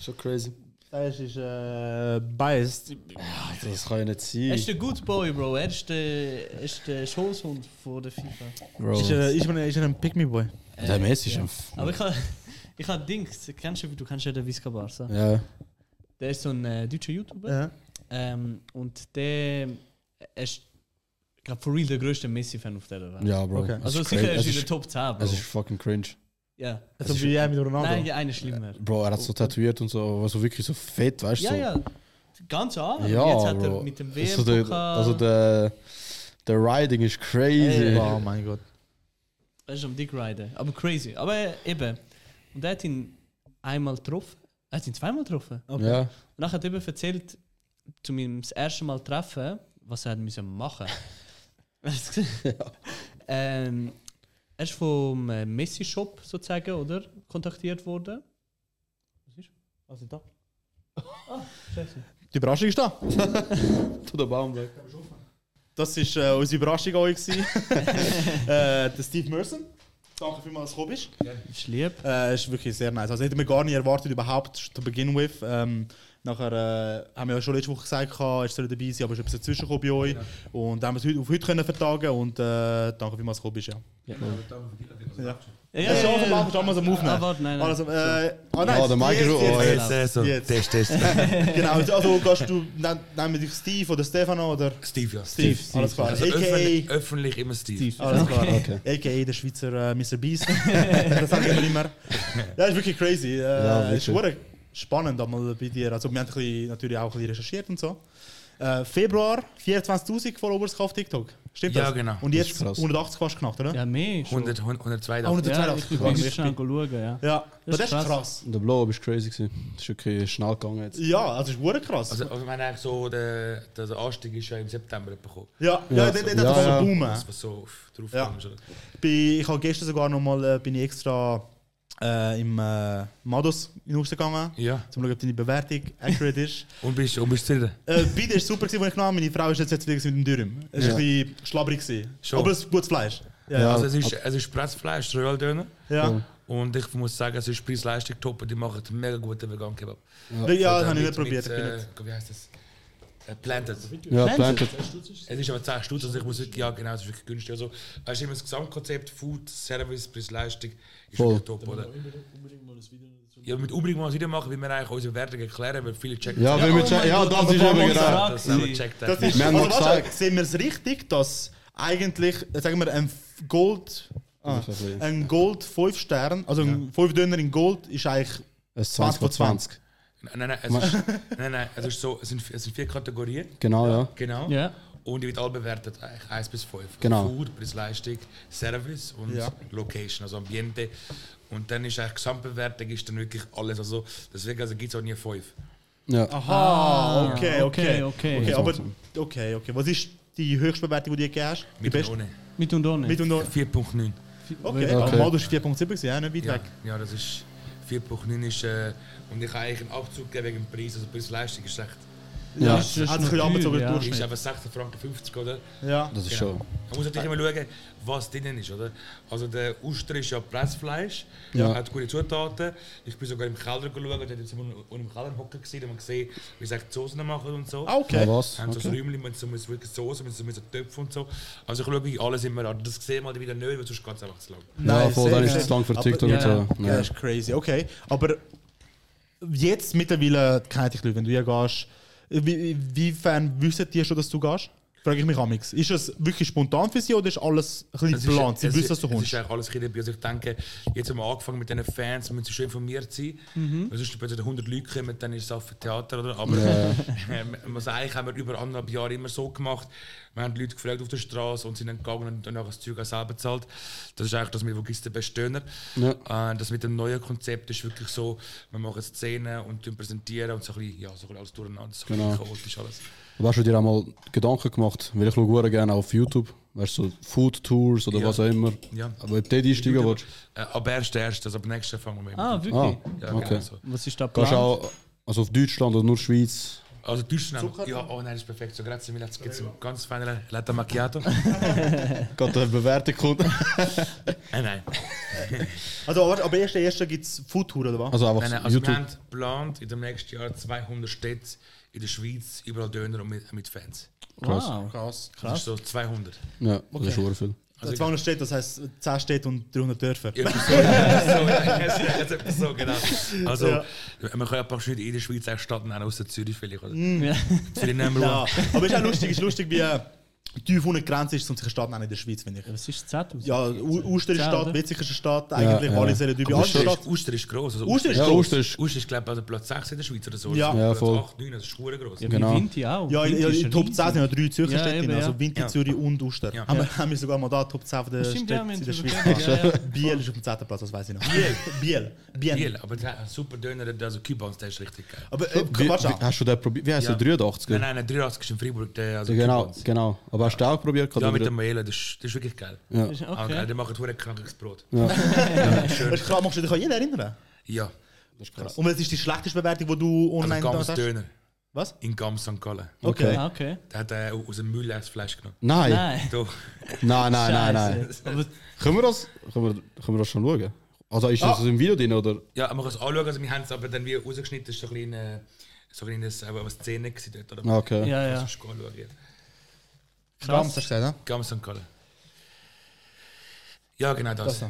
[SPEAKER 2] Schon crazy.
[SPEAKER 1] Das ist äh, biased.
[SPEAKER 2] Das kann ja nicht
[SPEAKER 3] Er
[SPEAKER 2] sein.
[SPEAKER 3] ist der Good Boy, Bro. Er ist der, er ist der Schoßhund von der FIFA.
[SPEAKER 2] Bro.
[SPEAKER 1] Ist er, ist er, ist er ein Pick-Me-Boy?
[SPEAKER 2] Der Messi ist ein. F
[SPEAKER 3] Aber ich habe ich hab Dings, kennst du, du kennst ja den Visca Barca.
[SPEAKER 2] ja.
[SPEAKER 3] Der ist so ein äh, deutscher YouTuber.
[SPEAKER 1] Ja.
[SPEAKER 3] Ähm, und der er ist, ich glaube, for real der größte Messi-Fan auf der Welt.
[SPEAKER 2] ja, Bro.
[SPEAKER 1] Okay.
[SPEAKER 2] Es
[SPEAKER 3] Also
[SPEAKER 2] ist
[SPEAKER 3] sicher
[SPEAKER 2] crazy.
[SPEAKER 3] er ist
[SPEAKER 2] Es
[SPEAKER 3] in der Top also. 10, Bro.
[SPEAKER 2] Es ist fucking cringe.
[SPEAKER 3] ja.
[SPEAKER 1] Also wie er mit Ronaldo.
[SPEAKER 3] Nein, ja, einer ist schlimmer.
[SPEAKER 2] Bro, er hat so tätowiert und so, aber so wirklich so fett, weißt du?
[SPEAKER 3] Ja,
[SPEAKER 2] so.
[SPEAKER 3] ja. Ganz an.
[SPEAKER 2] Ja,
[SPEAKER 3] Jetzt hat
[SPEAKER 2] Bro.
[SPEAKER 3] er mit dem WM
[SPEAKER 2] also der, also der, der Riding ist crazy.
[SPEAKER 3] Ey.
[SPEAKER 1] Oh mein Gott.
[SPEAKER 3] Er ist am Dick Rider. Aber crazy. Aber eben. Und er hat ihn einmal getroffen. Er hat ihn zweimal getroffen.
[SPEAKER 2] Ja.
[SPEAKER 3] Und dann hat er eben erzählt, zu meinem ersten Mal treffen, was er hat müssen machen musste. ähm, er ist vom äh, Messi-Shop sozusagen, oder? Kontaktiert worden.
[SPEAKER 1] Was ist da? Die Überraschung ist da.
[SPEAKER 2] Tu den Baum weg.
[SPEAKER 1] Das ist äh, unsere Überraschung an euch. gewesen. äh, der Steve Merson. Danke vielmals, dass du gekommen bist.
[SPEAKER 3] Ist lieb.
[SPEAKER 1] Äh, ist wirklich sehr nice. Also hätten wir gar nicht erwartet überhaupt, to begin with. Ähm, nachher äh, haben wir ja schon letzte Woche gesagt, gehabt, es soll dabei sein, aber es ist etwas dazwischen gekommen bei euch. Und dann haben wir es heute, auf heute können vertagen und äh, danke vielmals, dass du gekommen bist. Ja.
[SPEAKER 3] Ja,
[SPEAKER 1] Ja, schon, vom Bauch ist schon mal so am Aufnehmen.
[SPEAKER 3] Ah, warte, nein, nein.
[SPEAKER 1] Also, äh, ah, nein,
[SPEAKER 2] Ja, der Mike ist
[SPEAKER 1] jetzt,
[SPEAKER 2] schon-
[SPEAKER 1] jetzt, jetzt,
[SPEAKER 2] oh,
[SPEAKER 10] Also,
[SPEAKER 1] jetzt.
[SPEAKER 10] Test, Test.
[SPEAKER 1] Genau, also gehst du, nenn- nennen wir dich Steve oder Stefano oder
[SPEAKER 10] Steve, ja.
[SPEAKER 1] Steve, alles klar.
[SPEAKER 10] Also öffentlich,
[SPEAKER 1] AKA,
[SPEAKER 10] öffentlich immer Steve.
[SPEAKER 1] alles klar.
[SPEAKER 2] Okay.
[SPEAKER 1] AKA der Schweizer äh, Mr. Beast. das sagen wir immer. Ja, ist wirklich crazy. Äh,
[SPEAKER 2] Ja, wirklich.
[SPEAKER 1] Ist wirklich spannend einmal bei dir. Also wir haben ein bisschen, natürlich auch ein bisschen recherchiert und so. Äh, Februar 24'000 Followers auf TikTok. Stimmt
[SPEAKER 10] Ja,
[SPEAKER 1] das?
[SPEAKER 10] genau.
[SPEAKER 1] Und
[SPEAKER 2] Das
[SPEAKER 1] jetzt
[SPEAKER 2] ist krass.
[SPEAKER 1] 180 fast knackt, oder?
[SPEAKER 3] Ja, mehr. Schon.
[SPEAKER 10] 100, 102.
[SPEAKER 1] Ah, 100
[SPEAKER 3] Ja, ich bin
[SPEAKER 1] krass.
[SPEAKER 3] schnell schauen, ja.
[SPEAKER 1] Ja, aber das
[SPEAKER 3] ist
[SPEAKER 1] ist
[SPEAKER 3] krass.
[SPEAKER 1] krass.
[SPEAKER 2] Der Blow ist crazy gewesen. Das ist okay schnell gegangen jetzt.
[SPEAKER 1] Ja, also ist wirklich krass.
[SPEAKER 10] Also, also ich meine eigentlich so, der, der der Anstieg ist ja im September bekommen.
[SPEAKER 1] ja, ja,
[SPEAKER 2] Ja,
[SPEAKER 1] der
[SPEAKER 2] ja,
[SPEAKER 1] hat
[SPEAKER 2] ja.
[SPEAKER 1] so boomen.
[SPEAKER 10] Das was so auf- drauf
[SPEAKER 1] Ja.
[SPEAKER 10] kommst, oder?
[SPEAKER 1] bin, ich habe gestern sogar noch mal äh, bin ich extra äh, im äh, Mados in Hause gegangen,
[SPEAKER 10] Ja.
[SPEAKER 1] zum schauen, ob deine Bewertung accurate ist.
[SPEAKER 10] Und bist du bist zufrieden?
[SPEAKER 1] Äh, Beide war super, gewesen, wo ich genommen habe. Meine Frau ist jetzt jetzt wieder mit dem Dürüm. Es war ein bisschen schlabberig. gewesen.
[SPEAKER 10] Schon.
[SPEAKER 1] Aber es ist gutes Fleisch. Ja,
[SPEAKER 2] Ja.
[SPEAKER 1] ja.
[SPEAKER 10] Also es ist, es ist Pressfleisch, Royal Döner.
[SPEAKER 1] ja.
[SPEAKER 10] Und ich muss sagen, es ist Preis-Leistung top und die machen einen mega guten vegan Kebab.
[SPEAKER 1] ja. das
[SPEAKER 10] Äh,
[SPEAKER 1] habe ich
[SPEAKER 10] mit-
[SPEAKER 1] nicht probiert.
[SPEAKER 10] Mit,
[SPEAKER 1] ich bin
[SPEAKER 10] äh,
[SPEAKER 1] nicht.
[SPEAKER 10] wie heißt das? Äh, Planted.
[SPEAKER 2] Ja, planted.
[SPEAKER 10] Es ist aber 10 Stutz, also ich muss wirklich, ja genau, es ist wirklich günstig. Also, weißt du, immer das Gesamtkonzept, Food, Service, Preis-Leistung ist
[SPEAKER 2] Voll.
[SPEAKER 10] wirklich top, oder? Ja, mit unbedingt mal ein Video machen, wie wir eigentlich unsere Wertung erklären, weil viele checken
[SPEAKER 2] Ja,
[SPEAKER 10] das
[SPEAKER 2] wenn
[SPEAKER 10] nicht.
[SPEAKER 2] wir checken. Ja, das ist eben genau.
[SPEAKER 10] das selber checkt das
[SPEAKER 1] Das
[SPEAKER 10] nicht.
[SPEAKER 1] ist,
[SPEAKER 2] Wir haben
[SPEAKER 1] also,
[SPEAKER 2] mal
[SPEAKER 1] warte,
[SPEAKER 2] gesagt-
[SPEAKER 1] sehen wir es richtig, dass eigentlich, äh, sagen wir, ein F- Gold. Ah,
[SPEAKER 2] Das ist ein bisschen-
[SPEAKER 1] ein Gold 5 Stern, also ein 5 Döner in Gold ist eigentlich.
[SPEAKER 2] Es ist 20 von 20.
[SPEAKER 10] Nein, nein, nein, es ist, nein, nein, es ist so, es sind, es sind vier Kategorien,
[SPEAKER 2] Genau, ja.
[SPEAKER 10] genau.
[SPEAKER 3] Ja.
[SPEAKER 10] Und die wird alle bewertet, eigentlich 1 bis 5.
[SPEAKER 2] Genau.
[SPEAKER 10] Food, Preis-Leistung, Service und
[SPEAKER 1] Ja.
[SPEAKER 10] Location, also Ambiente. Und dann ist eigentlich Gesamtbewertung ist dann wirklich alles. Also deswegen also gibt es auch nie 5.
[SPEAKER 2] Ja.
[SPEAKER 1] Aha, Ah, okay, okay.
[SPEAKER 3] Ah, okay, okay.
[SPEAKER 1] Okay, aber. Okay, okay. Was ist die höchste Bewertung, die du gegeben hast? Die
[SPEAKER 10] Mit und
[SPEAKER 1] beste?
[SPEAKER 10] ohne.
[SPEAKER 3] Mit und ohne.
[SPEAKER 1] Mit und ohne.
[SPEAKER 10] 4.9.
[SPEAKER 1] Okay,
[SPEAKER 2] Okay.
[SPEAKER 1] aber Modus 4.7 gewesen, ja, nicht weit
[SPEAKER 10] Ja,
[SPEAKER 1] weg.
[SPEAKER 10] ja, das ist 4.9 ist, äh, und ich habe eigentlich einen Abzug gegeben wegen dem Preis, also Preis-Leistung ist echt.
[SPEAKER 2] Ja.
[SPEAKER 3] Das
[SPEAKER 1] Hat
[SPEAKER 3] ist
[SPEAKER 1] sich
[SPEAKER 3] noch
[SPEAKER 1] ein bisschen
[SPEAKER 3] teuer,
[SPEAKER 1] runtergezogen,
[SPEAKER 10] Ist
[SPEAKER 1] Durchschnitt.
[SPEAKER 10] einfach 16,50 Franken, oder?
[SPEAKER 1] Ja.
[SPEAKER 2] Das ist
[SPEAKER 10] Genau.
[SPEAKER 2] schon.
[SPEAKER 10] Man muss natürlich immer schauen, was drinnen ist. Oder? Also der Uster ist ja Pressfleisch, hat gute Zutaten. Ich bin sogar im Keller geschaut, da sind wir unten im Keller hocken gesehen, da haben wir gesehen, wie sie die Soßen machen und so.
[SPEAKER 1] Ah, okay.
[SPEAKER 2] Ja, was?
[SPEAKER 10] Haben so
[SPEAKER 2] Okay.
[SPEAKER 10] ein Räumchen mit so mit wirklich Soße, mit so mit so Töpfen und so. Also ich schaue wirklich alles immer an. Das sehen wir halt wieder nicht, weil sonst geht es einfach zu lang.
[SPEAKER 2] Ja, voll, dann
[SPEAKER 1] sehr
[SPEAKER 2] ist
[SPEAKER 1] schön.
[SPEAKER 2] es lang für
[SPEAKER 1] Aber-
[SPEAKER 2] TikTok und
[SPEAKER 3] Ja.
[SPEAKER 2] so.
[SPEAKER 1] Ja,
[SPEAKER 2] Ja.
[SPEAKER 1] das ist crazy. Okay, aber jetzt mittlerweile kennt dich Leute, wenn du hier gehst. Wie, wiefern wissen die schon, dass du gehst? Frage ich mich amix. Ist es wirklich spontan für sie oder ist alles ein bisschen
[SPEAKER 10] Es
[SPEAKER 1] geplant? Sie
[SPEAKER 10] es
[SPEAKER 1] wissen, dass du
[SPEAKER 10] es ist
[SPEAKER 1] kommst.
[SPEAKER 10] eigentlich alles Kinderbier. Also ich denke, jetzt haben wir angefangen mit diesen Fans, müssen sie schon informiert sein.
[SPEAKER 1] Mhm.
[SPEAKER 10] Weil sonst, wenn 100 Leute kommen, dann ist es auch für Theater, oder? Aber ähm, also eigentlich haben wir über anderthalb Jahre immer so gemacht. Wir haben die Leute gefragt auf der Straße und sind dann gegangen und dann nachher das Zeug auch selber bezahlt. Das ist eigentlich das mit wirklich der Bestöner. Äh, das mit dem neuen Konzept ist wirklich so, wir machen Szenen und tun präsentieren und so ein bisschen, ja, so ein bisschen alles durcheinander, so ein
[SPEAKER 2] Genau.
[SPEAKER 10] bisschen chaotisch alles.
[SPEAKER 2] Aber hast du dir auch mal Gedanken gemacht? Weil ich schaue sehr gerne auf YouTube, weißt du, so Food Tours oder
[SPEAKER 10] Ja.
[SPEAKER 2] was auch immer.
[SPEAKER 10] Ja.
[SPEAKER 2] Aber ob du dort einsteigen willst,
[SPEAKER 10] Äh, ab 1.1., also ab nächsten fangen wir mit.
[SPEAKER 3] Ah, wirklich?
[SPEAKER 2] ah,
[SPEAKER 10] ja,
[SPEAKER 2] okay.
[SPEAKER 10] genau so.
[SPEAKER 3] Was ist da
[SPEAKER 2] Kannst du
[SPEAKER 3] geplant?
[SPEAKER 2] auch also auf Deutschland oder nur Schweiz?
[SPEAKER 10] Also Deutschland. Ja, oh nein, das ist perfekt. So, grazie mille. Jetzt gibt es einen ganz feinen Latte Macchiato.
[SPEAKER 2] Gerade eine Bewertung kommt.
[SPEAKER 10] nein, nein.
[SPEAKER 1] Also, aber aber erst, erst gibt es Foodtour oder was?
[SPEAKER 2] Also einfach
[SPEAKER 10] nein, nein. Also wir
[SPEAKER 2] YouTube.
[SPEAKER 10] haben geplant, in dem nächsten Jahr 200 Städte in der Schweiz, überall Döner und mit, mit Fans.
[SPEAKER 3] Wow.
[SPEAKER 1] krass.
[SPEAKER 10] Das ist so 200.
[SPEAKER 2] Ja, das ist schon viel.
[SPEAKER 1] Also 200 Städte, das heißt 10 Städte und 300 Dörfer.
[SPEAKER 10] Ja, so, ja, so, ja, so, genau. Also,
[SPEAKER 1] Ja.
[SPEAKER 10] man kann ja praktisch nicht in der Schweiz auch Stadt nennen, außer Zürich vielleicht. Oder?
[SPEAKER 3] Ja.
[SPEAKER 10] Zürich nehmen wir
[SPEAKER 1] Mm. Ja,
[SPEAKER 10] an.
[SPEAKER 1] Ah, aber ist auch lustig, ist lustig, wie äh, tief ohne Grenze ist, um sich eine Stadt nennen in der Schweiz, finde ich.
[SPEAKER 3] Was ist Z aus?
[SPEAKER 1] Ja, U- Uster ist
[SPEAKER 3] Ja,
[SPEAKER 1] Stadt,
[SPEAKER 3] oder?
[SPEAKER 1] Witzig ist eine Stadt, eigentlich
[SPEAKER 2] ja.
[SPEAKER 1] alle sind über alle
[SPEAKER 10] Uster
[SPEAKER 1] Stadt.
[SPEAKER 10] ist, Uster ist gross. Also
[SPEAKER 1] Uster ist
[SPEAKER 2] Ja,
[SPEAKER 1] gross.
[SPEAKER 2] Oster ist.
[SPEAKER 10] Uster ist, glaube ich, also Platz 6 in der Schweiz oder so.
[SPEAKER 1] Ja.
[SPEAKER 10] Also
[SPEAKER 2] Ja,
[SPEAKER 10] Platz
[SPEAKER 2] voll.
[SPEAKER 10] 8, 9, das ist schwer gross.
[SPEAKER 3] Ja,
[SPEAKER 2] genau.
[SPEAKER 3] wie Vinti auch.
[SPEAKER 1] Ja, in,
[SPEAKER 3] Vinti
[SPEAKER 1] ja,
[SPEAKER 3] ist
[SPEAKER 1] in Top 10
[SPEAKER 3] riesig.
[SPEAKER 1] sind ja drei Zürcher
[SPEAKER 3] Ja,
[SPEAKER 1] Städte,
[SPEAKER 3] eben,
[SPEAKER 1] drin, also
[SPEAKER 3] ja.
[SPEAKER 1] Vinti,
[SPEAKER 10] Ja.
[SPEAKER 1] Zürich und Uster.
[SPEAKER 10] Ja.
[SPEAKER 1] Haben, wir, haben wir sogar mal da Top 10 von der
[SPEAKER 3] Stimmt,
[SPEAKER 1] Städte
[SPEAKER 3] ja, wir
[SPEAKER 1] in
[SPEAKER 3] haben
[SPEAKER 1] der
[SPEAKER 3] drüber
[SPEAKER 1] Schweiz.
[SPEAKER 3] geredet, ja, ja.
[SPEAKER 1] Biel ist auf dem 10. Platz, das weiß ich noch. Biel. Biel. Biel.
[SPEAKER 10] Biel, aber der super Döner, der- also Kübans, der ist richtig geil.
[SPEAKER 1] Aber äh,
[SPEAKER 2] Wie,
[SPEAKER 1] warte
[SPEAKER 2] wie,
[SPEAKER 1] schon.
[SPEAKER 2] hast du den probiert? Wie heißt
[SPEAKER 10] Ja.
[SPEAKER 2] der 83?
[SPEAKER 10] Nein, nein, nein, 83 ist in Freiburg, der, also
[SPEAKER 2] Ja, genau,
[SPEAKER 10] Kübans.
[SPEAKER 2] genau. Aber hast du den auch probiert?
[SPEAKER 10] Ja,
[SPEAKER 2] gerade
[SPEAKER 10] mit
[SPEAKER 2] oder?
[SPEAKER 10] dem Mailen, das, ist- das ist wirklich geil.
[SPEAKER 2] Ja.
[SPEAKER 10] Ah,
[SPEAKER 3] Okay.
[SPEAKER 10] geil, die machen ein krankes Brot.
[SPEAKER 1] Das ist klar, machst du dich an jeden erinnern?
[SPEAKER 10] Ja,
[SPEAKER 1] Und was ist die schlechteste Bewertung, die du
[SPEAKER 10] also
[SPEAKER 1] online
[SPEAKER 10] Gams
[SPEAKER 1] gemacht hast?
[SPEAKER 10] Döner
[SPEAKER 1] Was?
[SPEAKER 10] in Gams St. Gallen.
[SPEAKER 1] Okay.
[SPEAKER 3] Ah, okay.
[SPEAKER 10] Der hat äh, aus dem Müll ein Fleisch genommen.
[SPEAKER 2] Nein. nein,
[SPEAKER 3] Nein.
[SPEAKER 10] Doch.
[SPEAKER 2] nein, nein, nein.
[SPEAKER 3] Scheiße.
[SPEAKER 10] Also-
[SPEAKER 3] Aber
[SPEAKER 2] Können wir das, können wir, können wir das schon schauen? Also
[SPEAKER 10] Ah.
[SPEAKER 2] ist das im Video drin oder?
[SPEAKER 10] Ja, man kann es anschauen, also wir haben es aber dann wie rausgeschnitten, das ist so ein kleines, äh, so ein kleines, aber eine Szene gewesen dort, oder?
[SPEAKER 2] Ah, Okay.
[SPEAKER 3] Ja, ja.
[SPEAKER 10] Kannst du anschauen, ja.
[SPEAKER 1] Gams hast du gesagt,
[SPEAKER 10] Gams St. Gallen. Ja, genau das. Äh,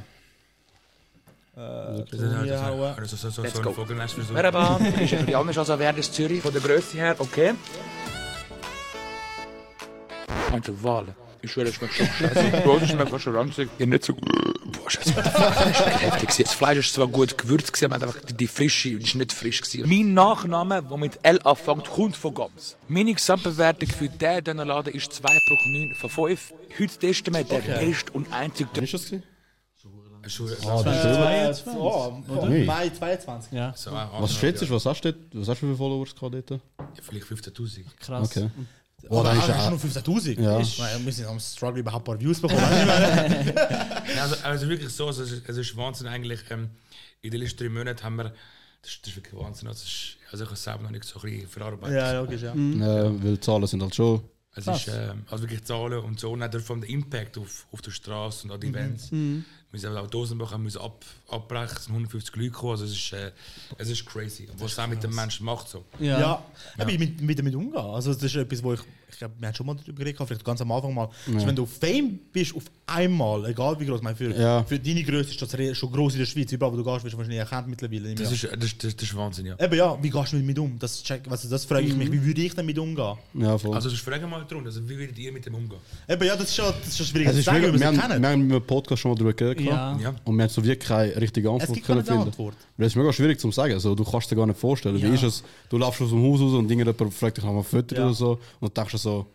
[SPEAKER 1] da.
[SPEAKER 10] Das ist- halt das ist-
[SPEAKER 1] ja.
[SPEAKER 10] das ist so- so- so ein Vogelnest oder so.
[SPEAKER 9] Merhaba, also ist ja etwas anders als ein Verdes Zürich, von der Größe her, okay. Also Wale. Ich schwöre, es schmeckt schon scheiße. Brot ist mir fast schon ranzig. Ja, nicht so gut. Boah, scheiße. Das Fleisch war heftig. gewesen. Das Fleisch ist zwar gut gewürzt, gewesen, aber einfach die, die Frische ist nicht frisch. Gewesen. Mein Nachname, der mit L anfängt, kommt von Gams. Meine Gesamtbewertung für diesen Dönerladen ist 2,9 von 5. Heute testen wir den best und einzig
[SPEAKER 2] Wann ist das? gewesen?
[SPEAKER 10] Entschuldigung,
[SPEAKER 2] Ah, das ist-
[SPEAKER 3] 22.
[SPEAKER 1] Oh,
[SPEAKER 2] Nee.
[SPEAKER 1] Mai 22.
[SPEAKER 3] Ja,
[SPEAKER 10] Also, so ein-
[SPEAKER 2] Was schätzt du, was hast du dort? Was hast du für Followers gehabt dort?
[SPEAKER 10] Ja, Vielleicht 15.000.
[SPEAKER 3] krass.
[SPEAKER 2] Okay.
[SPEAKER 1] Oh,
[SPEAKER 2] da
[SPEAKER 1] da
[SPEAKER 2] ist
[SPEAKER 1] ist
[SPEAKER 2] ja-
[SPEAKER 1] schon 15.000.
[SPEAKER 2] Ja.
[SPEAKER 1] Ich meine, Wir müssen am Struggle überhaupt ein paar Views bekommen. weißt du?
[SPEAKER 10] Nein, Also, also wirklich so, also es, ist, es ist Wahnsinn eigentlich. Ähm, in den letzten drei Monaten haben wir, das ist, das ist wirklich Wahnsinn, also, es ist, also ich habe es selber noch nicht so ein bisschen verarbeitet.
[SPEAKER 1] ja, logisch, ja.
[SPEAKER 2] Äh, weil die Zahlen sind halt schon.
[SPEAKER 10] Es ist ähm, also wirklich Zahlen und so, und auch vor allem der Impact auf, auf der Straße und an die
[SPEAKER 1] Mhm.
[SPEAKER 10] Events. Wir sind auch Dosenbach haben müssen ab, abbrechen, es sind 150 Leute gekommen, also es ist, äh, es ist crazy. Und was es auch mit dem Menschen macht so.
[SPEAKER 1] Ja. Aber ich mit, mit damit umgehen. Also das ist etwas, wo ich, ich glaube, wir haben schon mal darüber geredet, vielleicht ganz am Anfang mal. Dass wenn du Fame bist, auf einmal, egal wie groß, ich meine, für,
[SPEAKER 2] Ja.
[SPEAKER 1] für deine Größe ist das re- schon groß in der Schweiz. Überall, wo du gehst, wirst du wahrscheinlich erkannt mittlerweile. nehme ich
[SPEAKER 10] Das,
[SPEAKER 1] an.
[SPEAKER 10] ist, äh, das, das, das ist Wahnsinn, ja.
[SPEAKER 1] Eben ja, wie gehst du damit um? Das, check, also, das frage
[SPEAKER 2] Mhm.
[SPEAKER 1] ich mich, wie würde ich damit umgehen?
[SPEAKER 2] Ja, voll.
[SPEAKER 10] Also es ist fragen mal drum, also wie würdet ihr mit dem umgehen?
[SPEAKER 1] Eben ja, das ist schon, das ist schon schwierig
[SPEAKER 2] es
[SPEAKER 1] zu
[SPEAKER 2] ist
[SPEAKER 1] sagen,
[SPEAKER 2] mega,
[SPEAKER 1] weil
[SPEAKER 2] wir,
[SPEAKER 1] wir
[SPEAKER 2] haben,
[SPEAKER 1] sie
[SPEAKER 2] wir
[SPEAKER 1] kennen.
[SPEAKER 2] haben über Podcast schon mal darüber geredet.
[SPEAKER 3] Ja.
[SPEAKER 2] gehabt.
[SPEAKER 10] Ja.
[SPEAKER 2] Und wir haben so wie keine richtige Antwort
[SPEAKER 1] gibt
[SPEAKER 2] können
[SPEAKER 1] keine
[SPEAKER 2] finden.
[SPEAKER 1] Antwort.
[SPEAKER 2] Weil es ist mega schwierig zu sagen. Also, du kannst dir gar nicht vorstellen. Wie ist es? Du laufst aus dem Haus raus und irgendjemand fragt dich nach einem Foto
[SPEAKER 1] Ja.
[SPEAKER 2] oder so. Und denkst dir so,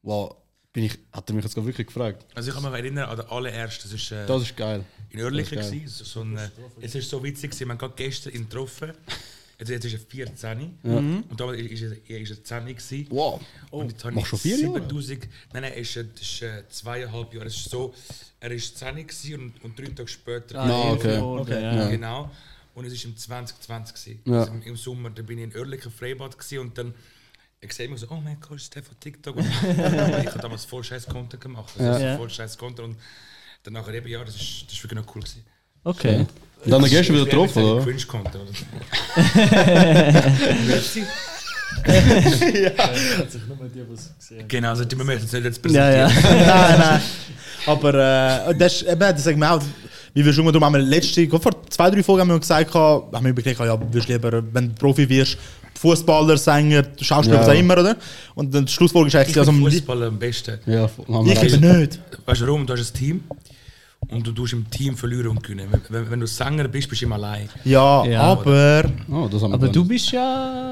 [SPEAKER 2] wow, bin ich, hat er mich jetzt gerade wirklich gefragt?
[SPEAKER 10] Also ich kann mich erinnern an den allerersten, das ist, äh,
[SPEAKER 2] Das ist geil.
[SPEAKER 10] in Oerlikon
[SPEAKER 2] Das ist geil.
[SPEAKER 10] gewesen. So, so ein, äh, es ist so witzig, gewesen, man hat gerade gestern ihn getroffen. Also jetzt ist er 14.
[SPEAKER 2] Mhm.
[SPEAKER 10] Und damals ist er, er ist er 10 gewesen.
[SPEAKER 2] Wow.
[SPEAKER 10] Und jetzt habe
[SPEAKER 2] Machst du
[SPEAKER 10] ich
[SPEAKER 2] Oh. vier Jahre?
[SPEAKER 10] 7000. Nein, nein, er ist, äh, das ist äh, zweieinhalb Jahre. Es ist so, er ist 10 gewesen und, und drei Tage später.
[SPEAKER 2] Ah,
[SPEAKER 3] elf
[SPEAKER 2] okay.
[SPEAKER 3] geworden,
[SPEAKER 1] Okay.
[SPEAKER 3] Ja.
[SPEAKER 10] Genau. Und es war im 2020. Gewesen.
[SPEAKER 2] Ja.
[SPEAKER 10] Also im, Im Sommer, da bin ich in Oerlikon Freibad gewesen und dann ich sehe mich so, oh mein Gott, ist der von TikTok? Und ich habe damals voll scheiß Content gemacht. Also
[SPEAKER 3] Ja.
[SPEAKER 10] voll scheiß Content. Und dann nachher eben, ja, das ist, das ist wirklich noch cool gewesen.
[SPEAKER 3] Okay.
[SPEAKER 2] Und dann gehst du wieder drauf, oder?
[SPEAKER 10] Cringe Content, oder? Genau, also die möchten es nicht jetzt
[SPEAKER 3] Ja, ja.
[SPEAKER 1] nein, nein. Aber äh, das, ist, eben, das sagen wir auch, wie wir schon mal darum haben, wir letzte, gerade vor zwei, drei Folgen haben wir gesagt, haben wir überlegt, ja, wirst lieber, wenn du Profi wirst, Fußballer, Sänger, Schauspieler,
[SPEAKER 2] Ja.
[SPEAKER 1] was auch immer, oder? Und dann die Schlussfolgerung ist eigentlich,
[SPEAKER 10] Ich also
[SPEAKER 1] also,
[SPEAKER 10] Fußball am besten.
[SPEAKER 2] Ja, haben wir
[SPEAKER 1] ich
[SPEAKER 2] recht.
[SPEAKER 1] eben nicht.
[SPEAKER 10] Weißt du warum? Du hast ein Team und du tust im Team verlieren und gewinnen. Wenn, wenn du Sänger bist, bist du immer allein.
[SPEAKER 1] Ja,
[SPEAKER 3] Ja.
[SPEAKER 1] aber.
[SPEAKER 2] Oh, das haben wir
[SPEAKER 3] Aber
[SPEAKER 2] gar
[SPEAKER 3] du
[SPEAKER 2] nicht.
[SPEAKER 3] bist ja.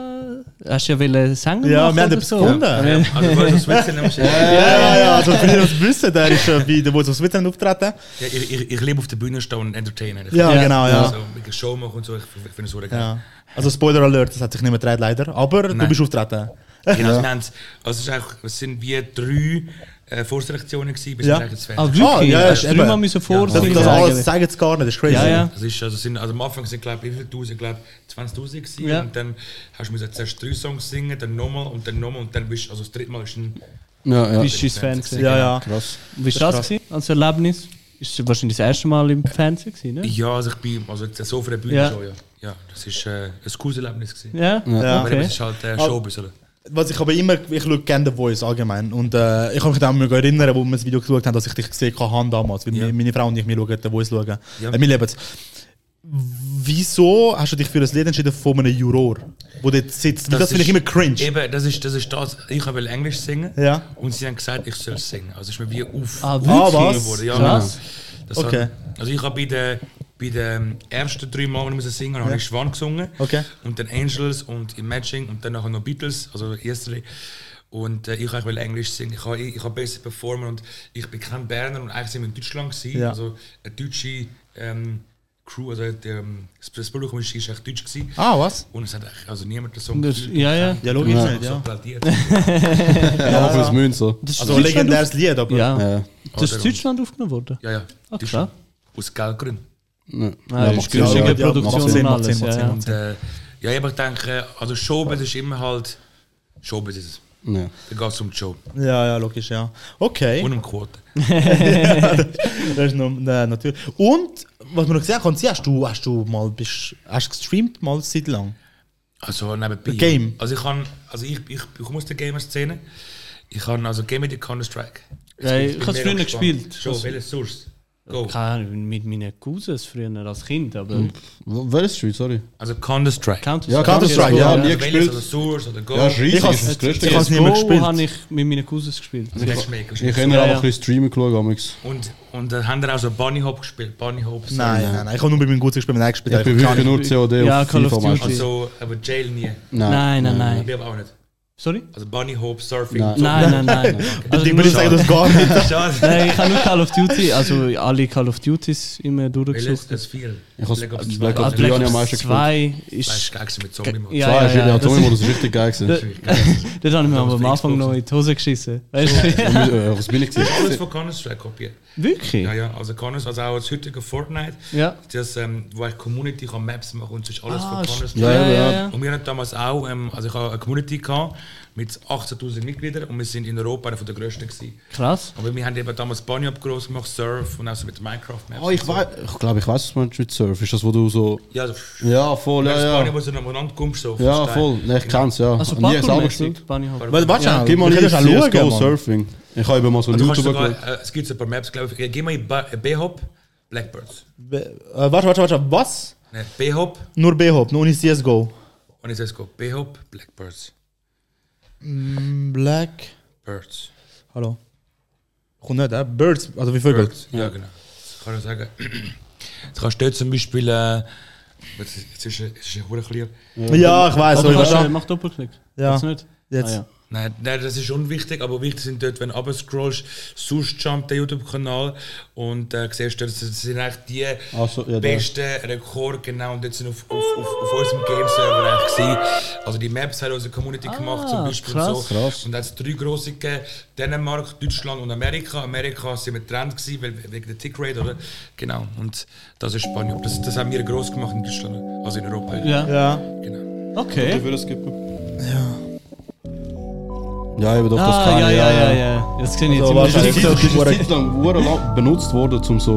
[SPEAKER 3] Hast ja wollen Sänger
[SPEAKER 1] Ja,
[SPEAKER 3] machen
[SPEAKER 1] wir haben
[SPEAKER 3] oder
[SPEAKER 1] etwas gefunden. Ja,
[SPEAKER 10] Also, weil du Switzerland nimmst, ja,
[SPEAKER 1] ja, ja. Also, für die, die es wissen, der ist äh, bei der Woods of Switzerland auftreten.
[SPEAKER 10] ich, ich, ich liebe auf der Bühne stehen und entertainen. Ich
[SPEAKER 1] Ja,
[SPEAKER 3] Ja.
[SPEAKER 1] genau, ja.
[SPEAKER 10] Also, mit Show machen und so, ich, ich finde es so geil.
[SPEAKER 1] ja. Also, Spoiler Alert, das hat sich nicht mehr gedreht, leider. Aber du
[SPEAKER 10] Nein.
[SPEAKER 1] bist auftreten.
[SPEAKER 10] Genau, das nennt's. Also, es, ist eigentlich, es sind wie drei äh, Vorselektionen gewesen, bis
[SPEAKER 1] Ja.
[SPEAKER 10] ja. eigentlich zu
[SPEAKER 3] Ah,
[SPEAKER 10] Ende.
[SPEAKER 3] wirklich?
[SPEAKER 1] Ah, ja,
[SPEAKER 3] hast
[SPEAKER 1] ist
[SPEAKER 3] du
[SPEAKER 1] eben.
[SPEAKER 3] dreimal müssen
[SPEAKER 1] Das,
[SPEAKER 3] vorsingen?
[SPEAKER 1] Also, das alles sagen sie gar nicht, das ist crazy.
[SPEAKER 3] ja, ja.
[SPEAKER 10] Das ist, also, sind, also am Anfang sind glaube ich, wie viel tausend, glaube 20.000 gewesen.
[SPEAKER 3] Ja.
[SPEAKER 10] Und dann hast du müssen zuerst drei Songs singen, dann nochmal und dann nochmal und dann bist also das dritte Mal ist ein
[SPEAKER 2] Ja, ja.
[SPEAKER 3] Bist du ins Fernsehen?
[SPEAKER 1] Ja, ja.
[SPEAKER 2] Krass.
[SPEAKER 3] Wie war das gewesen, als Erlebnis? Ist es wahrscheinlich das erste Mal im Fernsehen gewesen, ne?
[SPEAKER 10] Ja, also ich bin also jetzt so auf der Bühne
[SPEAKER 3] Ja.
[SPEAKER 10] schon, ja. Ja, das ist äh, ein cooles Erlebnis gewesen.
[SPEAKER 3] Ja?
[SPEAKER 1] Ja.
[SPEAKER 10] Aber eben,
[SPEAKER 3] Okay.
[SPEAKER 10] es ist halt äh, Showbiz, oder?
[SPEAKER 1] Was ich aber immer, ich schaue gerne The Voice allgemein. Und äh, ich kann mich dann auch mal erinnern, wo wir das Video geschaut haben, dass ich dich gesehen habe damals. Weil mi- meine Frau und ich, wir schauen The Voice. Schauen.
[SPEAKER 10] Ja.
[SPEAKER 1] Äh, wir leben es. Wieso hast du dich für ein Lied entschieden von einem Juror, wo dort sitzt? Das, das finde ich
[SPEAKER 10] ist-
[SPEAKER 1] immer cringe.
[SPEAKER 10] Eben, das ist das. Ist das. Ich habe Englisch singen
[SPEAKER 1] Ja.
[SPEAKER 10] und sie haben gesagt, ich soll singen. Also ist mir wie auf.
[SPEAKER 3] Ah,
[SPEAKER 1] Ah,
[SPEAKER 3] wirklich?
[SPEAKER 1] was?
[SPEAKER 10] wurde. Ja,
[SPEAKER 3] Krass.
[SPEAKER 10] Das
[SPEAKER 1] Okay.
[SPEAKER 10] Hat, also ich habe bei den, bei den ersten drei Mal, wo ich musste singen musste, habe ich Schwan gesungen.
[SPEAKER 1] Okay.
[SPEAKER 10] Und dann Angels und Imagine und dann nachher noch Beatles, also Yesterday. Und äh, ich wollte Englisch singen, ich kann, ich, ich kann besser performen und ich bin kein Berner und eigentlich sind wir in Deutschland gewesen,
[SPEAKER 1] Ja.
[SPEAKER 10] also eine deutsche ähm, Crew, also der, das Publikum ist ist echt deutsch gewesen.
[SPEAKER 1] Ah, was?
[SPEAKER 10] Und es hat echt- also niemand den Song
[SPEAKER 3] Das,
[SPEAKER 10] gefühlt.
[SPEAKER 3] ja, ja.
[SPEAKER 1] Ja, logisch
[SPEAKER 2] Ja.
[SPEAKER 1] nicht,
[SPEAKER 10] so
[SPEAKER 1] ja.
[SPEAKER 10] applaudiert.
[SPEAKER 2] Ja, aber fürs Münzen.
[SPEAKER 3] Das ist
[SPEAKER 1] Also ein
[SPEAKER 3] in Deutschland
[SPEAKER 1] legendäres Lied, aber.
[SPEAKER 3] Auf, ja.
[SPEAKER 2] Ja.
[SPEAKER 3] Das ist in Deutschland aufgenommen worden.
[SPEAKER 10] Ja, ja.
[SPEAKER 3] Ah,
[SPEAKER 10] Deutschland.
[SPEAKER 3] klar.
[SPEAKER 10] Aus Geldgründen.
[SPEAKER 2] Ja,
[SPEAKER 3] Ah, das
[SPEAKER 2] macht
[SPEAKER 3] ist günstige
[SPEAKER 2] Sinn, ja.
[SPEAKER 1] macht
[SPEAKER 3] Produktion
[SPEAKER 1] Sinn,
[SPEAKER 3] und
[SPEAKER 1] macht
[SPEAKER 3] alles.
[SPEAKER 1] Sinn,
[SPEAKER 3] Ja,
[SPEAKER 1] macht
[SPEAKER 3] ja.
[SPEAKER 1] Sinn.
[SPEAKER 10] Und, äh, ja, aber ich denke, also Showbiz ist immer halt. Showbiz ist es.
[SPEAKER 2] Ja.
[SPEAKER 10] Da geht es um die Show
[SPEAKER 1] Ja, ja, logisch, ja. Okay.
[SPEAKER 10] und um die Quote.
[SPEAKER 1] Das ist noch, ne, natürlich. Und, was wir noch gesehen haben, sie, hast du, hast du mal bist, hast gestreamt mal seit lang?
[SPEAKER 10] Also nebenbei.
[SPEAKER 1] Game.
[SPEAKER 10] Also ich kann, also ich, ich, ich komme aus der Gamer-Szene. Ich kann also Game mit Counter-Strike.
[SPEAKER 3] Ja, ich
[SPEAKER 10] bin
[SPEAKER 3] hab's
[SPEAKER 10] mega
[SPEAKER 3] früher
[SPEAKER 10] gespannt.
[SPEAKER 3] gespielt.
[SPEAKER 10] Schon,
[SPEAKER 3] Also-
[SPEAKER 10] welche Source?
[SPEAKER 1] Oh.
[SPEAKER 10] Go.
[SPEAKER 3] Keine Ahnung, mit meinen Cousins früher als Kind, aber
[SPEAKER 2] W- Wer ist Street, sorry?
[SPEAKER 10] Also Counter-Strike.
[SPEAKER 3] Counter-Strike.
[SPEAKER 1] Counter-Strike,
[SPEAKER 2] ja,
[SPEAKER 1] Hm. ja.
[SPEAKER 2] nie
[SPEAKER 10] Also welches, also
[SPEAKER 2] gespielt.
[SPEAKER 10] Source oder Go.
[SPEAKER 2] Ja, ist riesig,
[SPEAKER 1] Ich hab's-
[SPEAKER 2] ist das größte
[SPEAKER 1] ich
[SPEAKER 2] Game.
[SPEAKER 1] hab's- nie mehr gespielt.
[SPEAKER 3] habe ich mit meinen Cousins gespielt.
[SPEAKER 10] Matchmaker.
[SPEAKER 2] Ich habe immer
[SPEAKER 3] Ja,
[SPEAKER 2] auch
[SPEAKER 3] ja.
[SPEAKER 2] ein bisschen streamen geschaut, Amix.
[SPEAKER 10] Und, und dann haben wir auch so Bunny Hop gespielt. Bunny Hop. so.
[SPEAKER 1] Nein, nein, nein. Ich habe nur bei meinem guten Spiel nein gespielt.
[SPEAKER 2] Ich bin wirklich nur COD
[SPEAKER 3] Ja,
[SPEAKER 2] und
[SPEAKER 3] Call of
[SPEAKER 2] FIFA
[SPEAKER 3] Duty.
[SPEAKER 2] meistens.
[SPEAKER 10] Also, aber Jail nie. Äh,
[SPEAKER 3] Nein, nein,
[SPEAKER 10] Ich
[SPEAKER 3] nein.
[SPEAKER 10] bin aber auch nicht.
[SPEAKER 3] Sorry?
[SPEAKER 10] Also Bunny Hop, Surfing.
[SPEAKER 2] Nein.
[SPEAKER 3] Nein, nein, nein. Also
[SPEAKER 1] Ich
[SPEAKER 3] nur-
[SPEAKER 1] würde sagen, das gar nicht.
[SPEAKER 10] Schade.
[SPEAKER 3] Nein, ich habe nur Call of Duty, also alle Call of Duties immer
[SPEAKER 10] Welches?
[SPEAKER 3] durchgesucht.
[SPEAKER 10] Das viel.
[SPEAKER 2] Ich hab's- Black
[SPEAKER 10] zwei.
[SPEAKER 2] Ops
[SPEAKER 3] Ah,
[SPEAKER 2] die
[SPEAKER 3] Black
[SPEAKER 2] habe ich am
[SPEAKER 3] Ops
[SPEAKER 2] meisten gespielt.
[SPEAKER 3] 2
[SPEAKER 10] Weißt
[SPEAKER 3] ist...
[SPEAKER 10] du, Gags mit Zombie-Mode.
[SPEAKER 2] Zwei ja, ja, ja,
[SPEAKER 3] das
[SPEAKER 2] Zombie,
[SPEAKER 3] ist-
[SPEAKER 2] das ist richtig geil
[SPEAKER 3] Das-
[SPEAKER 2] gewesen.
[SPEAKER 3] Dort habe ich mir aber am
[SPEAKER 10] Xbox
[SPEAKER 3] Anfang noch in die Hose geschissen. Weißt du?
[SPEAKER 2] Ja, äh, Was bin ich
[SPEAKER 10] Alles
[SPEAKER 2] gewesen?
[SPEAKER 10] von Counter-Strike kopiert.
[SPEAKER 3] Wirklich?
[SPEAKER 10] Ja, ja, also Counter-Strike, also auch das heutige Fortnite,
[SPEAKER 3] Ja.
[SPEAKER 10] das, ähm, wo ich Community kann Maps machen und sonst alles
[SPEAKER 3] Ah,
[SPEAKER 10] von
[SPEAKER 2] Ja,
[SPEAKER 10] Counter-Strike.
[SPEAKER 2] ja,
[SPEAKER 3] ja,
[SPEAKER 2] ja.
[SPEAKER 3] ja.
[SPEAKER 10] Und wir hatten damals auch, ähm, also ich habe eine Community gehabt mit 18.000 Mitgliedern und wir sind in Europa einer von der grössten gewesen.
[SPEAKER 3] Krass.
[SPEAKER 10] Aber wir haben eben damals Bunny Up groß gemacht, Surf und auch so mit Minecraft-Maps.
[SPEAKER 2] Oh, ich
[SPEAKER 10] und so.
[SPEAKER 2] weiß, ich glaube, ich weiß, was meinst mit Surf. Ist das, wo du so.
[SPEAKER 10] Ja, also,
[SPEAKER 2] Ja, voll,
[SPEAKER 10] das
[SPEAKER 2] ja,
[SPEAKER 10] Bunny,
[SPEAKER 2] ja.
[SPEAKER 10] wo du umeinander kommst, so.
[SPEAKER 2] Ja,
[SPEAKER 10] verstehst du?
[SPEAKER 2] voll. Nein, ich kenn's, ja.
[SPEAKER 3] Also
[SPEAKER 2] Nie selber
[SPEAKER 3] Parkour-mäßig,
[SPEAKER 2] gespielt.
[SPEAKER 3] Bunny Hop.
[SPEAKER 1] Warte, warte schnell.
[SPEAKER 2] Geh mal
[SPEAKER 1] Wir
[SPEAKER 2] in
[SPEAKER 1] können ja schauen,
[SPEAKER 2] CSGO
[SPEAKER 1] Mann.
[SPEAKER 2] Surfing. Ich habe eben mal so einen
[SPEAKER 10] Also kannst du
[SPEAKER 2] YouTuber geschaut.
[SPEAKER 10] sogar, äh, es gibt so ein paar Maps, glaube ich. Ja, Geh mal in Ba- äh, B-Hop, Blackbirds.
[SPEAKER 1] Be- äh, Warte, warte, warte. Was?
[SPEAKER 10] Nein, B-Hop
[SPEAKER 1] Nur B-Hop, nur nicht CSGO.
[SPEAKER 10] und ich sage es go. B-Hop, Blackbirds.
[SPEAKER 1] Black.
[SPEAKER 10] Birds.
[SPEAKER 1] Hallo. Kommt nicht, äh? Birds, also wie Vögel.
[SPEAKER 10] Birds. Ja, genau. Das kann ich sagen. Jetzt kannst du dort zum Beispiel. Äh, jetzt ist- jetzt ist es ist ein clear.
[SPEAKER 1] Ja, ich weiß. aber
[SPEAKER 3] Also,
[SPEAKER 1] ich
[SPEAKER 3] mach,
[SPEAKER 1] verstehe.
[SPEAKER 3] mach Doppelklick.
[SPEAKER 1] Ja.
[SPEAKER 3] Kannst du nicht?
[SPEAKER 1] Jetzt.
[SPEAKER 3] Ah, ja.
[SPEAKER 10] Nein, nein, das ist unwichtig, aber wichtig sind dort, wenn du runterscrollst, suchst Jump, den YouTube-Kanal und äh, siehst dort, das sind eigentlich die
[SPEAKER 2] Ach so, ja, da.
[SPEAKER 10] besten Rekorde, genau, und dort sind auf, auf, auf, auf unserem Game-Server eigentlich gewesen. Also die Maps hat unsere Community gemacht zum Beispiel und
[SPEAKER 3] krass.
[SPEAKER 10] so. Und da hat es drei grosse gegeben, Dänemark, Deutschland und Amerika. Amerika sind wir Trend gewesen, weil, wegen der Tickrate, oder? Genau, und das ist Spanien. Das, das haben wir gross gemacht in Deutschland, also in Europa.
[SPEAKER 3] Ja.
[SPEAKER 1] Ja.
[SPEAKER 10] Genau.
[SPEAKER 3] Okay.
[SPEAKER 2] würde skippen. Ja. Ja, eben doch, das
[SPEAKER 3] Ah,
[SPEAKER 2] kann
[SPEAKER 3] ja,
[SPEAKER 2] ich,
[SPEAKER 3] ja, ja, ja. Jetzt sehe ich jetzt
[SPEAKER 1] So,
[SPEAKER 3] immer
[SPEAKER 1] warte,
[SPEAKER 3] die
[SPEAKER 2] Das ist
[SPEAKER 1] Ja,
[SPEAKER 2] eine
[SPEAKER 1] das ist
[SPEAKER 2] Zeit lang verdammt lang benutzt worden, um so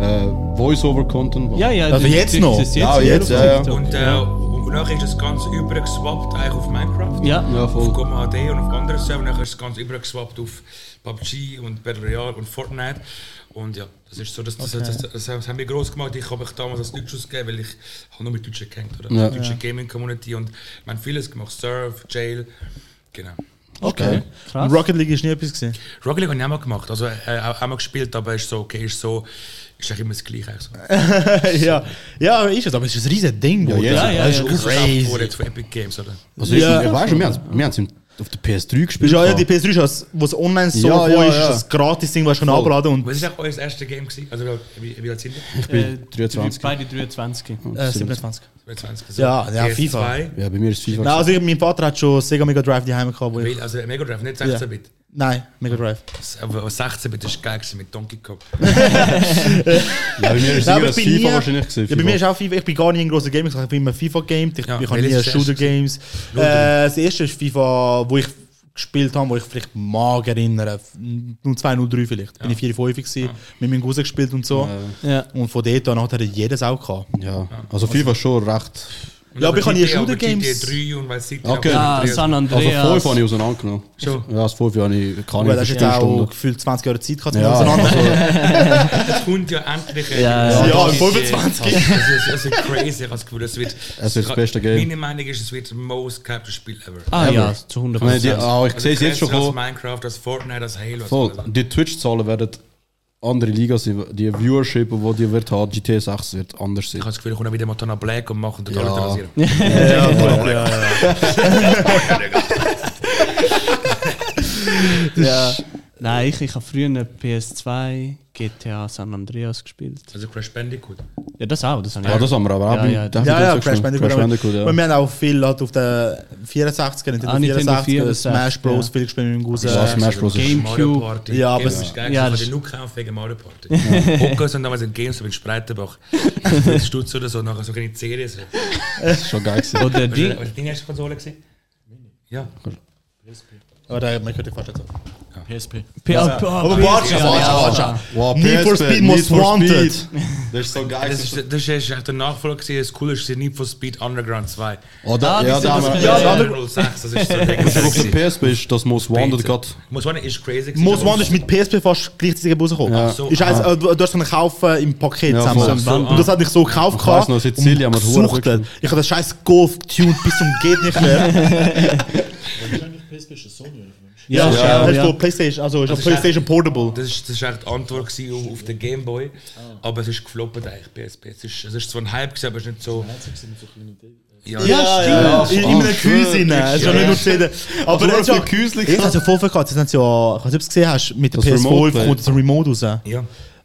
[SPEAKER 2] äh, Voice-Over-Content zu
[SPEAKER 3] Ja, ja.
[SPEAKER 1] Also
[SPEAKER 3] das-
[SPEAKER 1] jetzt
[SPEAKER 3] das-
[SPEAKER 1] noch?
[SPEAKER 3] das ist
[SPEAKER 2] Ja, jetzt,
[SPEAKER 3] auf
[SPEAKER 2] ja, ja.
[SPEAKER 3] TikTok.
[SPEAKER 10] Und, äh, und nachher ist das Ganze übergeswappt eigentlich auf Minecraft.
[SPEAKER 3] Ja.
[SPEAKER 2] Ja,
[SPEAKER 10] Auf
[SPEAKER 2] voll.
[SPEAKER 1] Also
[SPEAKER 10] Goma HD und auf andere Server. Dann ist das Ganze übergeswappt auf PUBG und Battle Royale und Fortnite. Und ja, das ist so, dass das,
[SPEAKER 1] Okay.
[SPEAKER 10] das, das, das, haben wir groß gemacht. Ich habe mich damals als Deutsch ausgegeben, weil ich habe nur mit Deutschen kennt oder?
[SPEAKER 2] Ja.
[SPEAKER 10] Deutsche
[SPEAKER 1] Ja.
[SPEAKER 10] Gaming Community und wir haben vieles gemacht. Surf, Jail, genau.
[SPEAKER 1] Okay.
[SPEAKER 3] Krass.
[SPEAKER 1] Rocket League ist nie etwas gesehen.
[SPEAKER 10] Rocket League habe ich auch mal gemacht, also äh, auch auch mal gespielt, aber ist so, okay, ist so, ist eigentlich immer das Gleiche. eigentlich So.
[SPEAKER 1] Äh, ja. ja, aber ist es. Aber es ist ein riesiges Ding. Bro.
[SPEAKER 2] Ja, ja,
[SPEAKER 1] Das ist
[SPEAKER 3] ja,
[SPEAKER 10] Das ist
[SPEAKER 1] crazy.
[SPEAKER 10] verkauft worden jetzt von Epic Games, oder?
[SPEAKER 2] Also, ich
[SPEAKER 1] Ja.
[SPEAKER 2] ich weiß schon, wir haben wir haben's im- auf der PS3 gespielt.
[SPEAKER 1] Ja, ja, die
[SPEAKER 2] gehabt.
[SPEAKER 1] PS3 ist, als- wo es online so
[SPEAKER 2] Ja,
[SPEAKER 1] ja,
[SPEAKER 2] ja,
[SPEAKER 1] ist,
[SPEAKER 2] ja.
[SPEAKER 1] das gratis Ding, was schon
[SPEAKER 2] Voll.
[SPEAKER 1] abladen und äh,
[SPEAKER 10] Was ist auch euer erstes Game gewesen? Also wie, wie- wie alt sind wir?
[SPEAKER 2] ich bin 23.
[SPEAKER 3] Äh, Beide 23.
[SPEAKER 1] äh, 27.
[SPEAKER 10] 22. so.
[SPEAKER 1] Ja, ja,
[SPEAKER 10] PS2,
[SPEAKER 1] FIFA.
[SPEAKER 2] Ja, bei mir ist es FIFA.
[SPEAKER 1] Nein, also ich, mein Vater hat schon Sega Mega Drive daheim gehabt, wo ich,
[SPEAKER 10] weil- Also Mega Drive, nicht
[SPEAKER 1] Ja.
[SPEAKER 10] 16-Bit.
[SPEAKER 1] Nein, Mega Drive.
[SPEAKER 10] Aber 16-Bit ist geil gewesen mit Donkey Kong.
[SPEAKER 2] ja, bei mir ist
[SPEAKER 1] Nein, aber
[SPEAKER 2] sicher das FIFA wahrscheinlich
[SPEAKER 1] ja,
[SPEAKER 2] gewesen.
[SPEAKER 1] bei mir ist auch FIFA. Ich bin gar nicht ein großer Gamer, ich bin immer FIFA gamed. Ich,
[SPEAKER 10] Ja,
[SPEAKER 1] ich habe nie
[SPEAKER 10] welches ist das
[SPEAKER 1] Shooter
[SPEAKER 10] erste?
[SPEAKER 1] Games. Äh, das erste ist FIFA, wo ich gespielt habe, wo ich vielleicht mag erinnern. 0203 vielleicht. Bin ich 4 5 gewesen, mit meinem Cousin gespielt und so.
[SPEAKER 3] Ja.
[SPEAKER 1] Und von dort an hat er jedes auch gehabt.
[SPEAKER 2] Ja, also FIFA ist schon recht.
[SPEAKER 10] Und
[SPEAKER 1] Ja, aber ich habe nie
[SPEAKER 10] GTA,
[SPEAKER 1] Shooter Games.
[SPEAKER 10] GTA 3 und weil City.
[SPEAKER 2] Okay.
[SPEAKER 3] Ja,
[SPEAKER 10] aber-
[SPEAKER 3] San
[SPEAKER 2] Also
[SPEAKER 3] Andreas.
[SPEAKER 2] 5 habe ich auseinandergenommen.
[SPEAKER 10] Schon.
[SPEAKER 2] Ja, das 5 habe ich keine
[SPEAKER 1] Weil das ist jetzt auch
[SPEAKER 2] Stunde.
[SPEAKER 1] gefühlt 20 Jahre Zeit gehabt, um
[SPEAKER 2] Ja,
[SPEAKER 1] auseinander.
[SPEAKER 2] also,
[SPEAKER 10] Es kommt ja endlich. äh,
[SPEAKER 3] Ja,
[SPEAKER 10] das-
[SPEAKER 1] ja,
[SPEAKER 10] das-
[SPEAKER 1] 25.
[SPEAKER 10] Das ist, das ist crazy, ich habe das Gefühl, es wird.
[SPEAKER 2] Es wird das beste Game.
[SPEAKER 10] Meine Meinung ist, es wird das most gehypte Spiel ever.
[SPEAKER 3] Ah ja, zu
[SPEAKER 2] ich meine, die,
[SPEAKER 3] 100%.
[SPEAKER 2] auch, ich
[SPEAKER 10] Also
[SPEAKER 2] sehe es jetzt schon
[SPEAKER 10] krasser als
[SPEAKER 2] kommen.
[SPEAKER 10] Minecraft, als Fortnite, als Halo.
[SPEAKER 2] Voll,
[SPEAKER 10] Also,
[SPEAKER 2] die Twitch-Zahlen werden andere Liga sein. Die Viewership, die die wird haben, GTA 6 wird anders sein.
[SPEAKER 10] Ich habe das Gefühl, ich komme wieder Montana Black und machen den
[SPEAKER 2] Ja.
[SPEAKER 10] ja. Toiletten rasieren.
[SPEAKER 3] Nein, ich, ich habe früher eine PS2, GTA San Andreas gespielt.
[SPEAKER 10] Also Crash Bandicoot.
[SPEAKER 3] Ja, das auch, das habe ich
[SPEAKER 2] Ja,
[SPEAKER 3] auch.
[SPEAKER 2] das haben wir aber auch.
[SPEAKER 3] Ja,
[SPEAKER 2] beim-
[SPEAKER 3] ja,
[SPEAKER 2] da haben
[SPEAKER 1] Ja,
[SPEAKER 2] wir
[SPEAKER 1] Also ja,
[SPEAKER 2] das
[SPEAKER 1] Crash
[SPEAKER 2] gesehen.
[SPEAKER 1] Bandicoot.
[SPEAKER 2] Crash Bandicoot,
[SPEAKER 1] Und
[SPEAKER 2] ja.
[SPEAKER 1] wir haben auch viel halt auf der 64er, Nintendo
[SPEAKER 3] Ah, Nintendo
[SPEAKER 1] 64,
[SPEAKER 3] 64,
[SPEAKER 1] Smash Bros.
[SPEAKER 3] ja.
[SPEAKER 1] viel gespielt mit meinem Cousin.
[SPEAKER 2] Ja, Smash Bros. ist...
[SPEAKER 10] Mario
[SPEAKER 3] Gamecube.
[SPEAKER 10] Party.
[SPEAKER 1] Ja, aber
[SPEAKER 10] Games
[SPEAKER 1] es-
[SPEAKER 10] ist
[SPEAKER 3] ja,
[SPEAKER 10] geil. Ja, ich
[SPEAKER 3] das-
[SPEAKER 10] habe den Look gekauft wegen Mario Party. Hockers sind damals in Games, so in Spreitenbach. Mit Stutz oder so, nachher so kleine Series. Weißt
[SPEAKER 2] Das ist schon geil gewesen.
[SPEAKER 3] Oder
[SPEAKER 10] du,
[SPEAKER 3] die
[SPEAKER 10] was ist deine erste Konsole gesehen? Ja.
[SPEAKER 1] Aber da, man könnte fast dazu.
[SPEAKER 11] PSP.
[SPEAKER 1] Aber warte, warte, warte.
[SPEAKER 2] Wow,
[SPEAKER 1] Need for
[SPEAKER 2] PSP,
[SPEAKER 1] Speed
[SPEAKER 2] Need
[SPEAKER 1] Most
[SPEAKER 2] for
[SPEAKER 1] Wanted.
[SPEAKER 2] Speed. Das ist so geil.
[SPEAKER 10] Das ist, das ist echt der Nachfolger gewesen. Das Coole ist Need for Speed Underground 2.
[SPEAKER 2] Oh, da,
[SPEAKER 3] Ah,
[SPEAKER 2] ja,
[SPEAKER 3] das
[SPEAKER 2] da haben
[SPEAKER 3] ist
[SPEAKER 2] wir...
[SPEAKER 3] das-
[SPEAKER 2] Ja,
[SPEAKER 10] Ja,
[SPEAKER 2] da-
[SPEAKER 10] 06, das ist so
[SPEAKER 2] Auf der PSP ist das Most Wanted gerade...
[SPEAKER 10] Muss man ist crazy. gewesen.
[SPEAKER 1] Most Wanted ist mit PSP fast gleichzeitig rausgekommen.
[SPEAKER 2] Ja. Ach
[SPEAKER 10] so,
[SPEAKER 1] Ist eins, äh, du, du hast können kaufen im Paket
[SPEAKER 2] Ja,
[SPEAKER 1] zusammen.
[SPEAKER 2] voll.
[SPEAKER 10] So,
[SPEAKER 1] und das hat ich so gekauft.
[SPEAKER 2] Ich weiss noch, Sizilien
[SPEAKER 1] und
[SPEAKER 2] hat verdammt
[SPEAKER 1] gesuchtet. Ich habe das scheiß Golf getuned bis zum geht nicht mehr.
[SPEAKER 11] Wahrscheinlich PSP ist ein Sony oder Mensch.
[SPEAKER 3] Ja,
[SPEAKER 1] Das
[SPEAKER 3] ja,
[SPEAKER 1] ist
[SPEAKER 3] ja.
[SPEAKER 1] von PlayStation, also ist auf
[SPEAKER 10] ist
[SPEAKER 1] PlayStation Portable.
[SPEAKER 10] Das ist, das ist echt die Antwort gewesen auf, auf den Gameboy. Aber es ist gefloppt eigentlich, PSP. Es ist, es ist zwar ein Hype gewesen, aber es ist nicht so. Ja,
[SPEAKER 1] Ja, stimmt. In
[SPEAKER 2] Ah,
[SPEAKER 1] in einem
[SPEAKER 2] schön.
[SPEAKER 1] Gehäuse rein. Es ist ja
[SPEAKER 10] Ja.
[SPEAKER 1] nicht nur CD. Aber
[SPEAKER 2] nur
[SPEAKER 1] jetzt ja
[SPEAKER 2] für Gehäuse
[SPEAKER 1] Jetzt hat es ja vorher gehabt. Jetzt haben sie ja, ich weiß nicht, ob du es gesehen hast, mit der
[SPEAKER 2] Das Remote
[SPEAKER 1] PS5
[SPEAKER 2] Play.
[SPEAKER 1] kommt das Remote raus.
[SPEAKER 10] Ja.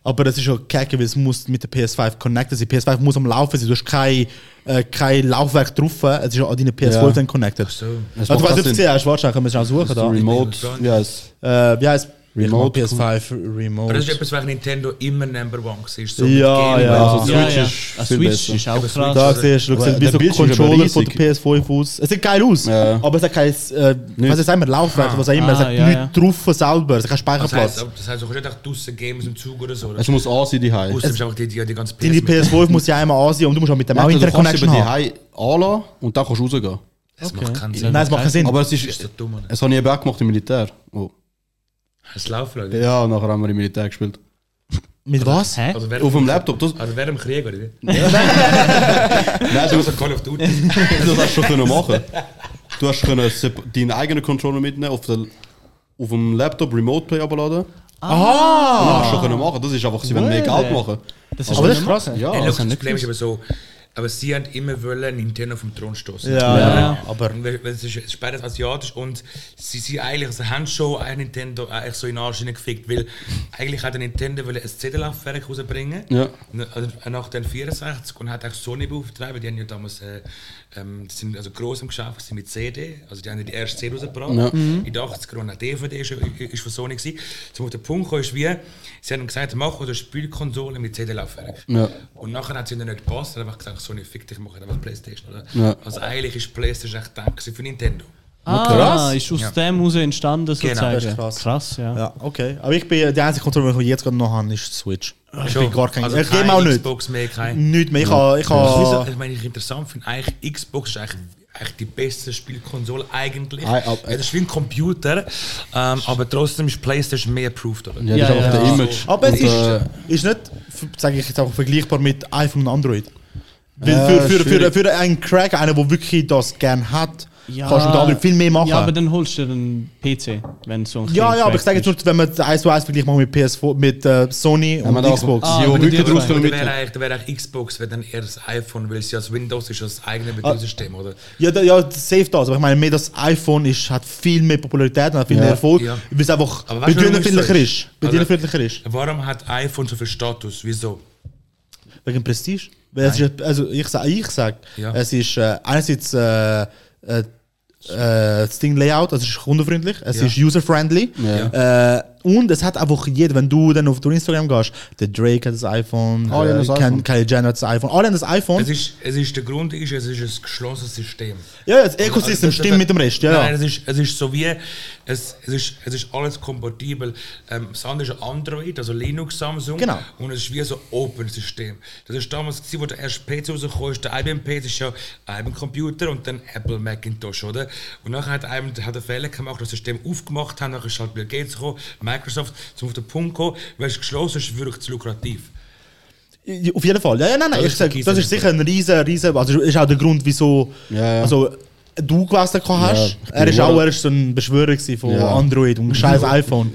[SPEAKER 1] Aber das ist ja kacke, weil es muss mit der PS5 connected sein. Also Die PS5 muss am Laufen sein. Du hast kein, äh, kein Laufwerk drauf. Es ist ja an deine PS5
[SPEAKER 2] Ja.
[SPEAKER 1] dann connected.
[SPEAKER 10] So.
[SPEAKER 1] Also, du weißt, ob du es gesehen hast. Warte, können wir es auch suchen. Da.
[SPEAKER 2] Remote, ja, es-
[SPEAKER 1] Äh, wie heißt
[SPEAKER 2] Remote.
[SPEAKER 1] PS5
[SPEAKER 10] Aber das ist
[SPEAKER 1] Remote.
[SPEAKER 10] etwas, was Nintendo immer Number One war. So mit
[SPEAKER 1] Ja,
[SPEAKER 10] Gameboy.
[SPEAKER 1] ja.
[SPEAKER 2] Also,
[SPEAKER 3] Ja,
[SPEAKER 2] Switch
[SPEAKER 3] ja.
[SPEAKER 2] ist
[SPEAKER 3] Ein
[SPEAKER 2] viel
[SPEAKER 3] Switch
[SPEAKER 2] besser.
[SPEAKER 3] ist
[SPEAKER 1] Da
[SPEAKER 3] auch krass.
[SPEAKER 1] siehst du, du
[SPEAKER 2] Aber
[SPEAKER 1] siehst wie
[SPEAKER 2] der
[SPEAKER 1] so
[SPEAKER 2] Bildschirm ist aber
[SPEAKER 1] Controller von der
[SPEAKER 2] riesig.
[SPEAKER 1] PS5 aus. Es sieht geil aus,
[SPEAKER 2] Ja.
[SPEAKER 1] aber es hat kein, äh, was ist immer, Laufwerk, was auch immer. Es
[SPEAKER 3] Ah,
[SPEAKER 1] hat
[SPEAKER 3] ja,
[SPEAKER 1] nichts
[SPEAKER 3] ja.
[SPEAKER 1] drauf selber, es
[SPEAKER 2] Also,
[SPEAKER 1] hat keinen
[SPEAKER 10] Das
[SPEAKER 1] Speicherplatz.
[SPEAKER 10] heißt, das heißt, du kannst nicht einfach draußen Games im Zug oder so. Oder?
[SPEAKER 2] Es
[SPEAKER 10] Außer
[SPEAKER 2] muss an sein, die Hause.
[SPEAKER 10] du bist einfach die, die, die ganze
[SPEAKER 1] Deine
[SPEAKER 10] mit-
[SPEAKER 1] PS5 muss ja einmal ansehen und du musst auch mit dem
[SPEAKER 2] Ja,
[SPEAKER 1] auch
[SPEAKER 2] also du kannst
[SPEAKER 1] Interconnection
[SPEAKER 2] über die
[SPEAKER 1] haben.
[SPEAKER 2] Hause anlassen und dann kannst du rausgehen.
[SPEAKER 10] Das macht keinen Sinn.
[SPEAKER 1] Nein, es macht keinen Sinn.
[SPEAKER 2] Aber es
[SPEAKER 10] Das ist
[SPEAKER 2] ist...
[SPEAKER 10] so dumm. Mann.
[SPEAKER 2] Es habe ich eben auch gemacht im Militär. Oh.
[SPEAKER 10] Es läuft, Leute.
[SPEAKER 2] Ja, nachher haben wir im Militär gespielt.
[SPEAKER 1] Mit was?
[SPEAKER 3] Hä?
[SPEAKER 10] Also, wer,
[SPEAKER 2] Auf dem Laptop, das,
[SPEAKER 10] also wer im Krieg, oder? wie?
[SPEAKER 2] nein, du,
[SPEAKER 10] Also Call of Duty.
[SPEAKER 2] das hast du schon können machen. Du hast können sep- deinen eigenen Controller mitnehmen, auf, den, auf dem Laptop Remote Play abladen. Ah! Das hast du schon können machen. Das ist einfach, sie wollen mehr Geld machen.
[SPEAKER 3] Das
[SPEAKER 1] Aber das ist krass.
[SPEAKER 2] Ja,
[SPEAKER 10] Ey, look,
[SPEAKER 2] also,
[SPEAKER 10] das Problem ist aber so, aber sie haben immer wollen Nintendo vom Thron stoßen.
[SPEAKER 1] ja.
[SPEAKER 10] Aber weil weil es ist, es ist beides asiatisch und sie sind eigentlich, also haben schon ein Nintendo äh, eigentlich so in den Arsch hineingefickt, weil eigentlich hat der Nintendo wollen ein CD-Laufwerk rausbringen,
[SPEAKER 2] Ja.
[SPEAKER 10] Na- also nach den 64 und hat auch Sony beauftragt, die haben ja damals, äh, ähm, die sind also groß im Geschäft gewesen mit CD, also die haben ja die erste CD rausgebracht,
[SPEAKER 2] Ja.
[SPEAKER 10] in den 80er und auch DVD ist, ist von Sony gewesen. Zum auf den Punkt gekommen ist wie, sie haben gesagt, mach eine Spielkonsole mit CD-Laufwerk.
[SPEAKER 2] Ja.
[SPEAKER 10] Und nachher hat sie ihnen nicht gepasst, hat einfach gesagt, Sony fick dich, mach einfach Playstation, oder?
[SPEAKER 2] Ja.
[SPEAKER 10] Also eigentlich ist Playstation echt da gewesen für Nintendo.
[SPEAKER 3] Ah,
[SPEAKER 1] Krass.
[SPEAKER 3] ist aus dem raus entstanden
[SPEAKER 1] Genau.
[SPEAKER 3] sozusagen.
[SPEAKER 1] Das ist krass.
[SPEAKER 3] krass, ja.
[SPEAKER 1] Ja, okay. Aber ich bin, die einzige Kontrolle, die ich jetzt gerade noch habe, ist die Switch. Ich
[SPEAKER 10] Schon.
[SPEAKER 1] bin gar kein
[SPEAKER 10] Also
[SPEAKER 1] Ich
[SPEAKER 10] keine
[SPEAKER 1] game auch nicht. Ah.
[SPEAKER 10] Xbox mehr, kein.
[SPEAKER 1] Nicht mehr. Ich habe. Ich
[SPEAKER 10] Das ist-
[SPEAKER 1] habe
[SPEAKER 10] ich meine, ich interessant finde, eigentlich Xbox ist eigentlich, eigentlich die beste Spielkonsole eigentlich.
[SPEAKER 2] Ah, ab-
[SPEAKER 10] das ist wie ein Computer, ähm, aber trotzdem ist PlayStation mehr approved, oder?
[SPEAKER 2] Ja, das ist einfach der Image.
[SPEAKER 1] aber es
[SPEAKER 2] Und,
[SPEAKER 1] ist,
[SPEAKER 2] äh,
[SPEAKER 1] ist nicht, sage ich jetzt auch, vergleichbar mit iPhone und Android. Weil
[SPEAKER 2] Ja,
[SPEAKER 1] für, für, für,
[SPEAKER 2] schwierig.
[SPEAKER 1] für einen Crack, einer, der wirklich das gerne hat,
[SPEAKER 3] Ja.
[SPEAKER 1] kannst du mit Android viel mehr machen.
[SPEAKER 3] Ja, aber dann holst du dir einen PC, wenn so ein
[SPEAKER 1] Ja,
[SPEAKER 3] kleiner
[SPEAKER 1] ja, aber ich
[SPEAKER 3] Crack
[SPEAKER 1] sage jetzt nur, wenn man eins zu eins vergleicht machen mit PS4, mit äh, Sony und
[SPEAKER 2] man da auch-
[SPEAKER 1] Xbox.
[SPEAKER 2] Ah, Ja, wenn wirklich die drauf zwei-
[SPEAKER 10] Da
[SPEAKER 2] können mit-
[SPEAKER 10] wäre eigentlich, da wäre eigentlich Xbox, wäre dann eher das iPhone, weil es ja das Windows ist, ja das
[SPEAKER 2] Ah.
[SPEAKER 10] eigene Betriebssystem, oder?
[SPEAKER 1] Ja, da, ja, safe das. Aber ich meine, mehr das iPhone ist, hat viel mehr Popularität und hat viel
[SPEAKER 10] Ja.
[SPEAKER 1] mehr Erfolg,
[SPEAKER 10] Ja.
[SPEAKER 1] weil es einfach
[SPEAKER 10] Aber weißt du, Also, warum
[SPEAKER 1] bedienerfreundlicher
[SPEAKER 10] es so
[SPEAKER 1] ist. Bedienerfreundlicher ist.
[SPEAKER 10] Warum hat iPhone so viel Status? Wieso?
[SPEAKER 1] Wegen Prestige. Weil es ist, also ich sage, ich sag,
[SPEAKER 10] Ja.
[SPEAKER 1] es ist äh, einerseits äh, äh, äh, das Ding Layout, also es ist kundenfreundlich, es
[SPEAKER 2] Ja.
[SPEAKER 1] ist user-friendly äh, und es hat einfach jeder, wenn du dann auf dein Instagram gehst, der Drake hat das iPhone,
[SPEAKER 2] Alle haben
[SPEAKER 1] äh,
[SPEAKER 2] das
[SPEAKER 1] Ken-
[SPEAKER 2] iPhone.
[SPEAKER 1] Kylie Jenner hat das iPhone, alle haben das iPhone.
[SPEAKER 10] Es ist, es ist, der Grund ist, es ist ein geschlossenes System.
[SPEAKER 1] Ja, ja, das Ökosystem
[SPEAKER 10] das- das-
[SPEAKER 1] stimmt mit dem Rest, ja, ja.
[SPEAKER 10] Also, Nein, es ist, es ist so wie, es, es, ist, es ist alles kompatibel. Ähm, das andere ist Android, also Linux, Samsung.
[SPEAKER 1] Genau.
[SPEAKER 10] Und es ist wie so ein Open-System. Das ist damals, gewesen, wo der erste PC rausgekommen ist, der IBM PC ist ja IBM Computer und dann Apple Macintosh, oder? Und nachher hat einem hat der Fehler gemacht, das System aufgemacht haben, nachher ist halt Bill Gates gekommen, Microsoft, zum auf den Punkt gekommen, weil es geschlossen ist, wirkt es lukrativ.
[SPEAKER 1] Ja, Auf jeden Fall. Ja, ja nein, nein.
[SPEAKER 10] Das
[SPEAKER 1] Ich
[SPEAKER 10] ist
[SPEAKER 1] sag,
[SPEAKER 10] vergessen
[SPEAKER 1] das ist sicher ein riesen, riesen. Also ist auch der Grund, wieso.
[SPEAKER 2] ja.
[SPEAKER 1] Also du gewesen hast.
[SPEAKER 2] Ja, ich bin
[SPEAKER 1] er ist
[SPEAKER 2] hure-
[SPEAKER 1] auch er ist so ein Beschwörer gewesen von
[SPEAKER 2] Ja.
[SPEAKER 1] Android und scheiß iPhone.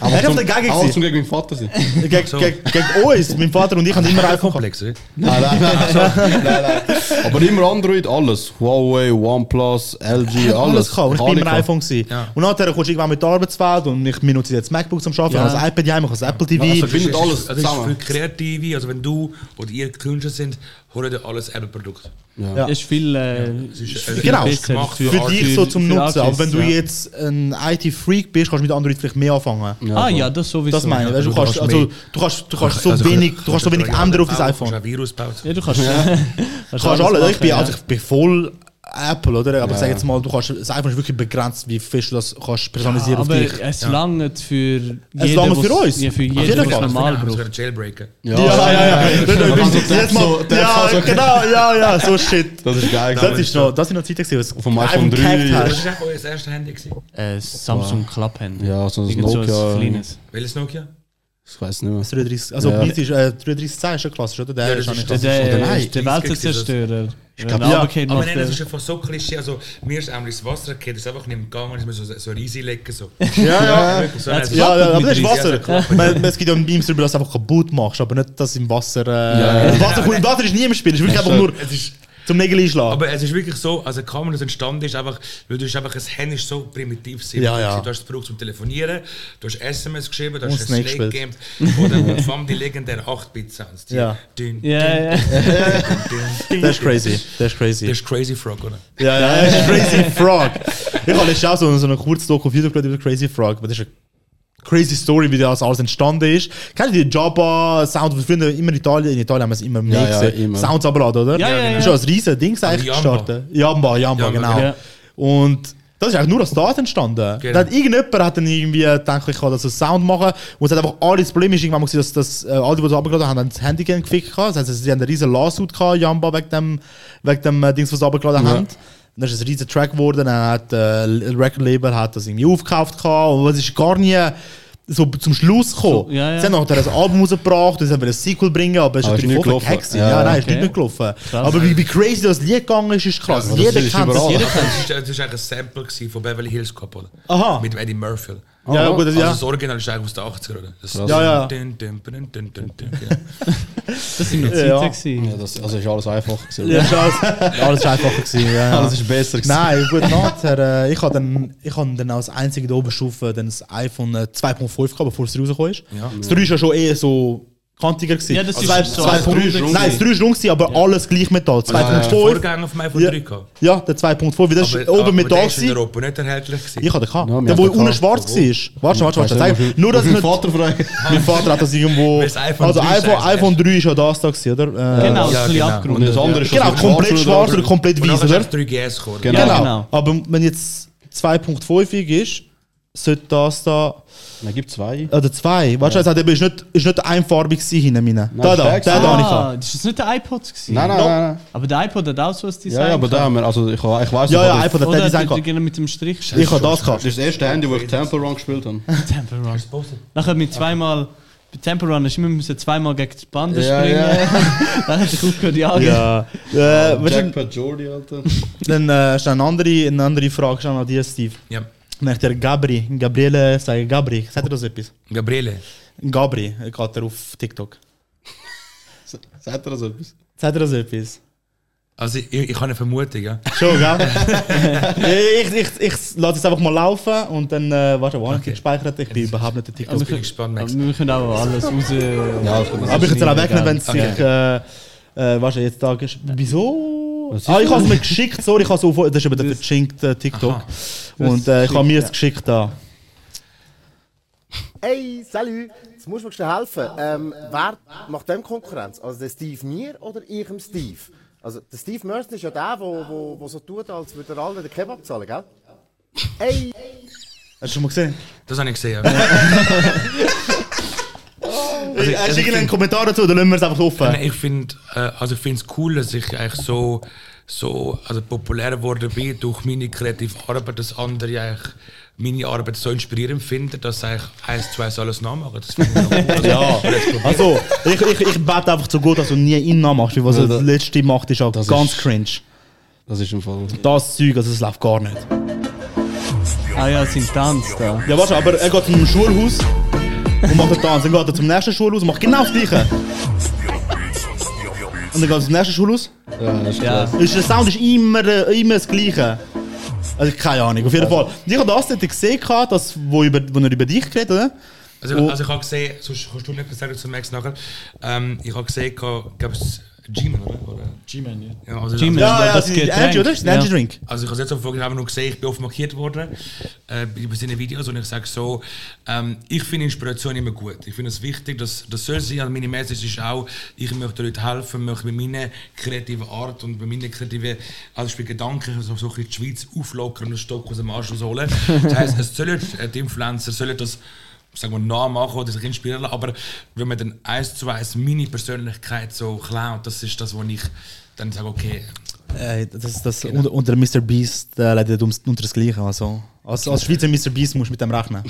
[SPEAKER 1] er ist auf der Gegend
[SPEAKER 2] Auch zum
[SPEAKER 1] gewesen.
[SPEAKER 2] gegen meinen Vater sein.
[SPEAKER 1] Gegen,
[SPEAKER 2] So.
[SPEAKER 1] gegen, gegen uns, mein Vater und ich haben immer iPhone gehabt.
[SPEAKER 10] Komplex, oder?
[SPEAKER 2] Nein, nein, nein, also, nein, nein. Aber immer Android, alles. Huawei, OnePlus, LG,
[SPEAKER 1] Ich hab alles
[SPEAKER 2] alles.
[SPEAKER 1] gehabt. Und ich
[SPEAKER 2] Kann
[SPEAKER 1] bin immer
[SPEAKER 2] gehabt.
[SPEAKER 1] iPhone gewesen. Und nachher kommst du irgendwann mit der Arbeitswelt und ich benutze jetzt MacBook zum Arbeiten,
[SPEAKER 2] Ja.
[SPEAKER 1] habe das iPad, ja, ich mache das Apple TV.
[SPEAKER 2] Also verbindet alles
[SPEAKER 10] Also es ist für
[SPEAKER 2] zusammen.
[SPEAKER 10] Kreative, also wenn du oder ihr Künstler sind, holt ihr alles Apple-Produkt.
[SPEAKER 1] Ja.
[SPEAKER 3] Ist viel, äh, ist viel
[SPEAKER 1] Genau,
[SPEAKER 3] besser
[SPEAKER 1] für, dich so zum
[SPEAKER 3] für
[SPEAKER 1] Nutzen. Aber
[SPEAKER 3] Artists,
[SPEAKER 1] wenn du
[SPEAKER 3] ja.
[SPEAKER 1] jetzt ein IT-Freak bist, kannst du mit Android vielleicht mehr anfangen.
[SPEAKER 3] Ja, Ah, voll. ja, das sowieso.
[SPEAKER 1] Das meine ich. Weißt, du,
[SPEAKER 3] Ja, du
[SPEAKER 1] kannst,
[SPEAKER 3] kannst
[SPEAKER 1] also,
[SPEAKER 3] mehr.
[SPEAKER 1] du kannst, du kannst so
[SPEAKER 3] Also,
[SPEAKER 1] wenig,
[SPEAKER 3] kannst
[SPEAKER 1] du kannst so wenig ändern auf das iPhone.
[SPEAKER 10] Kannst ein Virus bauen.
[SPEAKER 3] Ja, du kannst- kannst
[SPEAKER 1] kannst alles.
[SPEAKER 3] alles
[SPEAKER 1] oder? ich,
[SPEAKER 3] machen,
[SPEAKER 1] bin,
[SPEAKER 3] ja.
[SPEAKER 1] also, ich bin voll Apple, oder? Aber
[SPEAKER 3] Ja.
[SPEAKER 1] sag jetzt mal, du kannst, das iPhone ist wirklich begrenzt, wie fest du das kannst
[SPEAKER 3] Ja,
[SPEAKER 1] personalisieren
[SPEAKER 3] aber
[SPEAKER 1] auf dich.
[SPEAKER 3] es langt für jeden.
[SPEAKER 1] Es langt für
[SPEAKER 3] was-
[SPEAKER 1] uns.
[SPEAKER 3] Ja, für
[SPEAKER 1] Auf
[SPEAKER 3] jeden,
[SPEAKER 1] jeden
[SPEAKER 3] was
[SPEAKER 1] Fall.
[SPEAKER 3] normal
[SPEAKER 10] Also
[SPEAKER 3] braucht.
[SPEAKER 10] einen Jailbreaker.
[SPEAKER 1] Ja, ja, ja. ja. Nicht, nicht, nicht, jetzt mal- Ja, genau, ja, ja, so shit.
[SPEAKER 2] Das ist geil.
[SPEAKER 1] Das ist noch, das sind noch Zeiten, gewesen, wo du
[SPEAKER 2] Vom iPhone
[SPEAKER 1] iPhone gehackt
[SPEAKER 2] 3.
[SPEAKER 1] hast.
[SPEAKER 10] Das ist echt euer erstes Handy gewesen.
[SPEAKER 3] Äh, Samsung Clubhand.
[SPEAKER 2] Ja, so ein
[SPEAKER 3] Irgend so
[SPEAKER 2] Nokia.
[SPEAKER 3] kleines.
[SPEAKER 10] Welches Nokia?
[SPEAKER 2] Ich weiß nicht mehr.
[SPEAKER 1] 33, also
[SPEAKER 2] Ja.
[SPEAKER 1] ja. ist, äh, 332 ist ja klassisch, oder? Der
[SPEAKER 10] Ja,
[SPEAKER 1] ist
[SPEAKER 10] das
[SPEAKER 1] eigentlich
[SPEAKER 10] ist-
[SPEAKER 1] klassisch.
[SPEAKER 3] der-
[SPEAKER 1] Oder nein?
[SPEAKER 3] ist der Weltenzerstörer.
[SPEAKER 1] Ich glaub,
[SPEAKER 3] Wenn
[SPEAKER 1] ja.
[SPEAKER 3] runtergeht,
[SPEAKER 10] Aber
[SPEAKER 3] macht
[SPEAKER 10] nein, das
[SPEAKER 3] er-
[SPEAKER 10] ist einfach so klischee. Also, mir ist einmal ins Wasser gekehrt, ist einfach nicht mehr gegangen, ist mir so, so ein Easy lecken. So.
[SPEAKER 1] Ja, ja.
[SPEAKER 10] wirklich so.
[SPEAKER 1] Ja,
[SPEAKER 10] Also,
[SPEAKER 1] ja, aber
[SPEAKER 10] mit
[SPEAKER 1] das ist
[SPEAKER 10] Easy,
[SPEAKER 1] Wasser.
[SPEAKER 10] also,
[SPEAKER 1] Man- man- Es gibt ja Memes darüber, dass du einfach kaputt machst, aber nicht, dass im Wasser. Äh,
[SPEAKER 2] Ja, ja.
[SPEAKER 1] das Wasser, das Wasser ist nie im Spiel, es ist wirklich einfach nur
[SPEAKER 10] Es ist,
[SPEAKER 1] zum Nägel einschlagen.
[SPEAKER 10] aber es ist wirklich so, also kaum das entstanden ist, einfach, weil du hast einfach, ein Handy ist so primitiv simpel.
[SPEAKER 1] Ja, ja.
[SPEAKER 10] Du hast es gebraucht zum Telefonieren, du hast SMS geschrieben, du
[SPEAKER 1] Und
[SPEAKER 10] hast ein
[SPEAKER 1] Snake
[SPEAKER 10] Snake Game oder vom die legendären 8-Bit-Sounds. die
[SPEAKER 1] Ja.
[SPEAKER 10] dün,
[SPEAKER 3] Ja,
[SPEAKER 10] dün,
[SPEAKER 3] ja.
[SPEAKER 10] dün, dün, dün,
[SPEAKER 1] Das ist
[SPEAKER 10] dün.
[SPEAKER 1] crazy, das ist
[SPEAKER 10] Das
[SPEAKER 1] crazy.
[SPEAKER 10] ist Crazy Frog, oder?
[SPEAKER 1] Ja, ja, das ist Crazy Frog. Ich habe letztens auch so, so einen kurzen Doku auf YouTube geschaut über Crazy Frog, aber das ist eine crazy Story, wie das alles entstanden ist. Kennst du die Jabba-Sound, die früher immer in Italien, in Italien haben wir es immer mehr
[SPEAKER 2] Ja, ja,
[SPEAKER 1] gesehen.
[SPEAKER 2] immer.
[SPEAKER 1] Sounds aber gerade, oder?
[SPEAKER 3] Ja, ja,
[SPEAKER 1] Das ist
[SPEAKER 3] ja.
[SPEAKER 1] ja ein riesen Ding eigentlich
[SPEAKER 10] Jamba.
[SPEAKER 1] gestartet. Jamba, Jamba,
[SPEAKER 10] Jamba,
[SPEAKER 1] genau.
[SPEAKER 3] ja.
[SPEAKER 1] Und das ist eigentlich nur aus Daten entstanden.
[SPEAKER 10] Genau.
[SPEAKER 1] Da hat irgendjemand hat dann irgendwie gedacht, ich kann das als Sound machen. Und es hat einfach alles Problem ist, irgendwann mal gesehen, dass, dass äh, alle, die das abgeladen haben, haben das Handy gerne gefickt. gehabt. Das heißt, sie haben einen riesen Lawsuit gehabt, Jamba, wegen dem, wegen dem äh, Dings, was sie abgeladen
[SPEAKER 2] Ja.
[SPEAKER 1] haben. Und Dann ist es ein riesen Track geworden, dann hat äh, ein Record Label hat das irgendwie aufgekauft gehabt. und es ist gar nie so zum Schluss gekommen.
[SPEAKER 3] So, ja, ja.
[SPEAKER 1] Sie haben nachher ein Album rausgebracht und sie haben ein Sequel bringen, aber es ist
[SPEAKER 2] Aber ist
[SPEAKER 1] natürlich
[SPEAKER 2] nicht
[SPEAKER 1] voll
[SPEAKER 2] gelaufen.
[SPEAKER 1] verkackt.
[SPEAKER 2] Ja,
[SPEAKER 1] Ja, nein, ist
[SPEAKER 3] okay.
[SPEAKER 1] nicht mehr gelaufen. Aber wie, wie crazy das Lied gegangen ist, ist krass.
[SPEAKER 2] Ja, das
[SPEAKER 1] jeder
[SPEAKER 2] ist
[SPEAKER 1] kennt das,
[SPEAKER 2] überall.
[SPEAKER 1] jeder
[SPEAKER 10] Also, Es war eigentlich ein Sample gewesen von Beverly Hills Cop, oder?
[SPEAKER 1] Aha.
[SPEAKER 10] Mit dem Eddie Murphy.
[SPEAKER 1] Ja,
[SPEAKER 2] Ah,
[SPEAKER 1] gut, das,
[SPEAKER 10] Also
[SPEAKER 1] ja.
[SPEAKER 10] das Original ist eigentlich aus den 80er, oder? Das
[SPEAKER 2] Ja,
[SPEAKER 1] ja.
[SPEAKER 10] Dun, dun, dun, dun, dun, dun, genau.
[SPEAKER 3] Das sind noch
[SPEAKER 1] Ja.
[SPEAKER 3] Zeiten gewesen.
[SPEAKER 2] Ja, das, also ist alles einfach. gewesen.
[SPEAKER 1] ja, ist alles, alles ist einfacher gewesen. Ja, ja.
[SPEAKER 2] Alles ist besser. gewesen.
[SPEAKER 1] Nein, gut, nachher, äh, ich habe dann, ich hab dann als einzige in der Oberstufe dann das iPhone äh, 2.5 gehabt, bevor es rausgekommen ist.
[SPEAKER 10] Ja.
[SPEAKER 1] Das 3 ist ja schon eher so kantiger gewesen.
[SPEAKER 3] Ja, das ist
[SPEAKER 1] Zwei-
[SPEAKER 3] so.
[SPEAKER 1] zwei
[SPEAKER 3] Das
[SPEAKER 1] Punkt-
[SPEAKER 2] drei ist rund
[SPEAKER 1] Nein, das 3 ist rund gewesen, aber alles gleich mit da.
[SPEAKER 10] Das ist der
[SPEAKER 1] 2.5,
[SPEAKER 10] Vorgänger vom iPhone
[SPEAKER 1] Ja.
[SPEAKER 10] 3 gehabt.
[SPEAKER 1] ja, der 2.5, wie das ist oben mit da
[SPEAKER 10] der ist in
[SPEAKER 1] gewesen.
[SPEAKER 10] Europa nicht erhältlich gewesen.
[SPEAKER 1] Ich hatte gehabt.
[SPEAKER 2] Ja, wir
[SPEAKER 1] der,
[SPEAKER 2] haben
[SPEAKER 1] wo
[SPEAKER 2] den
[SPEAKER 1] unten
[SPEAKER 2] gehabt.
[SPEAKER 1] schwarz war. Warte, warte, warte.
[SPEAKER 2] Weißt du,
[SPEAKER 1] Zeig- Nur, dass
[SPEAKER 2] Muss
[SPEAKER 1] es
[SPEAKER 2] ich meinen
[SPEAKER 1] nicht...
[SPEAKER 2] Vater fragen.
[SPEAKER 1] Mein Vater hat das irgendwo...
[SPEAKER 10] Weil das iPhone
[SPEAKER 1] Also
[SPEAKER 10] 3 ist
[SPEAKER 1] iPhone,
[SPEAKER 10] eigentlich
[SPEAKER 1] iPhone 3 ist ja das da gewesen, oder? Äh,
[SPEAKER 3] Genau,
[SPEAKER 10] Ja,
[SPEAKER 3] ein bisschen
[SPEAKER 10] genau.
[SPEAKER 2] Und
[SPEAKER 3] abgerundet.
[SPEAKER 2] das andere
[SPEAKER 3] ja.
[SPEAKER 2] ist
[SPEAKER 1] Genau, komplett schwarz oder komplett
[SPEAKER 10] Und
[SPEAKER 1] weiß,
[SPEAKER 10] nachher
[SPEAKER 1] oder?
[SPEAKER 10] ist das 3GS gekommen.
[SPEAKER 2] Genau.
[SPEAKER 1] Genau.
[SPEAKER 3] genau.
[SPEAKER 1] Aber wenn jetzt 2.5 ist, sollte das da.
[SPEAKER 2] Nein, gibt zwei.
[SPEAKER 1] Oder zwei. Weißt du, es hat eben- ist nicht, ist nicht einfarbig gewesen hinten. meine. Da, da, da, da, habe ich gehabt.
[SPEAKER 3] Das ist nicht der iPod gewesen.
[SPEAKER 1] Nein, nein, nein,
[SPEAKER 3] Aber der iPod hat auch so ein Design.
[SPEAKER 2] Ja, ja, aber da haben wir, also ich, ha- ich weiß
[SPEAKER 1] Ja, ja, iPod hat das Design
[SPEAKER 3] gehabt.
[SPEAKER 1] gehabt.
[SPEAKER 3] Oder mit dem Strich.
[SPEAKER 2] Ich habe das gehabt. Das ist das erste Handy, wo ich Temple Run gespielt habe.
[SPEAKER 3] Temple Run.
[SPEAKER 1] Genau.
[SPEAKER 3] Nachher mit zweimal. Bei Temple Run ist immer müssen zweimal gegen die Bande
[SPEAKER 2] Ja,
[SPEAKER 3] springen.
[SPEAKER 2] ja.
[SPEAKER 3] Dann hat sich aufgehört, die Augen.
[SPEAKER 1] Ja. Äh, weißt du,
[SPEAKER 2] Jackpot Jordi, Alter.
[SPEAKER 1] dann äh, ist eine andere, eine andere Frage schon an dich, Steve.
[SPEAKER 10] Ja.
[SPEAKER 1] Dann hat der Gabri, Gabriele, sag Gabri, sagt er das etwas?
[SPEAKER 10] Gabriele.
[SPEAKER 1] Gabri, äh, geht er auf TikTok.
[SPEAKER 2] Sagt er das etwas?
[SPEAKER 1] Sagt er das etwas?
[SPEAKER 10] Also ich, ich habe eine Vermutung, ja.
[SPEAKER 1] Schon, gell? ich ich, ich, ich lasse es einfach mal laufen und dann, äh, warte, wo habe ich die gespeichert? Ich bin überhaupt nicht der TikTok.
[SPEAKER 3] wir, können, aber wir können auch alles raus.
[SPEAKER 1] Ja, aber ich kann es auch wegnehmen, wenn es sich.
[SPEAKER 3] Okay.
[SPEAKER 1] Äh, äh, weißt du, jetzt da. gesch- Wieso? Ah, ich habe es mir geschickt, sorry, ich habe es auf. Das ist eben der verchinkte TikTok. Und äh, ich habe mir es geschickt da.
[SPEAKER 12] Hey, salut! Jetzt musst du mir schnell helfen. Ähm, wer macht dem Konkurrenz? Also der Steve mir oder ich dem Steve? Also der Steve Merson ist ja der, der, der, der so tut, als würde er alle den Kebab zahlen, gell? Hey!
[SPEAKER 1] Hast du schon mal gesehen?
[SPEAKER 10] Das habe ich gesehen, ja.
[SPEAKER 1] Hast du
[SPEAKER 10] ich- also ich
[SPEAKER 1] irgendeinen
[SPEAKER 10] find-
[SPEAKER 1] Kommentar dazu oder lassen wir es einfach offen?
[SPEAKER 10] Nein, ich finde äh, also ich find's cool, dass ich eigentlich so, so also populär geworden bin durch meine kreative Arbeit, dass andere eigentlich meine Arbeit so inspirierend finden, dass sie eigentlich eins zu eins alles nachmachen. Das finde ich noch cool. Also,
[SPEAKER 1] Ja, also ich, ich, ich bete einfach zu gut, dass du nie Inna machst, weil was
[SPEAKER 2] Ja,
[SPEAKER 1] er das
[SPEAKER 2] da-
[SPEAKER 1] letzte macht, ist auch
[SPEAKER 2] das
[SPEAKER 1] ganz
[SPEAKER 2] ist-
[SPEAKER 1] cringe.
[SPEAKER 2] Das ist im Fall.
[SPEAKER 1] Das Zeug, also das läuft gar nicht.
[SPEAKER 3] Ah ja, sind Tanz da.
[SPEAKER 1] Ja, weißt du, aber er geht zum Schulhaus und macht den Tanz. Dann geht er zum nächsten Schulhaus und macht genau das Gleiche. Und dann geht er zum nächsten Schulhaus.
[SPEAKER 2] Ja, das ist krass.
[SPEAKER 1] Ist, der Sound ist immer, äh, immer das Gleiche. Also keine Ahnung, auf jeden Fall. Ich habe das dort gesehen, gehabt, dass, wo, über, wo er über dich geredet hat.
[SPEAKER 10] also,
[SPEAKER 1] Und-
[SPEAKER 10] also ich habe gesehen, sonst kannst du nicht etwas sagen zu Max nachher, ähm, ich habe gesehen, gab es G-Man, oder? oder?
[SPEAKER 11] G-Man, ja.
[SPEAKER 10] Ja, also,
[SPEAKER 1] G-Man, Ja, ja, das das Getränk. Energy, oder? Das ist ein Energy-Drink.
[SPEAKER 10] Also ich habe jetzt auf Folge einfach nur gesehen, ich bin oft markiert worden äh, bei seinen Videos und ich sage so, ähm, ich finde Inspiration immer gut. Ich finde es wichtig, dass das soll sein. Also meine Message ist auch, ich möchte Leuten helfen, möchte bei meiner kreativen Art und bei meinen kreativen, also ich bin Gedanken, so, so ein bisschen die Schweiz auflockern und den Stock aus dem Arsch rausholen. Das heisst, es sollen äh, die Influencer sollen das sagen wir, nachmachen oder sich inspirieren lassen. Aber wenn man dann eins zu eins meine Persönlichkeit so klaut, das ist das, wo ich dann sage, okay,
[SPEAKER 1] Äh, das, das unter, unter Mr. Beast äh, leidet ums- unter das Gleiche. Also. Als, als Schweizer Mr. Beast musst du mit dem rechnen.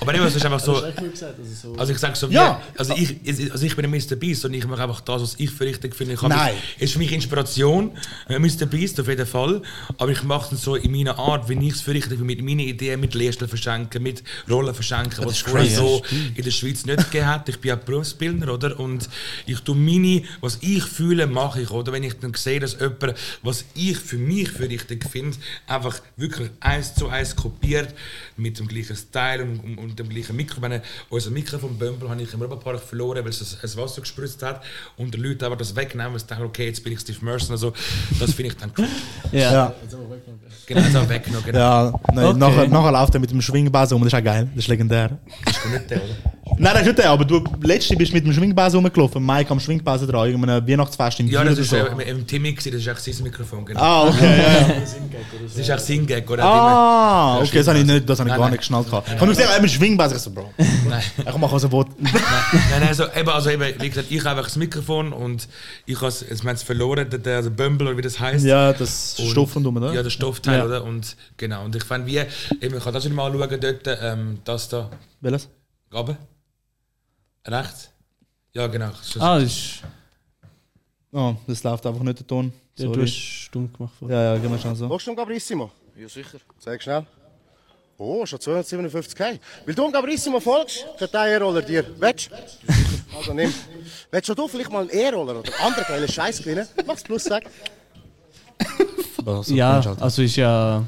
[SPEAKER 10] Aber eben, es ist einfach so.
[SPEAKER 11] Das ist echt cool gesagt, also so-
[SPEAKER 10] Also ich sage so,
[SPEAKER 1] Ja.
[SPEAKER 10] wie, also, ich, also ich bin ein Mr. Beast und ich mache einfach das, was ich für richtig finde. Ich habe-
[SPEAKER 1] Nein.
[SPEAKER 10] Ist für mich Inspiration, äh, Mr. Beast auf jeden Fall. Aber ich mache es so in meiner Art, wie ich es für richtig finde, mit meinen Ideen, mit Lehrstellen verschenken, mit Rollen verschenken, was es vorher
[SPEAKER 1] crazy.
[SPEAKER 10] so in der Schweiz nicht gegeben hat. Ich bin ja Berufsbildner, oder? Und ich tue meine, was ich fühle, mache ich, oder? Wenn ich dann sehe, dass jemand, was ich für mich für richtig finde, einfach wirklich eins zu eins kopiert, mit dem gleichen Style und, und, und dem gleichen Mikro. Ich Meine, unser Mikro vom Bömpel habe ich im Europapark verloren, weil es das- das Wasser gespritzt hat und die Leute aber das wegnehmen, weil sie denken, okay, jetzt bin ich Steve Merson, also das finde ich dann cool.
[SPEAKER 1] Ja. Ja.
[SPEAKER 10] Genau, jetzt auch weggenommen. Genau.
[SPEAKER 1] Ja, nein, nachher, nachher läuft er mit dem Schwingbass um, das ist auch geil, das ist legendär.
[SPEAKER 10] Das ist gar nicht der, oder?
[SPEAKER 1] Nein, das ist nicht der, aber du letzte bist mit dem Schwingbass rumgelaufen, Mike am Schwingbass dran, irgendeinem Weihnachtsfest im
[SPEAKER 10] Ja,
[SPEAKER 1] Wien
[SPEAKER 10] das
[SPEAKER 1] oder
[SPEAKER 10] ist
[SPEAKER 1] so.
[SPEAKER 10] äh, im Timmy, gewesen, das ist echt sein Mikrofon. Genau.
[SPEAKER 1] Ah, okay, ja, ja.
[SPEAKER 10] Das ist echt sein Gag, oder?
[SPEAKER 1] Ah,
[SPEAKER 10] Ja,
[SPEAKER 1] okay, das habe ich, nicht, das habe ich
[SPEAKER 10] Nein,
[SPEAKER 1] gar
[SPEAKER 10] nein.
[SPEAKER 1] nicht geschnallt. gehabt. Ich habe gesehen, er mit Schwingbass, ich so, Bro,
[SPEAKER 10] Nein.
[SPEAKER 1] ich mache was er will.
[SPEAKER 10] Nein, nein, also, eben, also eben, wie gesagt, ich habe einfach das Mikrofon und ich habe es, jetzt meins verloren, der, der also Bumble oder wie das heißt.
[SPEAKER 1] Ja, das Stoff und um, oder?
[SPEAKER 10] Ja, der Stoffteil,
[SPEAKER 1] Ja.
[SPEAKER 10] oder? Und genau, und ich fand wie, eben, ich kann das nicht mal anschauen dort, ähm, das da.
[SPEAKER 1] Welches?
[SPEAKER 10] Gabe? Rechts? Ja, genau. So-
[SPEAKER 3] Ah, das ist.
[SPEAKER 1] Oh, das läuft einfach nicht, der Ton.
[SPEAKER 3] Ja, du
[SPEAKER 1] Sorry.
[SPEAKER 3] hast stumm gemacht vorher.
[SPEAKER 1] Ja, ja, gehen wir schon so.
[SPEAKER 12] Machst du einen Gabrissimo? Also. Ja, sicher. Sag schnell. Oh, schon 257 K. Weil du einen Gabrissimo folgst, gehört der E-Roller dir. Willst du? Also nimm. Willst schon du vielleicht mal einen E-Roller oder einen anderen geilen Scheiß gewinnen? Mach's plus, sag.
[SPEAKER 3] Ja, also ist ja.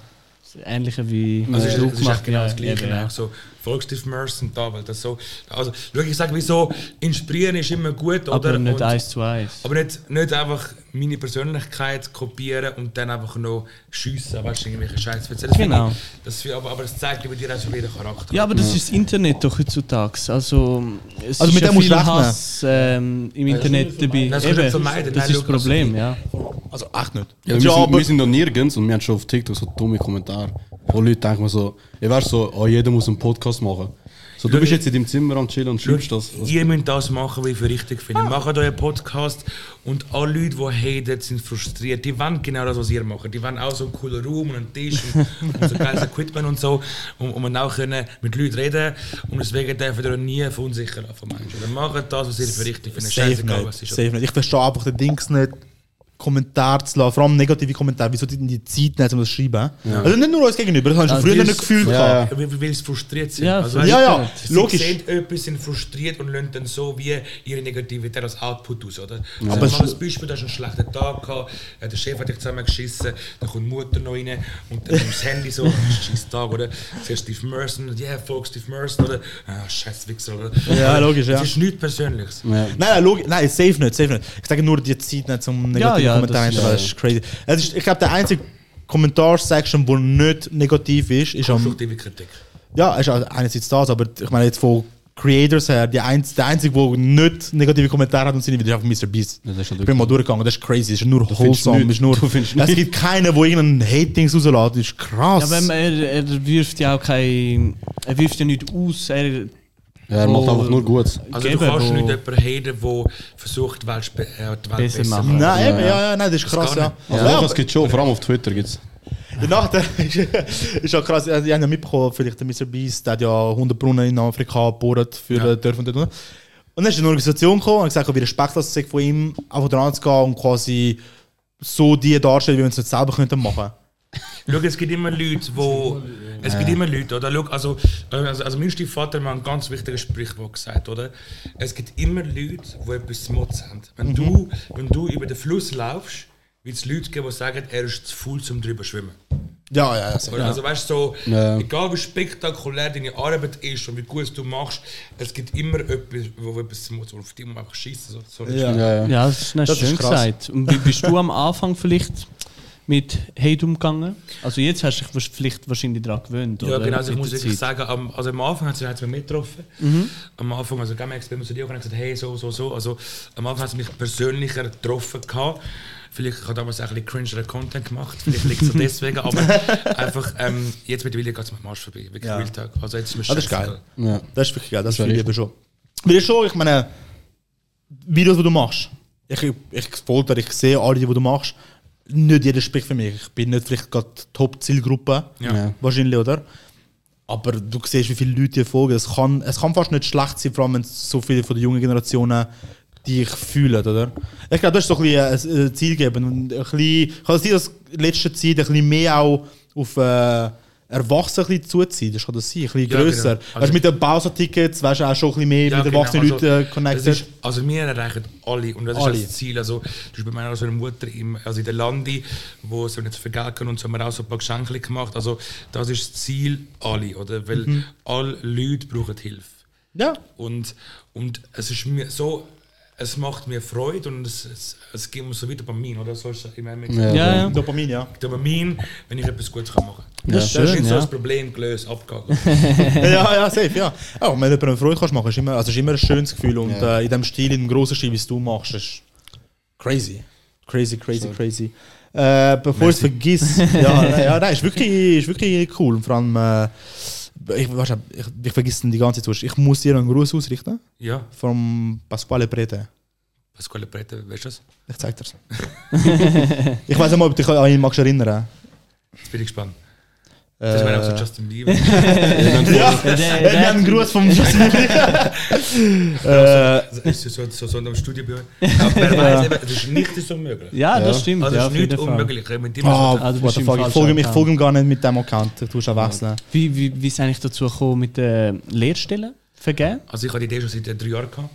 [SPEAKER 3] das Ähnliche wie.
[SPEAKER 10] Also es ist,
[SPEAKER 3] Druck
[SPEAKER 10] es ist
[SPEAKER 3] gemacht,
[SPEAKER 10] echt genau
[SPEAKER 3] ja,
[SPEAKER 10] das Gleiche.
[SPEAKER 3] eben, ja.
[SPEAKER 10] auch So, folgst Steve Merson da, weil das so. Also, schau, ich sage, wieso inspirieren ist immer gut, oder?
[SPEAKER 3] Aber nicht
[SPEAKER 10] Und-
[SPEAKER 3] eins zu eins.
[SPEAKER 10] Aber nicht, nicht einfach meine Persönlichkeit kopieren und dann einfach noch schiessen, weißt du, irgendwelche Scheiße erzählen. Das finde
[SPEAKER 3] Genau.
[SPEAKER 10] ich- Das, finde- aber, aber es zeigt über dir auch schon wieder Charakter.
[SPEAKER 3] Ja, aber das ist das Internet doch heutzutage. Also, es
[SPEAKER 10] Also
[SPEAKER 3] ist
[SPEAKER 10] mit
[SPEAKER 3] ja
[SPEAKER 10] dem musst
[SPEAKER 3] viel
[SPEAKER 10] du rechnen.
[SPEAKER 3] Hass ähm, im Internet dabei.
[SPEAKER 10] Nein, das kannst du
[SPEAKER 3] Eben,
[SPEAKER 10] vermeiden.
[SPEAKER 3] Das
[SPEAKER 10] Nein,
[SPEAKER 3] ist das
[SPEAKER 10] schau, also
[SPEAKER 3] Problem,
[SPEAKER 10] ich-
[SPEAKER 3] ja.
[SPEAKER 10] Also echt nicht.
[SPEAKER 2] Ja, wir, sind, wir sind noch nirgends und wir haben schon auf TikTok so dumme Kommentare, wo Leute denken mir so, ich wäre so, oh, jeder muss einen Podcast machen. So, du bist jetzt in deinem Zimmer am Chillen und schreibst das.
[SPEAKER 10] Ihr müsst das machen, was ihr für richtig findet. Macht euren Podcast und alle Leute, die haten, sind frustriert. Die wollen genau das, was ihr macht. Die wollen auch so einen coolen Raum und einen Tisch und, und so geiles Equipment und so, um, um dann auch können mit Leuten reden Und deswegen dürfen ihr euch nie verunsichern von Menschen. Dann macht das, was ihr für richtig findet.
[SPEAKER 1] Safe
[SPEAKER 10] Scheißegal, was
[SPEAKER 1] nicht, safe nicht. Ich verstehe einfach den Dings nicht, Kommentare zu lassen, vor allem negative Kommentare, wieso die denn die Zeit nicht um das zu schreiben.
[SPEAKER 10] Ja.
[SPEAKER 1] Also nicht nur uns gegenüber, das hast du
[SPEAKER 10] Ja,
[SPEAKER 1] früher
[SPEAKER 10] die
[SPEAKER 1] nicht
[SPEAKER 10] ist-
[SPEAKER 1] gefühlt.
[SPEAKER 10] Ja,
[SPEAKER 1] gehabt.
[SPEAKER 10] ja. Weil weil sie frustriert sind.
[SPEAKER 1] Ja,
[SPEAKER 10] weißt
[SPEAKER 1] ja,
[SPEAKER 10] du,
[SPEAKER 1] ja,
[SPEAKER 10] Sie
[SPEAKER 1] logisch.
[SPEAKER 10] sehen etwas, sind frustriert und lassen dann so wie ihre Negativität als Output aus, oder?
[SPEAKER 1] Ja.
[SPEAKER 10] Ja.
[SPEAKER 1] Aber
[SPEAKER 10] Also,
[SPEAKER 1] es-
[SPEAKER 10] mal ein Beispiel, du hast einen schlechten Tag gehabt, äh, der Chef hat dich zusammengeschissen, dann kommt die Mutter noch rein und dann nimmst du das Handy so, scheiß Tag, oder? Siehst Steve Merson, yeah, folks, Steve Merson, oder? Ah, scheiß Wichser, oder?
[SPEAKER 1] Ja,
[SPEAKER 10] Aber
[SPEAKER 1] logisch, ja.
[SPEAKER 10] Es ist nichts Persönliches.
[SPEAKER 1] Nein, nein, logisch, nein, safe nicht, safe nicht. Ich sage nur die Zeit nicht zum negativen
[SPEAKER 10] ja, das
[SPEAKER 1] Kommentar
[SPEAKER 10] ist-
[SPEAKER 1] hinterlassen. Das ist crazy. Es ist, ich glaube, der einzige Kommentar-Section, die nicht negativ ist, ist am.
[SPEAKER 10] Konstruktive Kritik.
[SPEAKER 1] Ja, ist auch einerseits das, aber ich meine jetzt von Creators her, die einz, der einzige, der nicht negative Kommentare hat und seine Videos, ist einfach Mr. Beast. ich bin mal durchgegangen, das ist crazy, das ist nur
[SPEAKER 2] findest
[SPEAKER 1] wholesome.
[SPEAKER 2] nichts.
[SPEAKER 1] Ist nur,
[SPEAKER 2] Du findest
[SPEAKER 1] es
[SPEAKER 2] nichts.
[SPEAKER 1] gibt keinen, der irgendeinen Hate-Dings rauslässt, das ist krass.
[SPEAKER 3] Ja, aber er, er wirft ja auch kein. Er wirft ja nicht aus. Er,
[SPEAKER 2] Ja, er macht einfach nur Gutes.
[SPEAKER 10] Also du kannst nicht jemanden haten, der versucht, die Welt, spe- äh, die Welt besser,
[SPEAKER 2] Besser
[SPEAKER 10] zu
[SPEAKER 2] machen.
[SPEAKER 10] machen.
[SPEAKER 2] Nein,
[SPEAKER 1] eben, ja, ja, nein, das ist krass,
[SPEAKER 10] geht
[SPEAKER 1] ja.
[SPEAKER 10] nicht.
[SPEAKER 2] Also,
[SPEAKER 1] Ja,
[SPEAKER 2] doch,
[SPEAKER 1] aber-
[SPEAKER 2] es gibt schon, vor allem auf Twitter gibt es.
[SPEAKER 1] Danach ist, ist auch krass, also, ich habe ja mitbekommen, vielleicht der Mr. Beast, der hat ja 100 Brunnen in Afrika gebohrt für
[SPEAKER 10] Ja.
[SPEAKER 1] ja. Dörfer und dort. unten. Und dann ist eine Organisation gekommen und hat gesagt, wie respektlos es ist von ihm, einfach dran zu gehen und quasi so die darstellen, wie wir es nicht selber könnten machen.
[SPEAKER 10] Schau, es gibt immer Leute, wo es gibt
[SPEAKER 1] Ja.
[SPEAKER 10] immer Leute, oder? Schau, also, also, also mein Stiefvater hat mir ein ganz wichtiges Sprichwort gesagt, oder? Es gibt immer Leute, die etwas zu motzen haben. Wenn,
[SPEAKER 1] Mhm.
[SPEAKER 10] du, wenn du über den Fluss laufst, wird es Leute geben, die sagen, er ist zu faul, zum drüber zu schwimmen.
[SPEAKER 1] Ja, ja, ja.
[SPEAKER 10] Oder? Also weißt du, so,
[SPEAKER 1] Ja.
[SPEAKER 10] egal wie spektakulär deine Arbeit ist und wie gut es du machst, es gibt immer etwas, wo etwas zu motzen, auf die man einfach schießen so, sorry.
[SPEAKER 3] Ja, das ist nicht schön gesagt. Und wie bist du am Anfang vielleicht mit Hate umgegangen? Also jetzt hast du dich wahrsch- vielleicht wahrscheinlich daran gewöhnt,
[SPEAKER 10] Ja,
[SPEAKER 3] oder?
[SPEAKER 10] genau, also ich
[SPEAKER 3] Mit
[SPEAKER 10] muss
[SPEAKER 3] der
[SPEAKER 10] wirklich
[SPEAKER 3] Zeit.
[SPEAKER 10] sagen, am, also am Anfang hat sie, hat sie mich getroffen.
[SPEAKER 3] Mhm.
[SPEAKER 10] Am Anfang, also gell, ich bin zu dir gekommen und gesagt, hey, so, so, so. Also am Anfang hat sie mich persönlicher getroffen gehabt. Vielleicht habe ich damals auch ein bisschen cringeren Content gemacht, vielleicht liegt es auch deswegen, aber einfach, ähm, jetzt mittlerweile geht es mit dem Arsch vorbei, wirklich
[SPEAKER 1] Ja.
[SPEAKER 10] Real Talk. Also jetzt ist mir
[SPEAKER 1] Ah, das ist geil.
[SPEAKER 10] scheißegal.
[SPEAKER 1] Ja. Das ist wirklich geil, das
[SPEAKER 10] Das wär
[SPEAKER 1] fühle ich
[SPEAKER 10] echt.
[SPEAKER 1] eben schon. Weil schon, ich meine, Videos, die du machst, ich, ich folge dir, ich sehe alle, die du machst. Nicht jeder spricht für mich. Ich bin nicht vielleicht gerade die Top-Zielgruppe,
[SPEAKER 2] Ja. Ja.
[SPEAKER 1] wahrscheinlich, oder? Aber du siehst, wie viele Leute dir folgen. Es kann, es kann fast nicht schlecht sein, vor allem wenn es so viele von der jungen Generationen dich fühlen, oder? Ich glaube, das ist so ein bisschen äh, ein Ziel geben. Und ein bisschen, ich habe das Ziel, dass in letzter Zeit ein bisschen mehr auch auf äh, Erwachsene ein bisschen zuziehen. Das kann das sein, ein bisschen
[SPEAKER 10] Ja,
[SPEAKER 1] grösser.
[SPEAKER 10] genau. Also-
[SPEAKER 1] weißt, du, mit den Pausen-Tickets weißt du auch schon ein bisschen mehr
[SPEAKER 10] Ja,
[SPEAKER 1] mit
[SPEAKER 10] genau,
[SPEAKER 1] erwachsenen
[SPEAKER 10] also,
[SPEAKER 1] Leuten äh,
[SPEAKER 10] das
[SPEAKER 1] connected.
[SPEAKER 10] Ist, also wir erreichen alle und das
[SPEAKER 1] Alle.
[SPEAKER 10] ist das Ziel. Also du bist bei meiner so einer Mutter im, also in der Landi, wo sie nicht vergessen und so haben wir auch so ein paar Geschenke gemacht. Also das ist das Ziel alle, oder? Weil
[SPEAKER 1] Mhm.
[SPEAKER 10] alle Leute brauchen Hilfe.
[SPEAKER 1] Ja.
[SPEAKER 10] Und, und es ist mir so, es macht mir Freude und es, es, es gibt mir so wie Dopamin, oder? So ist es immer mit
[SPEAKER 1] Ja, Ja, ja. Dopamin, ja.
[SPEAKER 10] Dopamin, wenn ich etwas Gutes kann machen kann.
[SPEAKER 1] Ja, Das ist schön,
[SPEAKER 10] nicht so
[SPEAKER 1] ja.
[SPEAKER 10] das Problem gelöst, abgegangen.
[SPEAKER 1] ja, ja, safe, ja. ja und wenn du jemandem Freude kannst machen, ist immer, also ist immer ein schönes Gefühl. Und
[SPEAKER 10] Ja.
[SPEAKER 1] äh, in dem Stil, in dem grossen Stil, wie es du machst, ist crazy. Crazy, crazy, crazy. Äh, bevor ich es vergiss, ja, nein, ja, nein, ist wirklich, ist wirklich cool. Und vor allem, äh, ich, weißt, du, ich, ich vergesse die ganze Zeit, weisst du, ich muss dir einen Gruß ausrichten.
[SPEAKER 10] Ja.
[SPEAKER 1] Vom Pasquale Prete.
[SPEAKER 10] Pasquale Prete, weißt du das?
[SPEAKER 1] Ich zeig dir's. ich weiß nicht mal, ob du dich an ihn magst erinnern.
[SPEAKER 10] Jetzt bin ich gespannt. Das wäre auch so
[SPEAKER 1] Äh.
[SPEAKER 10] Justin Bieber.
[SPEAKER 1] Ja, Der- wir der- haben einen Gruß vom Justin Bieber.
[SPEAKER 10] Ja, so- so- so- so- So so einem Studio bei euch. Aber wer
[SPEAKER 1] Ja.
[SPEAKER 10] weiß, eben, es ist nicht unmöglich.
[SPEAKER 1] Ja, das Ja. stimmt,
[SPEAKER 10] Also,
[SPEAKER 1] ja,
[SPEAKER 10] es
[SPEAKER 1] auf
[SPEAKER 10] ist nicht
[SPEAKER 1] jeden Fall.
[SPEAKER 10] unmöglich. Wenn die
[SPEAKER 1] Ah,
[SPEAKER 10] Menschen-
[SPEAKER 1] what the fuck, ich folge, ihm- ich folge ihm gar nicht mit dem Account, du musst auch wechseln.
[SPEAKER 3] Wie, wie, wie ist eigentlich dazu gekommen mit den Lehrstellen vergeben?
[SPEAKER 10] Also ich hatte die Idee schon seit äh, drei Jahren gehabt.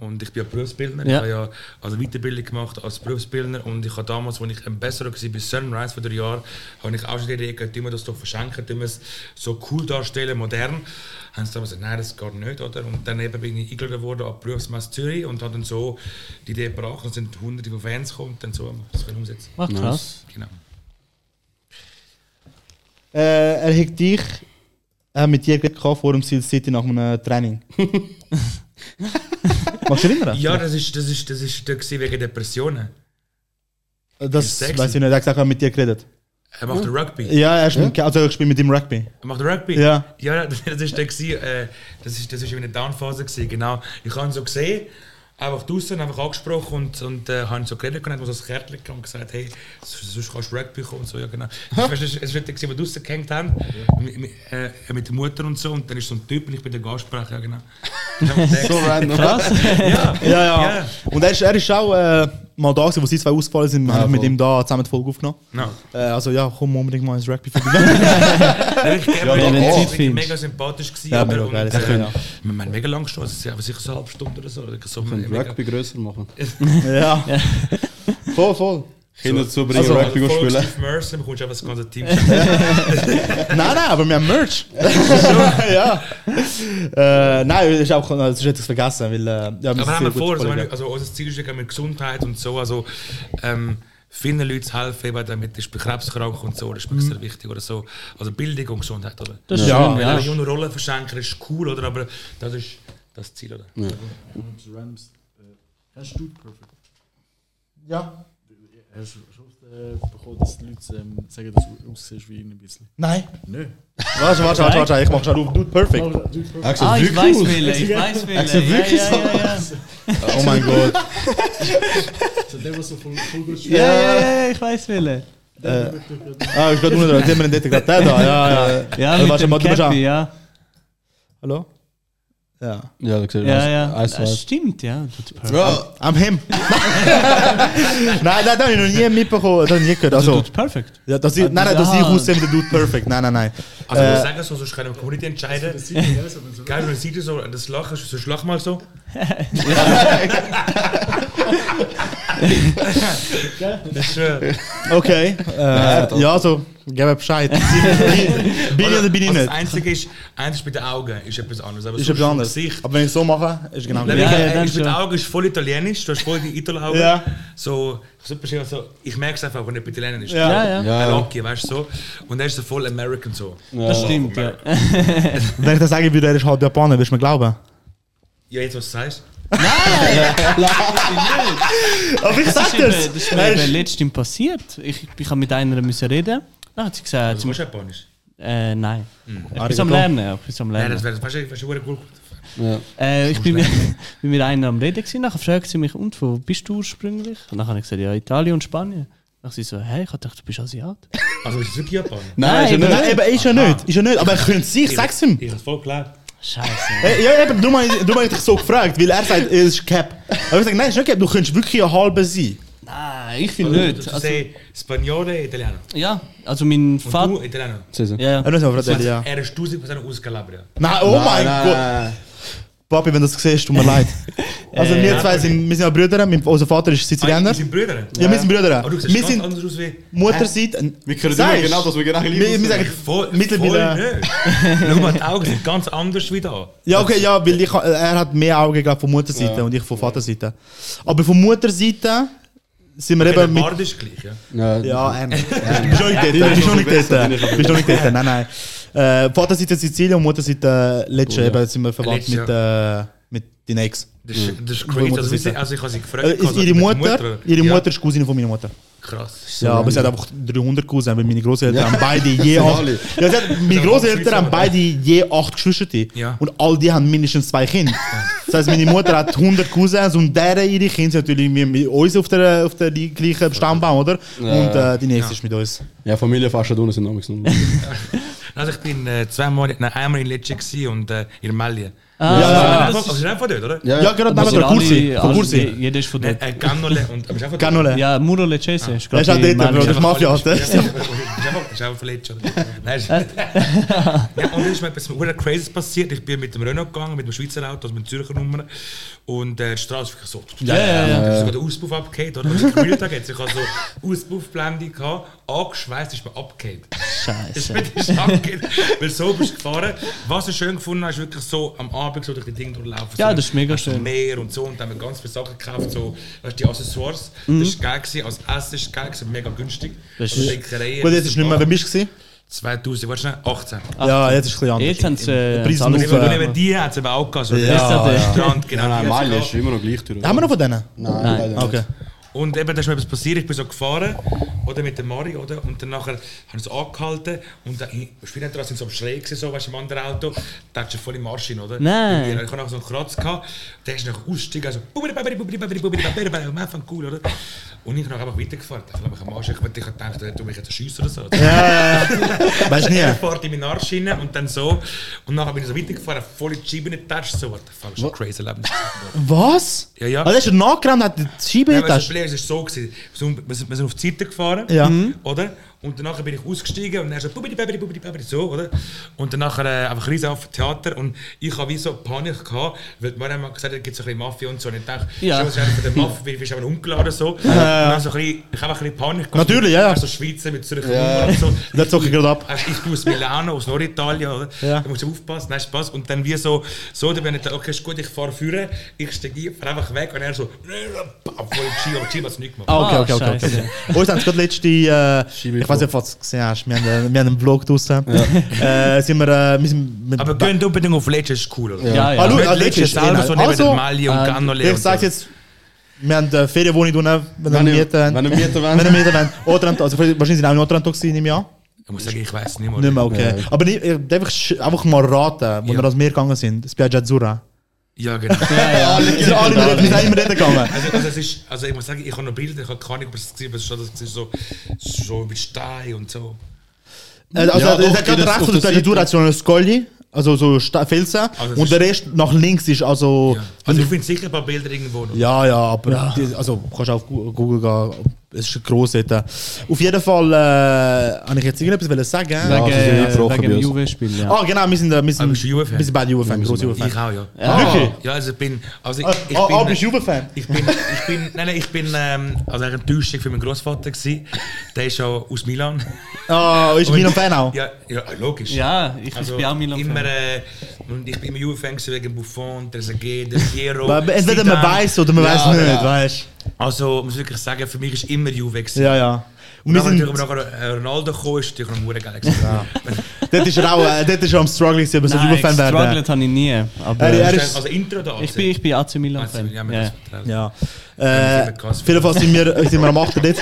[SPEAKER 10] und ich bin ja Berufsbildner. Ich
[SPEAKER 3] Ja.
[SPEAKER 10] habe ja also Weiterbildung gemacht als Berufsbildner und ich habe damals, als ich ein besserer war bei Sunrise vor drei Jahren, habe ich auch schon die Idee gehabt, tun wir das doch verschenken, tun wir es so cool darstellen, modern. Haben sie damals gesagt, nein, das geht nicht, oder? Und dann eben bin ich eingeladen worden an die Berufsmesse Zürich und habe dann so die Idee gebracht und es sind hunderte von Fans gekommen und dann so haben wir das können umsetzen.
[SPEAKER 3] Ach, krass.
[SPEAKER 10] Genau.
[SPEAKER 1] Äh, er hat dich äh, mit dir geredet gehabt vor dem Seal City nach einem Training. Magst du dich erinnern?
[SPEAKER 10] Ja, das ist, das ist, das ist da gewesen wegen Depressionen.
[SPEAKER 1] Das weiß ich nicht. Er hat gesagt, er hat mit dir geredet.
[SPEAKER 10] Er macht Rugby.
[SPEAKER 1] Ja, er spielt, also ich spiele mit ihm Rugby.
[SPEAKER 10] Er macht Rugby?
[SPEAKER 1] Ja.
[SPEAKER 10] Ja, das ist der gewesen, äh, das ist, das ist in einer Downphase gewesen, genau. Ich habe ihn so gesehen, einfach draußen, einfach angesprochen und, und äh, habe ihn so geredet und hat mir so ein Kärtchen gegeben und gesagt, hey, s- sonst kannst du Rugby kommen und so, ja genau. Weißt du, Es ist- es ist der gewesen, wo wir draußen gehängt haben, mit, mit, äh, mit der Mutter und so und dann ist so ein Typ und ich bin der Gastsprecher, ja genau. Das ist einfach der
[SPEAKER 2] So
[SPEAKER 10] gewesen.
[SPEAKER 2] random.
[SPEAKER 10] ja.
[SPEAKER 1] ja, ja, Und er ist, er ist auch äh, mal da, gewesen, wo sie zwei ausgefallen sind. Wir haben mit ihm da zusammen die Folge aufgenommen.
[SPEAKER 10] Ja.
[SPEAKER 1] Äh, also ja, komm unbedingt mal ins Rugby vorbei.
[SPEAKER 10] Nein, ich-
[SPEAKER 1] Ja,
[SPEAKER 10] er
[SPEAKER 1] wenn
[SPEAKER 10] war
[SPEAKER 1] du
[SPEAKER 10] wirklich
[SPEAKER 1] Zeit findest.
[SPEAKER 10] mega sympathisch gewesen.
[SPEAKER 1] Ja,
[SPEAKER 10] oder?
[SPEAKER 1] mega
[SPEAKER 10] Und,
[SPEAKER 1] geil,
[SPEAKER 10] äh,
[SPEAKER 1] das kann ich auch.
[SPEAKER 10] Wir haben mega lang gestanden, also sicher so eine halbe Stunde oder so. Oder so
[SPEAKER 2] können Rugby Äh, grösser machen.
[SPEAKER 1] ja. Voll, voll.
[SPEAKER 2] Kinder zu bringen, Rugby
[SPEAKER 10] folgst
[SPEAKER 2] spielen.
[SPEAKER 10] Steve Also, Mercer, dann bekommst du einfach das ganze Team.
[SPEAKER 1] nein, nein, aber wir haben Merch. ja. Äh, nein, es ist auch, das ist etwas vergessen, weil... Äh, ja, wir sind
[SPEAKER 10] Aber
[SPEAKER 1] sehr
[SPEAKER 10] haben wir
[SPEAKER 1] gut
[SPEAKER 10] vor, also,
[SPEAKER 1] Kollegen.
[SPEAKER 10] meine, also unser Ziel ist ja mit Gesundheit und so, also ähm, vielen Leuten zu helfen, eben damit ist bei Krebs krank und so, das ist mir
[SPEAKER 1] Mhm.
[SPEAKER 10] sehr wichtig oder so. Also Bildung und Gesundheit, oder?
[SPEAKER 3] Das ist Ja. schön,
[SPEAKER 10] Wenn
[SPEAKER 3] ja.
[SPEAKER 10] Eine junge Rolle verschenken ist cool, oder? Aber das ist das Ziel, oder?
[SPEAKER 2] Ja.
[SPEAKER 11] Und Rams. äh, Hast du Perfect?
[SPEAKER 1] Ja.
[SPEAKER 11] Hast du schon oft, äh, bekommen, dass die Leute ähm, sagen, dass du aussiehst wie ihn ein bisschen?
[SPEAKER 1] Nein.
[SPEAKER 11] Nö.
[SPEAKER 1] Warte, warte, warte, warte, ich mach schon auf Dude Perfect.
[SPEAKER 11] Oh, Dude Perfect.
[SPEAKER 1] Er sieht
[SPEAKER 11] Ah, ich
[SPEAKER 1] wirklich
[SPEAKER 11] weiß,
[SPEAKER 1] aus.
[SPEAKER 11] Wille, ich weiß, Wille.
[SPEAKER 1] Er sieht
[SPEAKER 11] Ja,
[SPEAKER 1] wirklich
[SPEAKER 11] ja,
[SPEAKER 1] so
[SPEAKER 11] ja,
[SPEAKER 1] aus.
[SPEAKER 11] ja.
[SPEAKER 1] Oh mein Gott.
[SPEAKER 11] So, Also der, was so voll, voll gut
[SPEAKER 3] Ja, ja, ja, ja, ich weiß Wille.
[SPEAKER 1] Äh, ah, ich bin unten dran, die haben wir entdeckt, gerade der da, ja, ja.
[SPEAKER 3] Ja,
[SPEAKER 1] Also,
[SPEAKER 3] mit
[SPEAKER 1] warte
[SPEAKER 3] dem
[SPEAKER 1] mal, du bist auch-
[SPEAKER 3] Cappy, ja.
[SPEAKER 1] Hallo? Ja.
[SPEAKER 2] Ja, du siehst
[SPEAKER 3] Ja, ja.
[SPEAKER 2] eins zu
[SPEAKER 3] Das
[SPEAKER 2] eins.
[SPEAKER 3] stimmt, ja. Dude Perfect.
[SPEAKER 1] Ja. Am Hemd. nein, nein, das habe ich noch nie mitbekommen, das habe ich nie gehört. Also,
[SPEAKER 3] Also Dude Perfect?
[SPEAKER 1] Ja, dass ich, nein, nein, dass ich aussehe mit dem Dude Perfect, nein, nein, nein.
[SPEAKER 10] Also
[SPEAKER 1] Äh,
[SPEAKER 10] ich sage so, sonst kann ich mich nicht entscheiden. Geil, wenn du siehst, so, das Lachen, sonst lach mal so. das ist schön.
[SPEAKER 1] Okay, äh, ja, also, gib mir Bescheid. bin ich oder bin ich
[SPEAKER 10] Also
[SPEAKER 1] nicht?
[SPEAKER 10] Das Einzige ist, eins mit den Augen ist etwas anderes. Aber
[SPEAKER 1] Ist
[SPEAKER 10] sonst
[SPEAKER 1] etwas
[SPEAKER 10] vom
[SPEAKER 1] anderes.
[SPEAKER 10] Gesicht.
[SPEAKER 1] Aber wenn ich so mache, ist genau
[SPEAKER 10] Nein,
[SPEAKER 1] gleich.
[SPEAKER 10] ich- ich- mit den Augen ist voll italienisch, du hast voll die Italo-Augen.
[SPEAKER 1] Ja.
[SPEAKER 10] So, so bestimmt so, ich merke es einfach, wenn jemand Italiener ist.
[SPEAKER 1] Ja, ja. Ja.
[SPEAKER 10] Ein Rocky, weißt du so. Und er ist so voll American so.
[SPEAKER 1] Das stimmt,
[SPEAKER 10] ja.
[SPEAKER 1] Wenn ich das sagen würde, er ist halb Japaner, würdest du mir glauben?
[SPEAKER 10] Ja, jetzt was du sagst.
[SPEAKER 1] Aber ich sag
[SPEAKER 3] Das
[SPEAKER 10] eh,
[SPEAKER 1] das.
[SPEAKER 3] ist mir- das ist mir
[SPEAKER 1] Er
[SPEAKER 3] eben
[SPEAKER 1] ist-
[SPEAKER 3] letztens passiert. Ich, ich habe mit einer müssen reden. Dann hat sie gesagt...
[SPEAKER 10] Du musst Japanisch.
[SPEAKER 3] Äh, nein.
[SPEAKER 10] Hm.
[SPEAKER 3] Ich bin am Lernen. ja, Ich bin am
[SPEAKER 10] Nein,
[SPEAKER 3] Lernen.
[SPEAKER 10] das wäre wahrscheinlich gut.
[SPEAKER 3] Äh, ich bin, bin mit einer am Reden gewesen, nachher fragt sie mich, und wo bist du ursprünglich? Und dann habe ich gesagt, ja, Italien und Spanien. Dann sie so, hey, ich dachte, du bist Asiat.
[SPEAKER 10] Also bist du wirklich Japaner?
[SPEAKER 1] Nein, nein, eben, ist
[SPEAKER 10] Ah.
[SPEAKER 1] ja nicht. Ist ja nicht, aber er könnte es sein, ich sag's ihm.
[SPEAKER 10] Ich hab's voll klar.
[SPEAKER 3] Scheiße.
[SPEAKER 1] Hey, ja, eben, du meinst, du meinst dich so gefragt, weil er sagt, es ist Cap. Aber ich sag, nein, es ist nicht Cap, du könntest wirklich ein halber sein.
[SPEAKER 3] Nein, ich finde
[SPEAKER 10] Also,
[SPEAKER 3] nicht.
[SPEAKER 10] Du
[SPEAKER 3] Also-
[SPEAKER 10] sagst Spagnole, Italiener.
[SPEAKER 3] Ja, also mein
[SPEAKER 10] Und
[SPEAKER 3] Vater...
[SPEAKER 10] du, Italiener.
[SPEAKER 3] Ja,
[SPEAKER 1] Er ist aber
[SPEAKER 10] Das heißt,
[SPEAKER 1] ja.
[SPEAKER 10] Er ist 1000% aus Calabria.
[SPEAKER 1] Nein, oh
[SPEAKER 10] Nein,
[SPEAKER 1] mein
[SPEAKER 10] nein,
[SPEAKER 1] Gott.
[SPEAKER 10] nein.
[SPEAKER 1] Papi, wenn du das siehst, tut mir leid. Also
[SPEAKER 10] Äh,
[SPEAKER 1] wir
[SPEAKER 10] ja. Ah,
[SPEAKER 1] zwei sind, wir sind ja Brüder, mein, unser Vater ist Sizilianer.
[SPEAKER 10] Wir sind Brüder.
[SPEAKER 1] Ja, wir sind Brüder.
[SPEAKER 10] Aber du siehst
[SPEAKER 1] Wir
[SPEAKER 10] ganz
[SPEAKER 1] sind
[SPEAKER 10] anders aus wie...
[SPEAKER 1] Mutterseite.
[SPEAKER 2] Wir können
[SPEAKER 1] Sagst?
[SPEAKER 2] immer genau das, was wir genau gleich
[SPEAKER 1] Wir, wir sagen,
[SPEAKER 2] aussehen.
[SPEAKER 10] Voll,
[SPEAKER 1] mittlerweile.
[SPEAKER 10] voll nicht. Schau mal, die Augen sind ganz anders wie da.
[SPEAKER 1] Ja, okay, ja, weil ich, äh, er hat mehr Augen glaub, von Mutterseite
[SPEAKER 10] Ja.
[SPEAKER 1] und ich von Vaterseite. Aber von Mutterseite sind wir eben
[SPEAKER 10] Okay, der
[SPEAKER 1] mit.
[SPEAKER 10] Bart ist gleich, ja?
[SPEAKER 1] Ja, ähnlich. Du bist noch nicht dort. Du bist noch nicht dort. Du bist noch nicht dort. Nein, nein. Äh, Vaterseite Sizilien und Mutterseite äh, letzte,
[SPEAKER 10] Oh, ja.
[SPEAKER 1] eben sind wir verwandt
[SPEAKER 10] Letzte,
[SPEAKER 1] mit, äh, mit den Ex.
[SPEAKER 10] Das ist, das ist
[SPEAKER 1] Von
[SPEAKER 10] crazy. Also,
[SPEAKER 1] Mutterseite.
[SPEAKER 10] weißt du, also ich habe sie gefragt.
[SPEAKER 1] Äh, ist
[SPEAKER 10] also,
[SPEAKER 1] ihre
[SPEAKER 10] die
[SPEAKER 1] Mutter, ihre
[SPEAKER 10] ja.
[SPEAKER 1] Mutter ist Cousine von meiner Mutter.
[SPEAKER 10] Krass.
[SPEAKER 1] Ja, aber sie hat einfach 300 Cousins, weil meine Großeltern
[SPEAKER 10] Ja.
[SPEAKER 1] haben beide je
[SPEAKER 10] Sind
[SPEAKER 1] acht.
[SPEAKER 10] alle.
[SPEAKER 1] Ja, sie hat, meine
[SPEAKER 10] Sind
[SPEAKER 1] Großeltern
[SPEAKER 10] alle
[SPEAKER 1] haben beide je acht Geschwister.
[SPEAKER 10] Ja.
[SPEAKER 1] Und all die haben mindestens zwei Kinder. Das heißt, meine Mutter hat 100 Cousins und deren ihre Kinder sind natürlich mit mit uns auf der, auf der die gleichen Stammbaum, oder?
[SPEAKER 2] Ja.
[SPEAKER 1] Und äh, die nächste
[SPEAKER 2] Ja.
[SPEAKER 1] ist mit uns.
[SPEAKER 2] Ja, Familie fast unten sind amigs nur.
[SPEAKER 10] Also, ich bin äh, zweimal, nein, einmal in Lecce gewesen und äh, in Malje.
[SPEAKER 1] Ah, ja, ja.
[SPEAKER 10] Also, das ist einfach dort, oder?
[SPEAKER 1] Ja, ja. Ja, gerade neben der Kursi. Von Kursi.
[SPEAKER 3] Jeder ist Also, von dort.
[SPEAKER 10] Nein, äh, Cannole und. aber ist einfach
[SPEAKER 1] Cannole.
[SPEAKER 3] Ja, Muro Lecese. ist
[SPEAKER 1] Er ist auch
[SPEAKER 3] gerade
[SPEAKER 1] dort,
[SPEAKER 3] in Mali.
[SPEAKER 1] Bro, das ist Mafia,
[SPEAKER 10] Das
[SPEAKER 1] Alter.
[SPEAKER 10] ist einfach- das ist einfach verletzt. oder? Nein, ist- ja, und dann ist mir etwas verdammt Crazy passiert. Ich bin mit dem Renault gegangen, mit dem Schweizer Auto, also mit dem Zürcher Nummer. Und äh, die Straße war so.
[SPEAKER 1] Ja, ja, ja.
[SPEAKER 10] Ich habe sogar den Auspuff abgehakt. Oder? Das ist ein Realtag jetzt. Ich hatte so Auspuffblende, gehabt, angeschweißt, ist mir abgehakt. Scheiße. Das ist abgehakt. Weil so bist du gefahren. Was ich schön gefunden habe, ist wirklich so am Abend so durch die Dinge durchlaufen.
[SPEAKER 3] Ja,
[SPEAKER 10] so,
[SPEAKER 3] das ist mega
[SPEAKER 10] hast du
[SPEAKER 3] schön.
[SPEAKER 10] Meer und so. Und dann haben wir ganz viele Sachen gekauft. So, weißt du, die Accessoires.
[SPEAKER 1] Mhm.
[SPEAKER 10] Das war geil. Gewesen. Als Essen ist geil, gewesen, mega günstig.
[SPEAKER 1] Das
[SPEAKER 10] Also
[SPEAKER 1] ist-
[SPEAKER 10] Bäckereien,
[SPEAKER 1] Gut, jetzt ist nicht mehr, wer bist du? gewesen?
[SPEAKER 10] 2000, warte schnell, 18.
[SPEAKER 1] Ja, jetzt ist es ein bisschen anders. Jetzt haben sie, äh,
[SPEAKER 10] Der Preis
[SPEAKER 1] haben sie alles
[SPEAKER 10] muss hoch.
[SPEAKER 1] hoch.
[SPEAKER 10] Neben dir hat es aber auch gehabt. So
[SPEAKER 1] Ja,
[SPEAKER 10] Restaurant,
[SPEAKER 1] ja.
[SPEAKER 10] Strand, genau.
[SPEAKER 2] Nein, nein, Mali ist immer noch gleich.
[SPEAKER 1] Haben wir noch von denen?
[SPEAKER 2] Nein, leider nicht.
[SPEAKER 1] Okay.
[SPEAKER 10] Und eben, da ist mir etwas passiert. Ich bin so gefahren, oder mit dem Mari, oder? Und dann nachher haben sie angehalten. Und dann, später dran sind sie am Schräg, gewesen, so, weißt du, im anderen Auto. Da hat schon voll im Marsch hin, oder?
[SPEAKER 3] Nein.
[SPEAKER 10] Ich, ich habe nachher so einen Kratz gehabt. Der ist nachher ausgestiegen, also. bubidi-babidi, bubidi-babidi, bubidi-babidi, Am Anfang cool, oder? Und ich bin nachher einfach weitergefahren. Dann habe ich am Arsch. Ich habe gedacht, der tut mich jetzt schiessen oder so.
[SPEAKER 1] Ja, ja, ja. Weißt nie.
[SPEAKER 10] Er fährt in meinen Arsch rein und dann so. Und nachher bin ich so weitergefahren, voll in die Scheibe getatscht. So, what the fuck, schon crazy Leben.
[SPEAKER 1] Was?
[SPEAKER 10] Ja, ja.
[SPEAKER 1] Also, er ist schon nachgerannt, hat die Scheibe in
[SPEAKER 10] Nein, aber
[SPEAKER 1] der
[SPEAKER 10] das
[SPEAKER 1] Tasche.
[SPEAKER 10] Problem ist, es ist so gewesen. Wir sind- Wir sind, wir sind auf die Seite gefahren,
[SPEAKER 1] Ja.
[SPEAKER 10] Mhm. oder? Und danach bin ich ausgestiegen und dann so bubidi babidi bubidi babidi so, oder? Und danach äh, einfach riesen auf Theater und ich habe wie so Panik gehabt, weil man einmal gesagt hat, gibt es ein bisschen Mafia und so. Und ich dachte,
[SPEAKER 1] Ja.
[SPEAKER 10] ja. schon von der Mafia, wie bist du aber umgeladen so.
[SPEAKER 1] Ja.
[SPEAKER 10] Und dann so ein bisschen, ich habe ein bisschen Panik gehabt.
[SPEAKER 1] Natürlich, ja, ja.
[SPEAKER 10] So Schweizer mit Zürcher
[SPEAKER 1] Ja.
[SPEAKER 10] Nummer und so.
[SPEAKER 1] Das zog ich gerade ab.
[SPEAKER 10] Also ich bin aus Milano, aus Norditalien, oder?
[SPEAKER 1] Ja.
[SPEAKER 10] Da musst du aufpassen, nein, Spaß. Und dann wie so, so, da bin ich da, okay, ist gut, ich fahre führen, ich steige ein, fahre einfach weg und er so, obwohl ich Ski, aber Ski hat es nicht gemacht.
[SPEAKER 1] Ah, okay, okay, okay. okay. Uns haben es gerade letzte, äh, ich weiß nicht, ob du es gesehen hast, wir haben, äh, wir haben einen Vlog draussen. Äh, sind wir, äh, wir sind mit
[SPEAKER 10] Aber gehen unbedingt auf Lecce, ist cool, oder?
[SPEAKER 1] Ah, schau,
[SPEAKER 10] Nicht
[SPEAKER 1] ah,
[SPEAKER 10] Lecce
[SPEAKER 1] letztes
[SPEAKER 10] selber,
[SPEAKER 1] also,
[SPEAKER 10] so neben also, Mali und Cannoli.
[SPEAKER 1] Ich sag's jetzt, wir haben eine Ferienwohnung unten, wenn wir
[SPEAKER 10] Wenn ihr-
[SPEAKER 1] Mieter haben.
[SPEAKER 10] wenn ihr Mieter wollt.
[SPEAKER 1] Wenn ihr Mieter wollt. Otranto, also wahrscheinlich sind auch in Otranto gewesen, nehme ich an.
[SPEAKER 10] Ich muss sagen, ich weiß nicht mehr.
[SPEAKER 1] Nicht mehr, okay. Aber nicht, ihr darf ich einfach mal raten, wo wir ans Meer gegangen sind. Das Piaggiazzura.
[SPEAKER 10] Ja, genau.
[SPEAKER 1] Ja, ja. Wir sind alle mit- wir sind alle mit denen gegangen.
[SPEAKER 10] Also, also, es ist, also ich muss sagen, ich habe noch Bilder, ich habe keine Ahnung, was es war, aber es ist schon- das war so, so mit Stein und so.
[SPEAKER 1] Äh, Also,
[SPEAKER 10] Ja,
[SPEAKER 1] ja,
[SPEAKER 10] doch,
[SPEAKER 1] der gerade
[SPEAKER 10] das
[SPEAKER 1] rechts
[SPEAKER 10] auf
[SPEAKER 1] von der
[SPEAKER 10] der
[SPEAKER 1] Piaggiazzura hat so eine Skolli, also so Sta- Felsen.
[SPEAKER 10] Also das
[SPEAKER 1] und der Rest nach links ist also.
[SPEAKER 10] Also ich finde sicher ein paar Bilder irgendwo noch.
[SPEAKER 1] Ja, ja, aber Die, also kannst auf Gu- Google gehen. Es ist gross dort. Auf jeden Fall äh, habe ich jetzt irgendetwas wollen sagen.
[SPEAKER 3] Wegen-
[SPEAKER 1] Also, sie sind eingebrochen
[SPEAKER 3] wegen
[SPEAKER 1] bei uns.
[SPEAKER 3] Juve-Spiel, ja.
[SPEAKER 1] Ah, genau, wir sind, äh, wir sind,
[SPEAKER 10] Aber bist du
[SPEAKER 1] wir
[SPEAKER 10] Juve-Fan?
[SPEAKER 1] sind beide Juve-Fan, grosse Juve-Fan.
[SPEAKER 10] Ich auch, ja.
[SPEAKER 1] Ah. Wirklich?
[SPEAKER 10] Ja, also ich bin... Also ich,
[SPEAKER 1] Ah,
[SPEAKER 10] ich
[SPEAKER 1] ah,
[SPEAKER 10] bin,
[SPEAKER 1] ah, bist du Juve-Fan?
[SPEAKER 10] Ich bin, ich bin, nein, nein, ich bin ähm, also eine Enttäuschung für meinen Großvater gsi. Der ist ja aus Milan.
[SPEAKER 1] Ah, ist
[SPEAKER 10] Und-
[SPEAKER 1] Milan-Fan auch?
[SPEAKER 10] Ja, ja, logisch.
[SPEAKER 3] Ja, ich- ich bin auch Milan-Fan.
[SPEAKER 10] Also Immer, äh, und ich bin immer Juve-Fan gsi wegen Buffon, Trezeguet, Del Piero.
[SPEAKER 1] Aber entweder man
[SPEAKER 10] Zidane.
[SPEAKER 1] weiss oder man weiss nicht, weißt
[SPEAKER 10] Also muss wirklich sagen, für mich ist immer Juve gsi.
[SPEAKER 1] Ja, ja. Und
[SPEAKER 10] Und,
[SPEAKER 1] wir
[SPEAKER 10] dann
[SPEAKER 1] sind-
[SPEAKER 10] natürlich, aber nachher äh, Ronaldo kam, ist natürlich noch mega geil gewesen.
[SPEAKER 1] Dort ist er auch, äh, dort ist er am Struggling, gewesen, ob er so
[SPEAKER 3] Nein,
[SPEAKER 1] Juve-Fan wäre.
[SPEAKER 3] gestruggelt habe ich nie. Aber
[SPEAKER 1] Er- er ist-
[SPEAKER 10] Also Intro da.
[SPEAKER 3] Ich bin, ich bin AC Milan-Fan.
[SPEAKER 10] Also, Ja,
[SPEAKER 3] Ja.
[SPEAKER 10] Also,
[SPEAKER 1] Ja. Äh, vielerorts sind wir, äh, sind wir am 8. dort.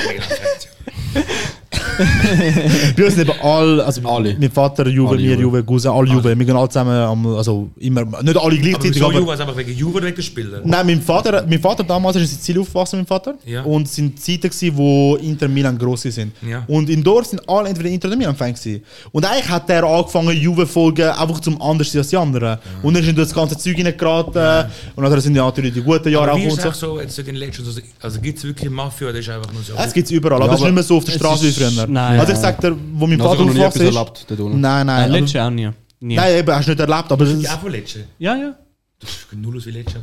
[SPEAKER 1] Bei uns sind eben alle, also mein Vater Juve,
[SPEAKER 10] Alle
[SPEAKER 1] wir
[SPEAKER 10] Juve.
[SPEAKER 1] Juve, Cousin, alle Juve. Wir gehen alle zusammen, am, also immer, nicht alle
[SPEAKER 10] Aber
[SPEAKER 1] gleichzeitig,
[SPEAKER 10] wieso
[SPEAKER 1] aber...
[SPEAKER 10] Juve? Also einfach wegen Juve oder wegen den Spielern?
[SPEAKER 1] Nein, mein Vater, mein Vater damals ist in Sizilien aufgewachsen, mein Vater.
[SPEAKER 10] Ja.
[SPEAKER 1] Und es waren Zeiten, gewesen, wo Inter Milan gross sind.
[SPEAKER 10] Ja.
[SPEAKER 1] Und in Dorf sind alle entweder Inter oder Milan-Fan. gewesen. Und eigentlich hat er angefangen, Juve zu folgen, einfach zum anders sein als die anderen. Und dann ist in das ganze Zeug hineingeraten. Und dann sind ja natürlich die guten Jahre
[SPEAKER 10] Aber
[SPEAKER 1] auch
[SPEAKER 10] wie ist
[SPEAKER 1] und so. Also,
[SPEAKER 10] es so, jetzt so in den letzten, also, also gibt es wirklich Mafia oder ist einfach nur so?
[SPEAKER 1] Es gibt es überall, aber es ist nicht mehr so auf der Straße wie früher. also ich sag dir, wo mein Vater aufgewachsen ist... Nein, nein.
[SPEAKER 3] Äh,
[SPEAKER 1] aber-
[SPEAKER 3] letztes Jahr auch nie. Nie.
[SPEAKER 1] Nein, eben, hast du nicht erlebt, aber...
[SPEAKER 10] Ich
[SPEAKER 1] es-
[SPEAKER 10] auch von Lecce.
[SPEAKER 3] Ja, ja.
[SPEAKER 10] Du bist null aus wie Lecce.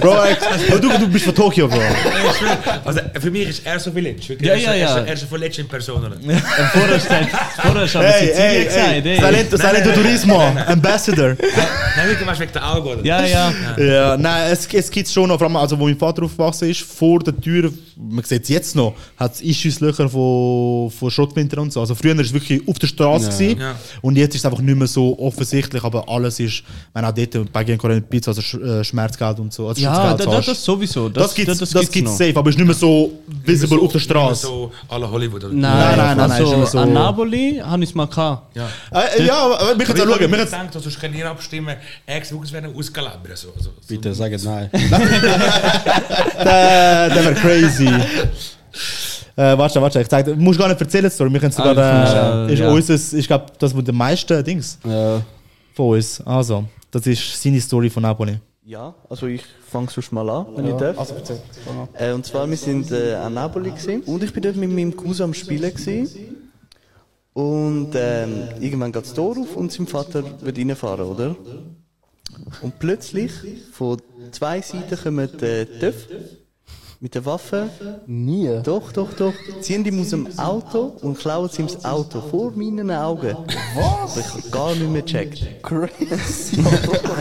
[SPEAKER 1] Bro, ex- aber du, du bist von Tokio, Bro.
[SPEAKER 10] Also für mich ist er so wie Lecce. wirklich.
[SPEAKER 1] Ja,
[SPEAKER 10] Er ist-
[SPEAKER 1] ja, ja.
[SPEAKER 10] Er ist- er ist von Lecce in Person. oder?
[SPEAKER 3] halt- Vorher schon
[SPEAKER 1] Hey,
[SPEAKER 3] Sizilien
[SPEAKER 1] hey,
[SPEAKER 3] gesagt,
[SPEAKER 1] hey.
[SPEAKER 3] ey.
[SPEAKER 1] Salento,
[SPEAKER 3] Nein,
[SPEAKER 1] Salento
[SPEAKER 3] nein,
[SPEAKER 1] Turismo,
[SPEAKER 3] nein, nein.
[SPEAKER 1] Ambassador.
[SPEAKER 10] Nein, wirklich, du machst wegen der Augen, oder?
[SPEAKER 3] Ja, ja.
[SPEAKER 1] Ja, nein, es, es gibt schon noch, vor allem, also wo mein Vater aufgewachsen ist, vor der Tür, man sieht es jetzt noch, hat es Einschusslöcher von, von Schottwinter und so. Also früher war es wirklich auf der Straße
[SPEAKER 10] Ja.
[SPEAKER 1] gewesen,
[SPEAKER 10] Ja.
[SPEAKER 1] und jetzt ist es einfach nicht mehr so offensichtlich, aber alles ist, wenn auch dort bei Genkoren mit Pizza, also Sch äh, Schmerzgeld und so. Also
[SPEAKER 3] Ja,
[SPEAKER 1] Schutzgeld
[SPEAKER 3] da, da,
[SPEAKER 1] zahlst.
[SPEAKER 3] das sowieso.
[SPEAKER 1] Das, gibt's, das, gibt's,
[SPEAKER 3] noch.
[SPEAKER 1] safe, aber es ist nicht mehr so visible
[SPEAKER 10] so-
[SPEAKER 1] auf der
[SPEAKER 10] nicht mehr
[SPEAKER 1] Straße.
[SPEAKER 10] So à la Hollywood. Oder?
[SPEAKER 3] Nein, nein, nein.
[SPEAKER 1] nein, ist
[SPEAKER 3] Also,
[SPEAKER 1] immer so-
[SPEAKER 3] an Napoli habe ich es mal gehabt.
[SPEAKER 10] Ja.
[SPEAKER 1] Äh, äh, ja, aber wir können es auch schauen. Wir können
[SPEAKER 10] Ich denke, dass du kannst hier abstimmen, Ex-Wuchs werden aus Calabria. So, also, so.
[SPEAKER 2] Bitte, sag jetzt nein.
[SPEAKER 1] Äh, der wäre crazy. Äh, warte, warte, ich zeig dir. Du musst gar nicht erzählen, Story. Wir können sogar.
[SPEAKER 2] Ah,
[SPEAKER 1] Äh, ist
[SPEAKER 2] ja.
[SPEAKER 1] unseres, ich glaube, das mit den meisten Dings von uns. Also, das ist seine Story von Napoli.
[SPEAKER 6] Ja, also ich fange sonst mal an, wenn
[SPEAKER 1] Ja,
[SPEAKER 6] ich darf.
[SPEAKER 1] also bitte.
[SPEAKER 6] äh, und zwar, wir sind äh, an Napoli gewesen. und ich bin dort mit meinem Cousin am Spielen gewesen. Und ähm, irgendwann geht das Tor auf und sein Vater wird reinfahren, oder? Und plötzlich von zwei Seiten kommen äh, Töpfe mit der Waffe. Nie. Doch, doch, doch. Ziehen die aus dem Auto und klauen sie ihm das Auto vor meinen Augen. Was? Ich hab gar nicht mehr gecheckt. Crazy.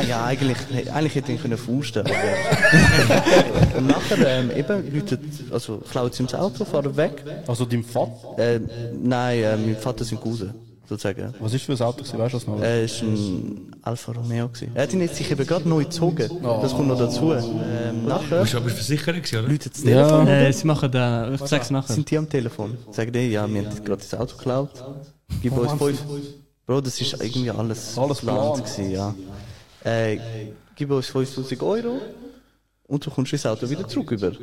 [SPEAKER 6] ja, eigentlich, eigentlich hätte ich ihn können fausten aber- Und nachher ähm, eben läutet, also klauen sie ihm das Auto, fahren weg.
[SPEAKER 2] Also dein Vater?
[SPEAKER 6] Ähm, nein, äh, mein äh, Vater sind Cousin. sozusagen.
[SPEAKER 2] Was ist für ein Auto, gewesen, weißt du das noch?
[SPEAKER 6] Er ist ein Alfa Romeo. Gewesen. Er hat ihn jetzt sich eben gerade neu gezogen. Das kommt noch dazu. Ähm, nachher.
[SPEAKER 10] Bist du aber versichert, gewesen, oder?
[SPEAKER 6] Leute, das Telefon.
[SPEAKER 3] Äh, sie machen da, ich sag's nachher.
[SPEAKER 6] Sind die am Telefon? Sagen die, ja, wir haben gerade das Auto geklaut. Gib uns fünf. Bro, das ist irgendwie alles, alles geplant. Gewesen, ja. äh, gib uns 5000 Euro und du kommst das Auto wieder zurück über.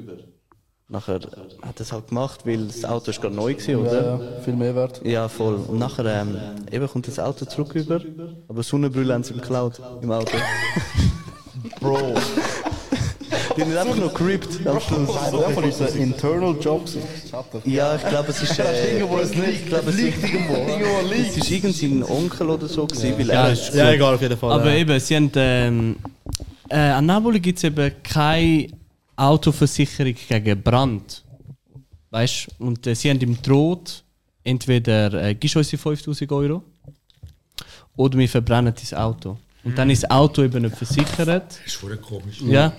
[SPEAKER 6] Nachher hat er es halt gemacht, weil das Auto ist gerade neu gewesen, oder?
[SPEAKER 2] Ja, ja, viel mehr wert.
[SPEAKER 6] Ja, voll. Und nachher ähm, eben kommt das Auto zurück über, aber Sonnenbrille haben sie ihm geklaut im Auto.
[SPEAKER 2] Bro.
[SPEAKER 6] Die haben ihn einfach noch gerippt am Schluss.
[SPEAKER 2] Das ist ein Internal Job. gewesen.
[SPEAKER 6] Ja, ich glaube, es ist.
[SPEAKER 2] Das ist
[SPEAKER 6] Äh,
[SPEAKER 2] irgendwo, es liegt.
[SPEAKER 6] ich glaube, es
[SPEAKER 2] Liegt irgendwo. Irgendwo
[SPEAKER 6] Es ist irgendein Onkel oder so, gewesen, weil
[SPEAKER 3] Ja,
[SPEAKER 6] er.
[SPEAKER 3] ist gut. Aber
[SPEAKER 6] ja.
[SPEAKER 3] eben, sie haben. Ähm, äh, an Napoli gibt es eben keine Autoversicherung gegen Brand. Weißt du? Und äh, sie haben ihm droht, entweder äh, gibst uns die 5000 Euro oder wir verbrennen dein Auto. Und dann ist das Auto eben nicht versichert.
[SPEAKER 10] Das ist voll komisch.
[SPEAKER 3] Ja.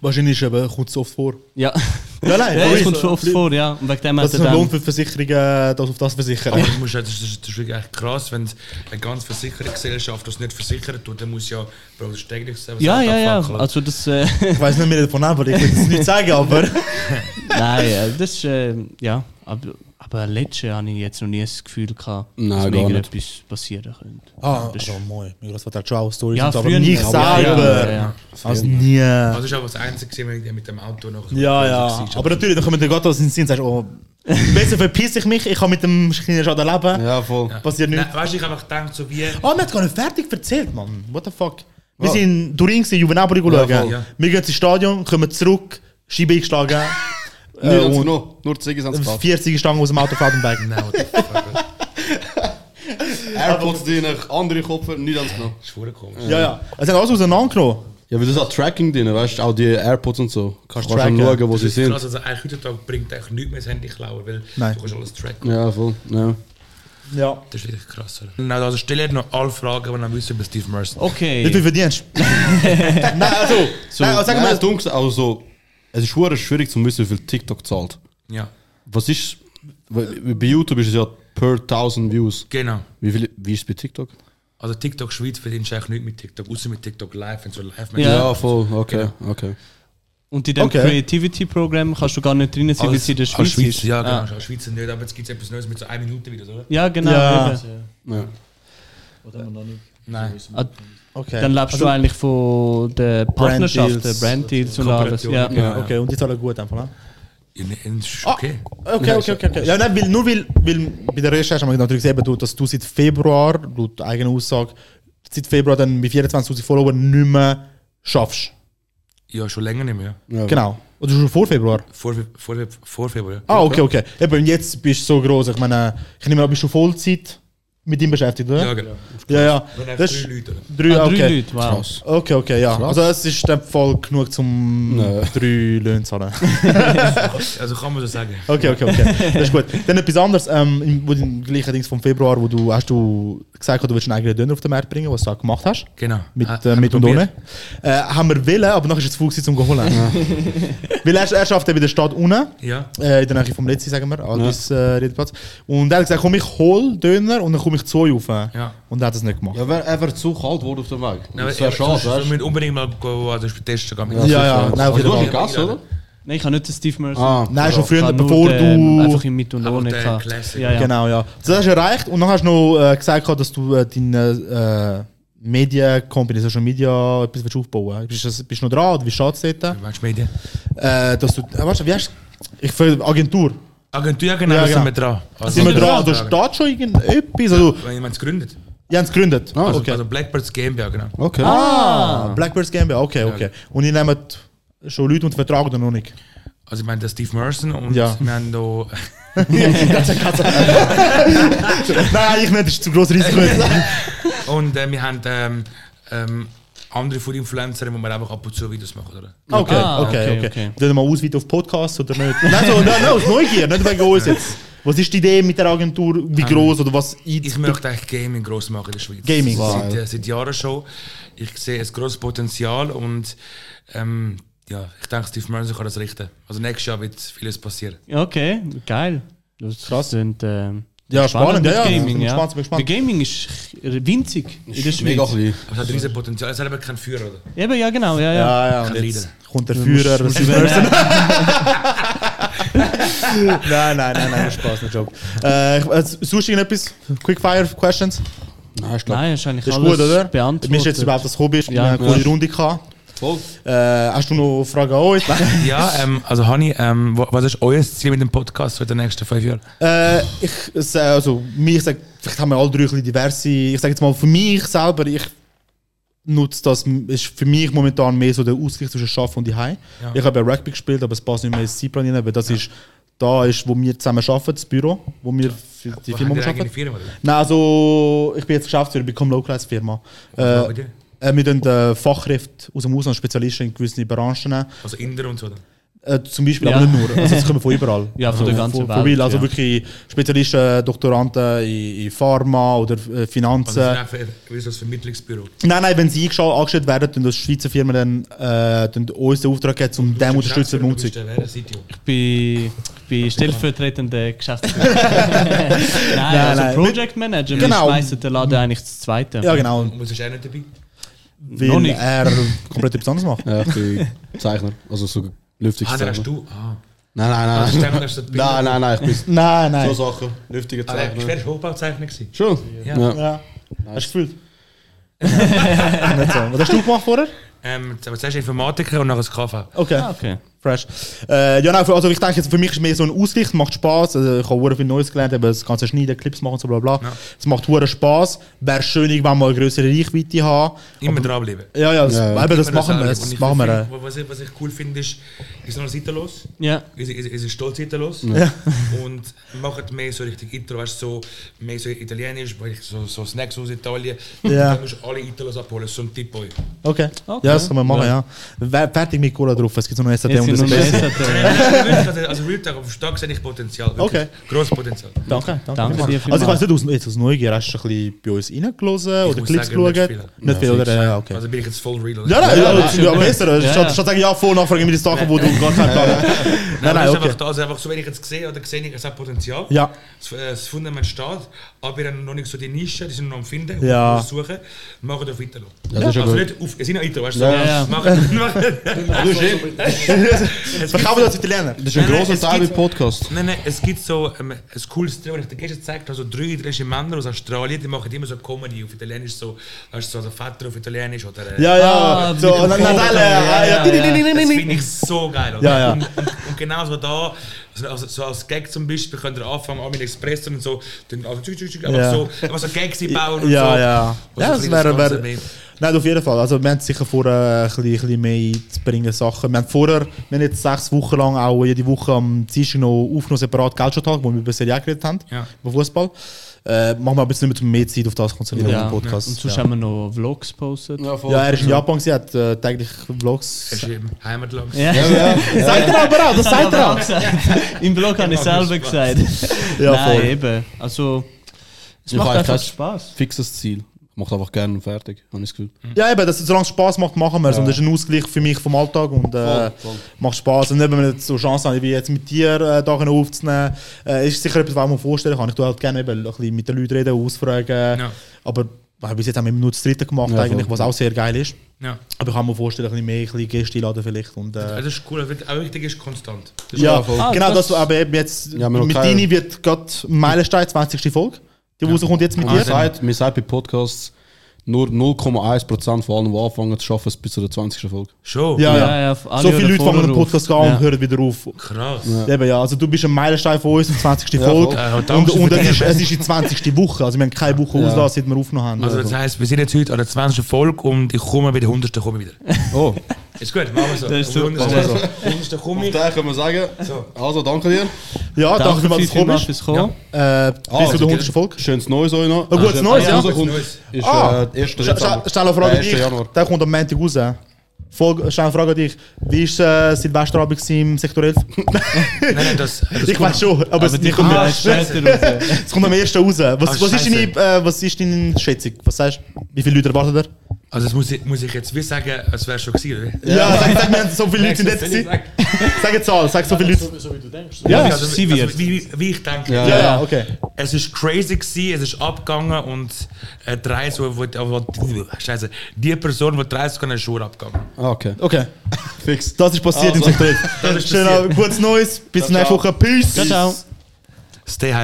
[SPEAKER 1] Wahrscheinlich eben, kommt es oft vor.
[SPEAKER 3] Ja.
[SPEAKER 1] Ja, nein,
[SPEAKER 3] Ja,
[SPEAKER 1] sorry.
[SPEAKER 3] es kommt schon oft vor, ja. Und wegen dem
[SPEAKER 1] Dass es
[SPEAKER 3] hat er
[SPEAKER 1] sich
[SPEAKER 3] dann-
[SPEAKER 1] lohnt für die Versicherung, äh, das auf das versichern.
[SPEAKER 10] Aber du musst, ja- das, ist, das ist wirklich echt krass, wenn eine ganze Versicherungsgesellschaft das nicht versichert tut, dann muss ja Bro, das ist täglich selber
[SPEAKER 3] Ja,
[SPEAKER 10] selber
[SPEAKER 3] ja, ja.
[SPEAKER 10] abfackeln.
[SPEAKER 3] Also das. Äh,
[SPEAKER 1] Ich weiß nicht mehr von aber ich will es nicht sagen, aber.
[SPEAKER 3] Nein, äh, das ist, äh, ja, aber, aber letztes Jahr hatte ich jetzt noch nie das Gefühl, gehabt,
[SPEAKER 1] Nein,
[SPEAKER 3] dass
[SPEAKER 1] gar
[SPEAKER 3] mir
[SPEAKER 1] nicht.
[SPEAKER 3] irgendetwas passieren könnte.
[SPEAKER 1] Ah, das ist moin. Mir das hat halt schon auch Storys
[SPEAKER 3] Ja,
[SPEAKER 1] und so, aber
[SPEAKER 3] früher
[SPEAKER 1] nicht
[SPEAKER 3] nicht.
[SPEAKER 1] selber.
[SPEAKER 3] Ja, ja, ja.
[SPEAKER 1] Also nie.
[SPEAKER 10] Das ist aber das Einzige, was mit dem Auto noch so
[SPEAKER 1] Ja,
[SPEAKER 10] crazy
[SPEAKER 1] ja.
[SPEAKER 10] war.
[SPEAKER 1] Aber natürlich, dann kommen die Gott aus in den Sinn und sagst, oh, besser verpiss ich mich, ich kann mit dem kleinen Schaden leben.
[SPEAKER 2] Ja, voll.
[SPEAKER 1] Passiert nichts.
[SPEAKER 10] Nein, weißt du, ich habe einfach gedacht, so wie.
[SPEAKER 1] Ah, oh, hat gar nicht fertig erzählt, Mann. What the fuck? Wir
[SPEAKER 10] Ja.
[SPEAKER 1] sind in Turin, gewesen, Juvenabri schauen.
[SPEAKER 10] Ja, voll. Ja.
[SPEAKER 1] Wir gehen ins Stadion, kommen zurück, Scheibe eingeschlagen.
[SPEAKER 2] Nicht
[SPEAKER 1] Äh,
[SPEAKER 2] ganz genau. Nur die Ziggis haben es gehabt.
[SPEAKER 1] 40 Stangen aus dem Auto fällt und weg.
[SPEAKER 10] Nein,
[SPEAKER 2] AirPods drin, andere Kopfer, nicht ganz genau.
[SPEAKER 10] Das ist voll komisch.
[SPEAKER 1] Ja, ja. Es sind alles auseinandergenommen.
[SPEAKER 2] Ja, weil das hat Tracking drin, weißt du, auch die AirPods und so. Kannst du
[SPEAKER 1] tracken.
[SPEAKER 2] schauen, wo
[SPEAKER 10] Das
[SPEAKER 2] sie
[SPEAKER 10] ist
[SPEAKER 2] sind.
[SPEAKER 10] krass, also eigentlich heutzutage bringt eigentlich nichts mehr das Handy klauen, weil
[SPEAKER 2] Nein.
[SPEAKER 10] du kannst alles tracken.
[SPEAKER 2] Ja, voll. Ja.
[SPEAKER 1] Ja.
[SPEAKER 10] Das ist wirklich krass, oder? Nein, also stell dir noch alle Fragen, die du wissen über Steve Mercer.
[SPEAKER 3] Okay.
[SPEAKER 1] Wie viel verdienst du? Nein, also. Nein, also sag mal,
[SPEAKER 2] es dunkel, also so, es ist hure schwierig zu wissen, wie viel TikTok zahlt.
[SPEAKER 10] Ja.
[SPEAKER 2] Was ist, weil bei YouTube ist es ja per 1000 Views.
[SPEAKER 10] Genau.
[SPEAKER 2] Wie, viel, wie ist es bei TikTok?
[SPEAKER 10] Also TikTok Schweiz verdienst du eigentlich nicht mit TikTok, außer mit TikTok Live, wenn du so live
[SPEAKER 2] Ja, voll, okay, okay.
[SPEAKER 3] Und in dem
[SPEAKER 2] Okay.
[SPEAKER 3] Creativity-Programm kannst du gar nicht drin sein, weil
[SPEAKER 10] Als-
[SPEAKER 3] sie in der
[SPEAKER 10] als
[SPEAKER 3] Schweiz
[SPEAKER 10] Schweiz,
[SPEAKER 3] ist.
[SPEAKER 10] ja, genau.
[SPEAKER 3] Ah.
[SPEAKER 10] Als Schweizer nicht, aber jetzt gibt es etwas Neues mit so 1 Minute Videos, oder?
[SPEAKER 3] Ja, genau.
[SPEAKER 10] Ja.
[SPEAKER 3] eben.
[SPEAKER 2] Ja.
[SPEAKER 11] Oder haben wir noch nicht?
[SPEAKER 10] Nenein.
[SPEAKER 3] Ah,
[SPEAKER 1] Okay.
[SPEAKER 3] Dann lebst
[SPEAKER 1] Also-
[SPEAKER 3] du eigentlich von den Partnerschaften,
[SPEAKER 1] Brand-Deals.
[SPEAKER 3] Brand-Deals und alles. Ja.
[SPEAKER 10] genau.
[SPEAKER 1] Okay, Ah. und die zahlen gut einfach, ne?
[SPEAKER 10] In, in, ist okay.
[SPEAKER 1] Okay, okay, okay. okay. Ja, nein, weil, nur weil, weil bei der Recherche haben wir natürlich gesehen, du- dass du seit Februar, laut eigener Aussage, seit Februar dann mit 24.000 Followern nicht mehr schaffst.
[SPEAKER 10] Ja, schon länger nicht mehr. ja.
[SPEAKER 1] Genau. Oder schon vor Februar?
[SPEAKER 10] Vor, Fe- vor, Fe- vor Februar. ja.
[SPEAKER 1] Ah, okay, okay. Eben, und jetzt bist du so groß. Ich meine, ich nehme an, bist du Vollzeit mit ihm beschäftigt, oder?
[SPEAKER 10] Ja, genau.
[SPEAKER 1] Ja, ja.
[SPEAKER 10] Wir haben drei Leute, oder?
[SPEAKER 1] Drei,
[SPEAKER 10] Ah, drei
[SPEAKER 1] okay.
[SPEAKER 10] Leute, wow. Krass.
[SPEAKER 1] Okay, okay, ja.
[SPEAKER 10] Krass.
[SPEAKER 1] Also, es ist dann voll genug, um
[SPEAKER 10] Nein.
[SPEAKER 1] drei Löhne zu zahlen.
[SPEAKER 10] Also kann man so sagen.
[SPEAKER 1] Okay, okay, okay. Das ist gut. Dann etwas anderes, ähm, im, wo im gleichen Dings vom Februar, wo du hast du gesagt, du willst einen eigenen Döner auf den Markt bringen, was du auch gemacht hast.
[SPEAKER 10] Genau.
[SPEAKER 1] Mit,
[SPEAKER 10] Ha-
[SPEAKER 1] äh,
[SPEAKER 10] haben
[SPEAKER 1] mit
[SPEAKER 10] wir
[SPEAKER 1] und ohne.
[SPEAKER 10] probiert.
[SPEAKER 1] Äh, haben wir wollen, aber nachher ist es voll gewesen, zum zu holen. Weil er, er schafft eben den Stadt unten.
[SPEAKER 10] Ja.
[SPEAKER 1] Äh, in der Nähe vom letzten, sagen wir, Aldis äh, Redeplatz. Und er hat gesagt, komm, ich hol Döner und dann komme ich zu euch rauf. Und er hat das nicht gemacht.
[SPEAKER 2] Ja, wer einfach zu kalt wurde auf dem Weg.
[SPEAKER 10] Nein,
[SPEAKER 2] das wäre schade, weißt
[SPEAKER 10] Wir
[SPEAKER 2] du?
[SPEAKER 10] müssen unbedingt mal go- also testen gehen.
[SPEAKER 2] Ja, Also ja, ja. Nein, auf jeden Fall.
[SPEAKER 3] Nein, ich habe nicht den Steve Mercer.
[SPEAKER 1] Ah, Nein, schon
[SPEAKER 3] Ich
[SPEAKER 1] früher,
[SPEAKER 3] habe nur
[SPEAKER 1] bevor
[SPEAKER 3] den, ähm,
[SPEAKER 1] du-
[SPEAKER 3] Einfach im Mit und Ohne.
[SPEAKER 10] den
[SPEAKER 3] gehabt.
[SPEAKER 10] Classic.
[SPEAKER 3] Ja, ja.
[SPEAKER 1] Genau, ja. Das hast du erreicht und dann hast du noch äh, gesagt, gehabt, dass du äh, deine äh, Media-Company, Social Media, etwas willst aufbauen willst. Bist, du- bist du noch dran oder wie steht es dort?
[SPEAKER 10] Meinst du Medien?
[SPEAKER 1] Äh, dass du, äh, weißt du, wie hast du- Ich für Agentur.
[SPEAKER 10] Agentur, genau, da sind wir dran. Also-
[SPEAKER 1] sind wir dran? Da
[SPEAKER 10] Ja.
[SPEAKER 1] steht schon irgendetwas? Also,
[SPEAKER 10] Wenn jemand es gründet.
[SPEAKER 1] ihr habt es gegründet?
[SPEAKER 10] Also,
[SPEAKER 1] okay.
[SPEAKER 10] also Blackbirds GmbH, genau.
[SPEAKER 2] Okay.
[SPEAKER 1] Ah, Blackbirds GmbH, okay, okay. Und ihr nehmt schon Leute unter Vertrag oder noch nicht?
[SPEAKER 10] Also ich meine, der Steve Merson und
[SPEAKER 1] Ja.
[SPEAKER 10] wir haben da...
[SPEAKER 1] Katze, Katze. Nein, ich nicht, das ist zu groß Risiko.
[SPEAKER 10] und äh, wir haben ähm, ähm, andere Food Influencer, wo wir einfach ab und zu Videos machen, oder?
[SPEAKER 1] Okay, Ah, okay, okay, Dann mal ausweiten auf Podcasts oder nicht? Nein, so, nein, nein, aus Neugier, nicht wegen uns jetzt. Was ist die Idee mit der Agentur? Wie
[SPEAKER 10] Ähm,
[SPEAKER 1] groß oder was? Ich,
[SPEAKER 10] Ich möchte eigentlich Gaming groß machen in der Schweiz.
[SPEAKER 1] Gaming.
[SPEAKER 10] Wow. Seit,
[SPEAKER 1] Wow.
[SPEAKER 10] äh, seit Jahren schon. Ich sehe ein großes Potenzial und ähm, ja, ich denke, Steve Merson
[SPEAKER 1] Genau.
[SPEAKER 10] kann das richten. Also nächstes Jahr wird vieles passieren.
[SPEAKER 3] Ja, Okay, geil. Das Krass. Sind, ähm,
[SPEAKER 1] Ja, spannend, ja, ja.
[SPEAKER 3] Gaming,
[SPEAKER 1] Ich bin
[SPEAKER 3] ja.
[SPEAKER 1] gespannt, ich bin gespannt.
[SPEAKER 3] Weil Gaming ist winzig. in der Schweiz.
[SPEAKER 10] Es hat riesen Potenzial. Es hat aber keinen Führer, oder?
[SPEAKER 3] Eben, ja, genau, ja, ja.
[SPEAKER 1] Ja, ja, und
[SPEAKER 10] Kein
[SPEAKER 1] jetzt
[SPEAKER 10] Leader.
[SPEAKER 1] kommt der
[SPEAKER 10] Du
[SPEAKER 1] Führer,
[SPEAKER 10] musst-
[SPEAKER 1] das
[SPEAKER 10] musst
[SPEAKER 1] ist
[SPEAKER 10] übernehmen.
[SPEAKER 1] Nein, nein, nein, nein, Spaß, nicht Job. Äh, ich- äh, suchst du irgendetwas? Quickfire Questions?
[SPEAKER 2] Nein, ich
[SPEAKER 3] glaub- Nein, ist eigentlich
[SPEAKER 1] ist
[SPEAKER 3] alles
[SPEAKER 1] gut, oder?
[SPEAKER 3] beantwortet.
[SPEAKER 1] Mir ist jetzt überhaupt das Hobby, ich
[SPEAKER 3] Ja.
[SPEAKER 1] ja, eine coole
[SPEAKER 3] Ja.
[SPEAKER 1] Runde gehabt. Äh, hast du noch Fragen an uns?
[SPEAKER 10] Ja, ähm, also Hani, ähm, wa- was ist euer Ziel mit dem Podcast für die nächsten fünf Jahre?
[SPEAKER 1] Äh, ich sage, also, mich sag, vielleicht haben wir alle drei ein bisschen diverse. Ich sage jetzt mal, für mich selber, ich nutze das, ist für mich momentan mehr so der Ausgleich zwischen Schaffen und Heim.
[SPEAKER 10] Ja.
[SPEAKER 1] Ich habe ja Rugby gespielt, aber es passt nicht mehr ins Zeitplan rein, weil das ist, da ist, wo wir zusammen arbeiten, das Büro, wo wir für die
[SPEAKER 10] Wo
[SPEAKER 1] Firma
[SPEAKER 10] habt
[SPEAKER 1] arbeiten.
[SPEAKER 10] ihr eigene Firma, oder?
[SPEAKER 1] Nein, also, ich bin jetzt Geschäftsführer bei Comlocalize Firma. Äh,
[SPEAKER 10] macht ihr?
[SPEAKER 1] äh, wir tun äh, Fachkräfte aus dem Ausland, Spezialisten in gewissen Branchen. nehmen.
[SPEAKER 10] Also Inder und so. Oder?
[SPEAKER 1] Äh, zum Beispiel,
[SPEAKER 10] Ja.
[SPEAKER 1] aber nicht nur. Also, es kommen von überall.
[SPEAKER 10] Ja, von
[SPEAKER 1] also,
[SPEAKER 10] der ganzen
[SPEAKER 1] von, von
[SPEAKER 10] Welt,
[SPEAKER 1] real. Also
[SPEAKER 10] ja.
[SPEAKER 1] wirklich Spezialisten, Doktoranden in, in Pharma oder äh,
[SPEAKER 10] Also,
[SPEAKER 1] Finanzen.
[SPEAKER 10] das ist einfach- wie ist das Vermittlungsbüro?
[SPEAKER 1] Nein, nein, wenn sie eingeschal- angestellt werden, dann das Schweizer Firmen dann äh, dann uns den Auftrag geben, um dem unterstützen
[SPEAKER 10] Geschäftsführer,
[SPEAKER 1] im
[SPEAKER 10] du
[SPEAKER 1] Umzug.
[SPEAKER 10] bist der Werner Sitio.
[SPEAKER 3] Ich bin, ich bin stellvertretender Geschäftsführer. nein,
[SPEAKER 1] Nein,
[SPEAKER 3] also
[SPEAKER 1] nein.
[SPEAKER 3] Project Manager,
[SPEAKER 1] Genau.
[SPEAKER 3] wir schmeissen den Laden eigentlich zu zweite.
[SPEAKER 1] Ja, genau.
[SPEAKER 10] Und was ist er nicht dabei?
[SPEAKER 1] Weil
[SPEAKER 3] Noch nicht.
[SPEAKER 1] er komplett etwas anderes macht.
[SPEAKER 2] Ja, ich bin Zeichner. Also so Lüftungszeichner.
[SPEAKER 10] Ah, dann hast du- ah.
[SPEAKER 2] Nein, nein,
[SPEAKER 10] Ah,
[SPEAKER 2] nein.
[SPEAKER 10] stimmt,
[SPEAKER 2] Nein,
[SPEAKER 10] hast du das Bild.
[SPEAKER 2] nein, nein, nein, ich bin.
[SPEAKER 1] Nein, nein.
[SPEAKER 2] So Sachen. Lüftige
[SPEAKER 10] Ah, der- ich
[SPEAKER 2] Zeichner.
[SPEAKER 10] wäre Hochbauzeichner gewesen.
[SPEAKER 2] Schon?
[SPEAKER 10] Ja.
[SPEAKER 2] Ja.
[SPEAKER 1] Hast du gefühlt? Nicht so. Was hast du gemacht vorher?
[SPEAKER 10] Ähm, aber zuerst Informatiker und nachher das KV.
[SPEAKER 1] Okay.
[SPEAKER 3] Ah,
[SPEAKER 1] Fresh. Äh, ja, nein, für- also ich denke, jetzt für mich ist mehr so ein Ausgleich, es macht Spaß. Also ich habe hure viel Neues gelernt, eben das ganze Schneiden, Clips machen und so bla bla. Es macht hure Spaß. Wäre schön, irgendwann mal eine größere Reichweite haben.
[SPEAKER 10] Immer
[SPEAKER 1] Aber-
[SPEAKER 10] dranbleiben.
[SPEAKER 1] Ja, ja, das, Eben, das
[SPEAKER 10] Immer
[SPEAKER 1] machen wir.
[SPEAKER 10] dranbleiben.
[SPEAKER 1] Das
[SPEAKER 10] Und ich
[SPEAKER 1] machen wir. äh.
[SPEAKER 10] finde, Was ich, was ich cool finde, ist, wir sind noch seitenlos.
[SPEAKER 1] Ja.
[SPEAKER 10] Wir sind, wir sind- wir sind stolz seitenlos.
[SPEAKER 1] Ja.
[SPEAKER 10] Und machen mehr so richtig Italo, weißt du, so, mehr so italienisch, weil ich so, so Snacks aus Italien.
[SPEAKER 1] Ja.
[SPEAKER 10] Und dann musst du alle Italos abholen, so ein Tipp euch.
[SPEAKER 1] Okay.
[SPEAKER 10] Okay.
[SPEAKER 1] Ja, das können wir machen, ja.
[SPEAKER 10] Ja.
[SPEAKER 1] Wer- Fertig mit Cola drauf, es gibt so noch SAT
[SPEAKER 10] Jetzt
[SPEAKER 1] und das
[SPEAKER 10] sind noch
[SPEAKER 1] ist
[SPEAKER 10] mehr
[SPEAKER 1] besser.
[SPEAKER 10] Also, also Real Talk, auf Stark sehe ich Potenzial. wirklich.
[SPEAKER 1] Okay.
[SPEAKER 10] Grosses Potenzial.
[SPEAKER 1] Danke, danke. also ich weiß nicht, aus, jetzt aus Neugier hast du ein bisschen bei uns reingelassen oder
[SPEAKER 10] muss
[SPEAKER 1] Clips
[SPEAKER 10] sagen,
[SPEAKER 1] geschaut?
[SPEAKER 10] nicht
[SPEAKER 1] Nicht viel,
[SPEAKER 10] viel. Ja,
[SPEAKER 1] oder?
[SPEAKER 10] fix.
[SPEAKER 1] Ja, okay.
[SPEAKER 10] Also bin ich jetzt voll real.
[SPEAKER 1] Ja, nein, ja, ja, ja,
[SPEAKER 10] gut.
[SPEAKER 1] besser.
[SPEAKER 10] Ja,
[SPEAKER 1] Statt,
[SPEAKER 10] ja.
[SPEAKER 1] statt sagen, ja, voll, nachfragen wir die Sachen, wo du gar keinen Plan hast.
[SPEAKER 10] Nein,
[SPEAKER 1] Nein,
[SPEAKER 10] nein,
[SPEAKER 1] nein,
[SPEAKER 10] ist
[SPEAKER 1] okay.
[SPEAKER 10] einfach da, also einfach so, wenn ich jetzt sehe, oder sehe ich, es hat Potenzial.
[SPEAKER 1] Ja.
[SPEAKER 10] Das, äh, das Fundament steht, aber wir haben noch nicht so die Nische, die sind noch am Finden,
[SPEAKER 1] Ja.
[SPEAKER 10] und suchen. Machen auf Italo.
[SPEAKER 1] Ja, das ist ja
[SPEAKER 10] also
[SPEAKER 1] gut.
[SPEAKER 10] nicht auf, es sind noch Italo, weißt du?
[SPEAKER 1] Ja,
[SPEAKER 10] so,
[SPEAKER 1] ja.
[SPEAKER 10] Machen, machen.
[SPEAKER 1] Du Schäm. Verkaufen das Italiener. Das ist ein
[SPEAKER 10] Nein, nein,
[SPEAKER 1] grosser
[SPEAKER 10] es
[SPEAKER 1] Teil
[SPEAKER 10] gibt-
[SPEAKER 1] im Podcast.
[SPEAKER 10] Nein, nein, es gibt so ähm, ein cooles Trailer, das ich dir gestern gezeigt habe, so drei italienische Männer aus Australien, die machen immer so Comedy auf Italienisch, so, weißt du, so also Vater auf Italienisch oder... äh,
[SPEAKER 1] Ja, ja, Ah, so, mit dem Natale, Vorteil, ah, ja, ja, ja.
[SPEAKER 10] Das finde ich so geil. oder?
[SPEAKER 1] Ja, ja.
[SPEAKER 10] Und, und, und genauso da, also, also, so als Gag zum Beispiel, könnt ihr anfangen auch mit Espresso und so, dann, also, tschü, tschü, tschü, aber
[SPEAKER 1] Ja.
[SPEAKER 10] so, aber so Gags bauen und
[SPEAKER 1] ja,
[SPEAKER 10] so.
[SPEAKER 1] Ja,
[SPEAKER 10] Und
[SPEAKER 1] ja. nou,
[SPEAKER 10] so
[SPEAKER 1] das
[SPEAKER 10] ein bisschen
[SPEAKER 1] wäre.
[SPEAKER 10] Ganze
[SPEAKER 1] Wär,
[SPEAKER 10] mit-
[SPEAKER 1] nein, auf jeden Fall. Also, wir haben sicher vor, äh, ein bisschen, ein bisschen mehr zu bringen Sachen. Wir haben vorher, wir haben jetzt sechs Wochen lang auch jede Woche am Dienstag noch aufgenommen, separat Geldschutag, wo wir über Serie A geredet haben,
[SPEAKER 10] Ja.
[SPEAKER 1] über Fußball. Äh, machen wir aber jetzt nicht mehr um mehr Zeit auf das konzentrieren
[SPEAKER 3] Ja.
[SPEAKER 1] im Podcast.
[SPEAKER 3] Und sonst haben wir noch Vlogs gepostet. Ja,
[SPEAKER 1] ja, er ist in Japan, sie hat äh, täglich Vlogs.
[SPEAKER 10] Er ist im Heimatland.
[SPEAKER 3] Ja.
[SPEAKER 1] Seid ihr aber auch, das seid ihr auch.
[SPEAKER 3] Im Blog habe ich selber gesagt.
[SPEAKER 2] Ja,
[SPEAKER 3] Nein,
[SPEAKER 2] voll.
[SPEAKER 3] eben. Also, es macht
[SPEAKER 2] habe
[SPEAKER 3] einfach
[SPEAKER 2] kein
[SPEAKER 3] Spaß.
[SPEAKER 2] Fixes Ziel. Ich mache einfach gerne und fertig, habe ich das Gefühl.
[SPEAKER 1] Ja, eben, dass es solange es Spaß macht, machen wir es.
[SPEAKER 2] Ja.
[SPEAKER 1] Und das ist ein Ausgleich für mich vom Alltag und äh,
[SPEAKER 2] Voll, voll.
[SPEAKER 1] macht Spaß. Und eben, wenn wir jetzt so Chancen haben, wie jetzt mit dir äh, da können aufzunehmen, äh, ist sicher etwas, was man vorstellen kann. Ich tue halt gerne eben ein bisschen mit den Leuten reden, ausfragen.
[SPEAKER 10] Ja.
[SPEAKER 1] Aber äh, bis jetzt haben wir immer nur das dritte gemacht,
[SPEAKER 10] Ja,
[SPEAKER 1] eigentlich,
[SPEAKER 10] voll.
[SPEAKER 1] was auch sehr geil ist.
[SPEAKER 10] Ja.
[SPEAKER 1] Aber ich kann mir vorstellen, ein bisschen mehr ein bisschen Gäste einladen vielleicht. Und, äh,
[SPEAKER 10] Also das ist cool, aber auch wichtig ist konstant. Das ist
[SPEAKER 1] ja,
[SPEAKER 10] auch voll-
[SPEAKER 1] genau das, aber eben jetzt
[SPEAKER 2] Ah, Ja, wir haben noch
[SPEAKER 1] mit
[SPEAKER 2] keine-
[SPEAKER 1] Dini wird gerade Meilenstein 20. Folge. Die rauskommt jetzt mit
[SPEAKER 2] Und Man
[SPEAKER 1] dir.
[SPEAKER 2] sagt, man sagt bei Podcasts, nur 0,1% von allen, die anfangen zu arbeiten, bis zur 20. Folge.
[SPEAKER 10] Schon?
[SPEAKER 1] Ja, ja. so viele Leute fangen den Podcast an und hören wieder auf.
[SPEAKER 10] Krass.
[SPEAKER 1] Ja. Eben, ja. Also du bist ein Meilenstein von uns, die 20.
[SPEAKER 10] Ja,
[SPEAKER 1] Folge.
[SPEAKER 10] voll. Ja, und danke
[SPEAKER 1] und und
[SPEAKER 10] für
[SPEAKER 1] es,
[SPEAKER 10] die
[SPEAKER 1] ist,
[SPEAKER 10] Ehre.
[SPEAKER 1] es ist die 20. Woche. Also wir haben keine Woche
[SPEAKER 10] Ja.
[SPEAKER 1] Auslass, seit wir aufgenommen haben.
[SPEAKER 10] Also das heisst, wir sind jetzt heute an der 20. Folge und ich komme bei der 100. komme ich wieder.
[SPEAKER 2] Oh.
[SPEAKER 10] Ist gut, machen wir so.
[SPEAKER 2] Das ist
[SPEAKER 10] Am
[SPEAKER 2] super.
[SPEAKER 10] 100.
[SPEAKER 2] Machen wir so.
[SPEAKER 10] Am 100. komme ich.
[SPEAKER 2] Da können wir sagen, also danke dir.
[SPEAKER 1] Ja, danke, danke mal, dass du kommst. Äh, bis
[SPEAKER 2] Ah,
[SPEAKER 1] zu
[SPEAKER 2] also,
[SPEAKER 1] der 100. Folge.
[SPEAKER 2] Schönes Neues euch noch.
[SPEAKER 1] Ein gutes Neues, ja.
[SPEAKER 2] Rauskommt, ist
[SPEAKER 1] Ah,
[SPEAKER 2] äh, 1.
[SPEAKER 1] sch-
[SPEAKER 2] Dezember.
[SPEAKER 1] sch- Stell eine Frage
[SPEAKER 2] Äh,
[SPEAKER 1] an
[SPEAKER 2] 1.
[SPEAKER 1] dich.
[SPEAKER 2] Januar.
[SPEAKER 1] Der kommt am Montag raus. Folge, stell eine Frage an dich. Wie war äh, Silvesterabend gewesen im Sektor 11?
[SPEAKER 10] Nein, nein, das, das Ah,
[SPEAKER 1] ich
[SPEAKER 10] kommt-
[SPEAKER 1] weiß schon, aber, es
[SPEAKER 10] die
[SPEAKER 1] kommt,
[SPEAKER 10] kommt
[SPEAKER 1] ja-
[SPEAKER 10] erst später raus.
[SPEAKER 1] es kommt am 1. raus. Was,
[SPEAKER 10] Ah,
[SPEAKER 1] was, ist
[SPEAKER 10] Scheiße.
[SPEAKER 1] deine, äh, was ist deine Schätzung? Was sagst du? Wie viele Leute erwartet er?
[SPEAKER 10] Also das muss ich, muss ich jetzt wie sagen, als wäre es schon gewesen, oder?
[SPEAKER 1] Ja, sag, sag mir, so viele Leute sind nicht gewesen. Sag eine Zahl, sag so viele Leute.
[SPEAKER 10] So, wie du denkst.
[SPEAKER 1] Ja,
[SPEAKER 10] Ja,
[SPEAKER 1] ja,
[SPEAKER 10] also,
[SPEAKER 1] sie wird.
[SPEAKER 10] also, wie, wie- wie ich denke.
[SPEAKER 1] Ja, ja, ja, okay.
[SPEAKER 10] Es ist crazy gewesen, es ist abgegangen und äh, 30, wo, wo, wo, scheiße, die Person, die 30 kann, ist schon abgegangen.
[SPEAKER 2] Ah, okay.
[SPEAKER 1] Okay. Fix. Das ist passiert
[SPEAKER 10] Also.
[SPEAKER 1] im Sektor.
[SPEAKER 10] Das ist
[SPEAKER 1] Schönen
[SPEAKER 10] passiert.
[SPEAKER 1] Abend, gutes Neues. Bis
[SPEAKER 10] Ciao,
[SPEAKER 1] nächste
[SPEAKER 10] ciao.
[SPEAKER 1] Woche. Peace.
[SPEAKER 10] Ciao, ciao. Stay high.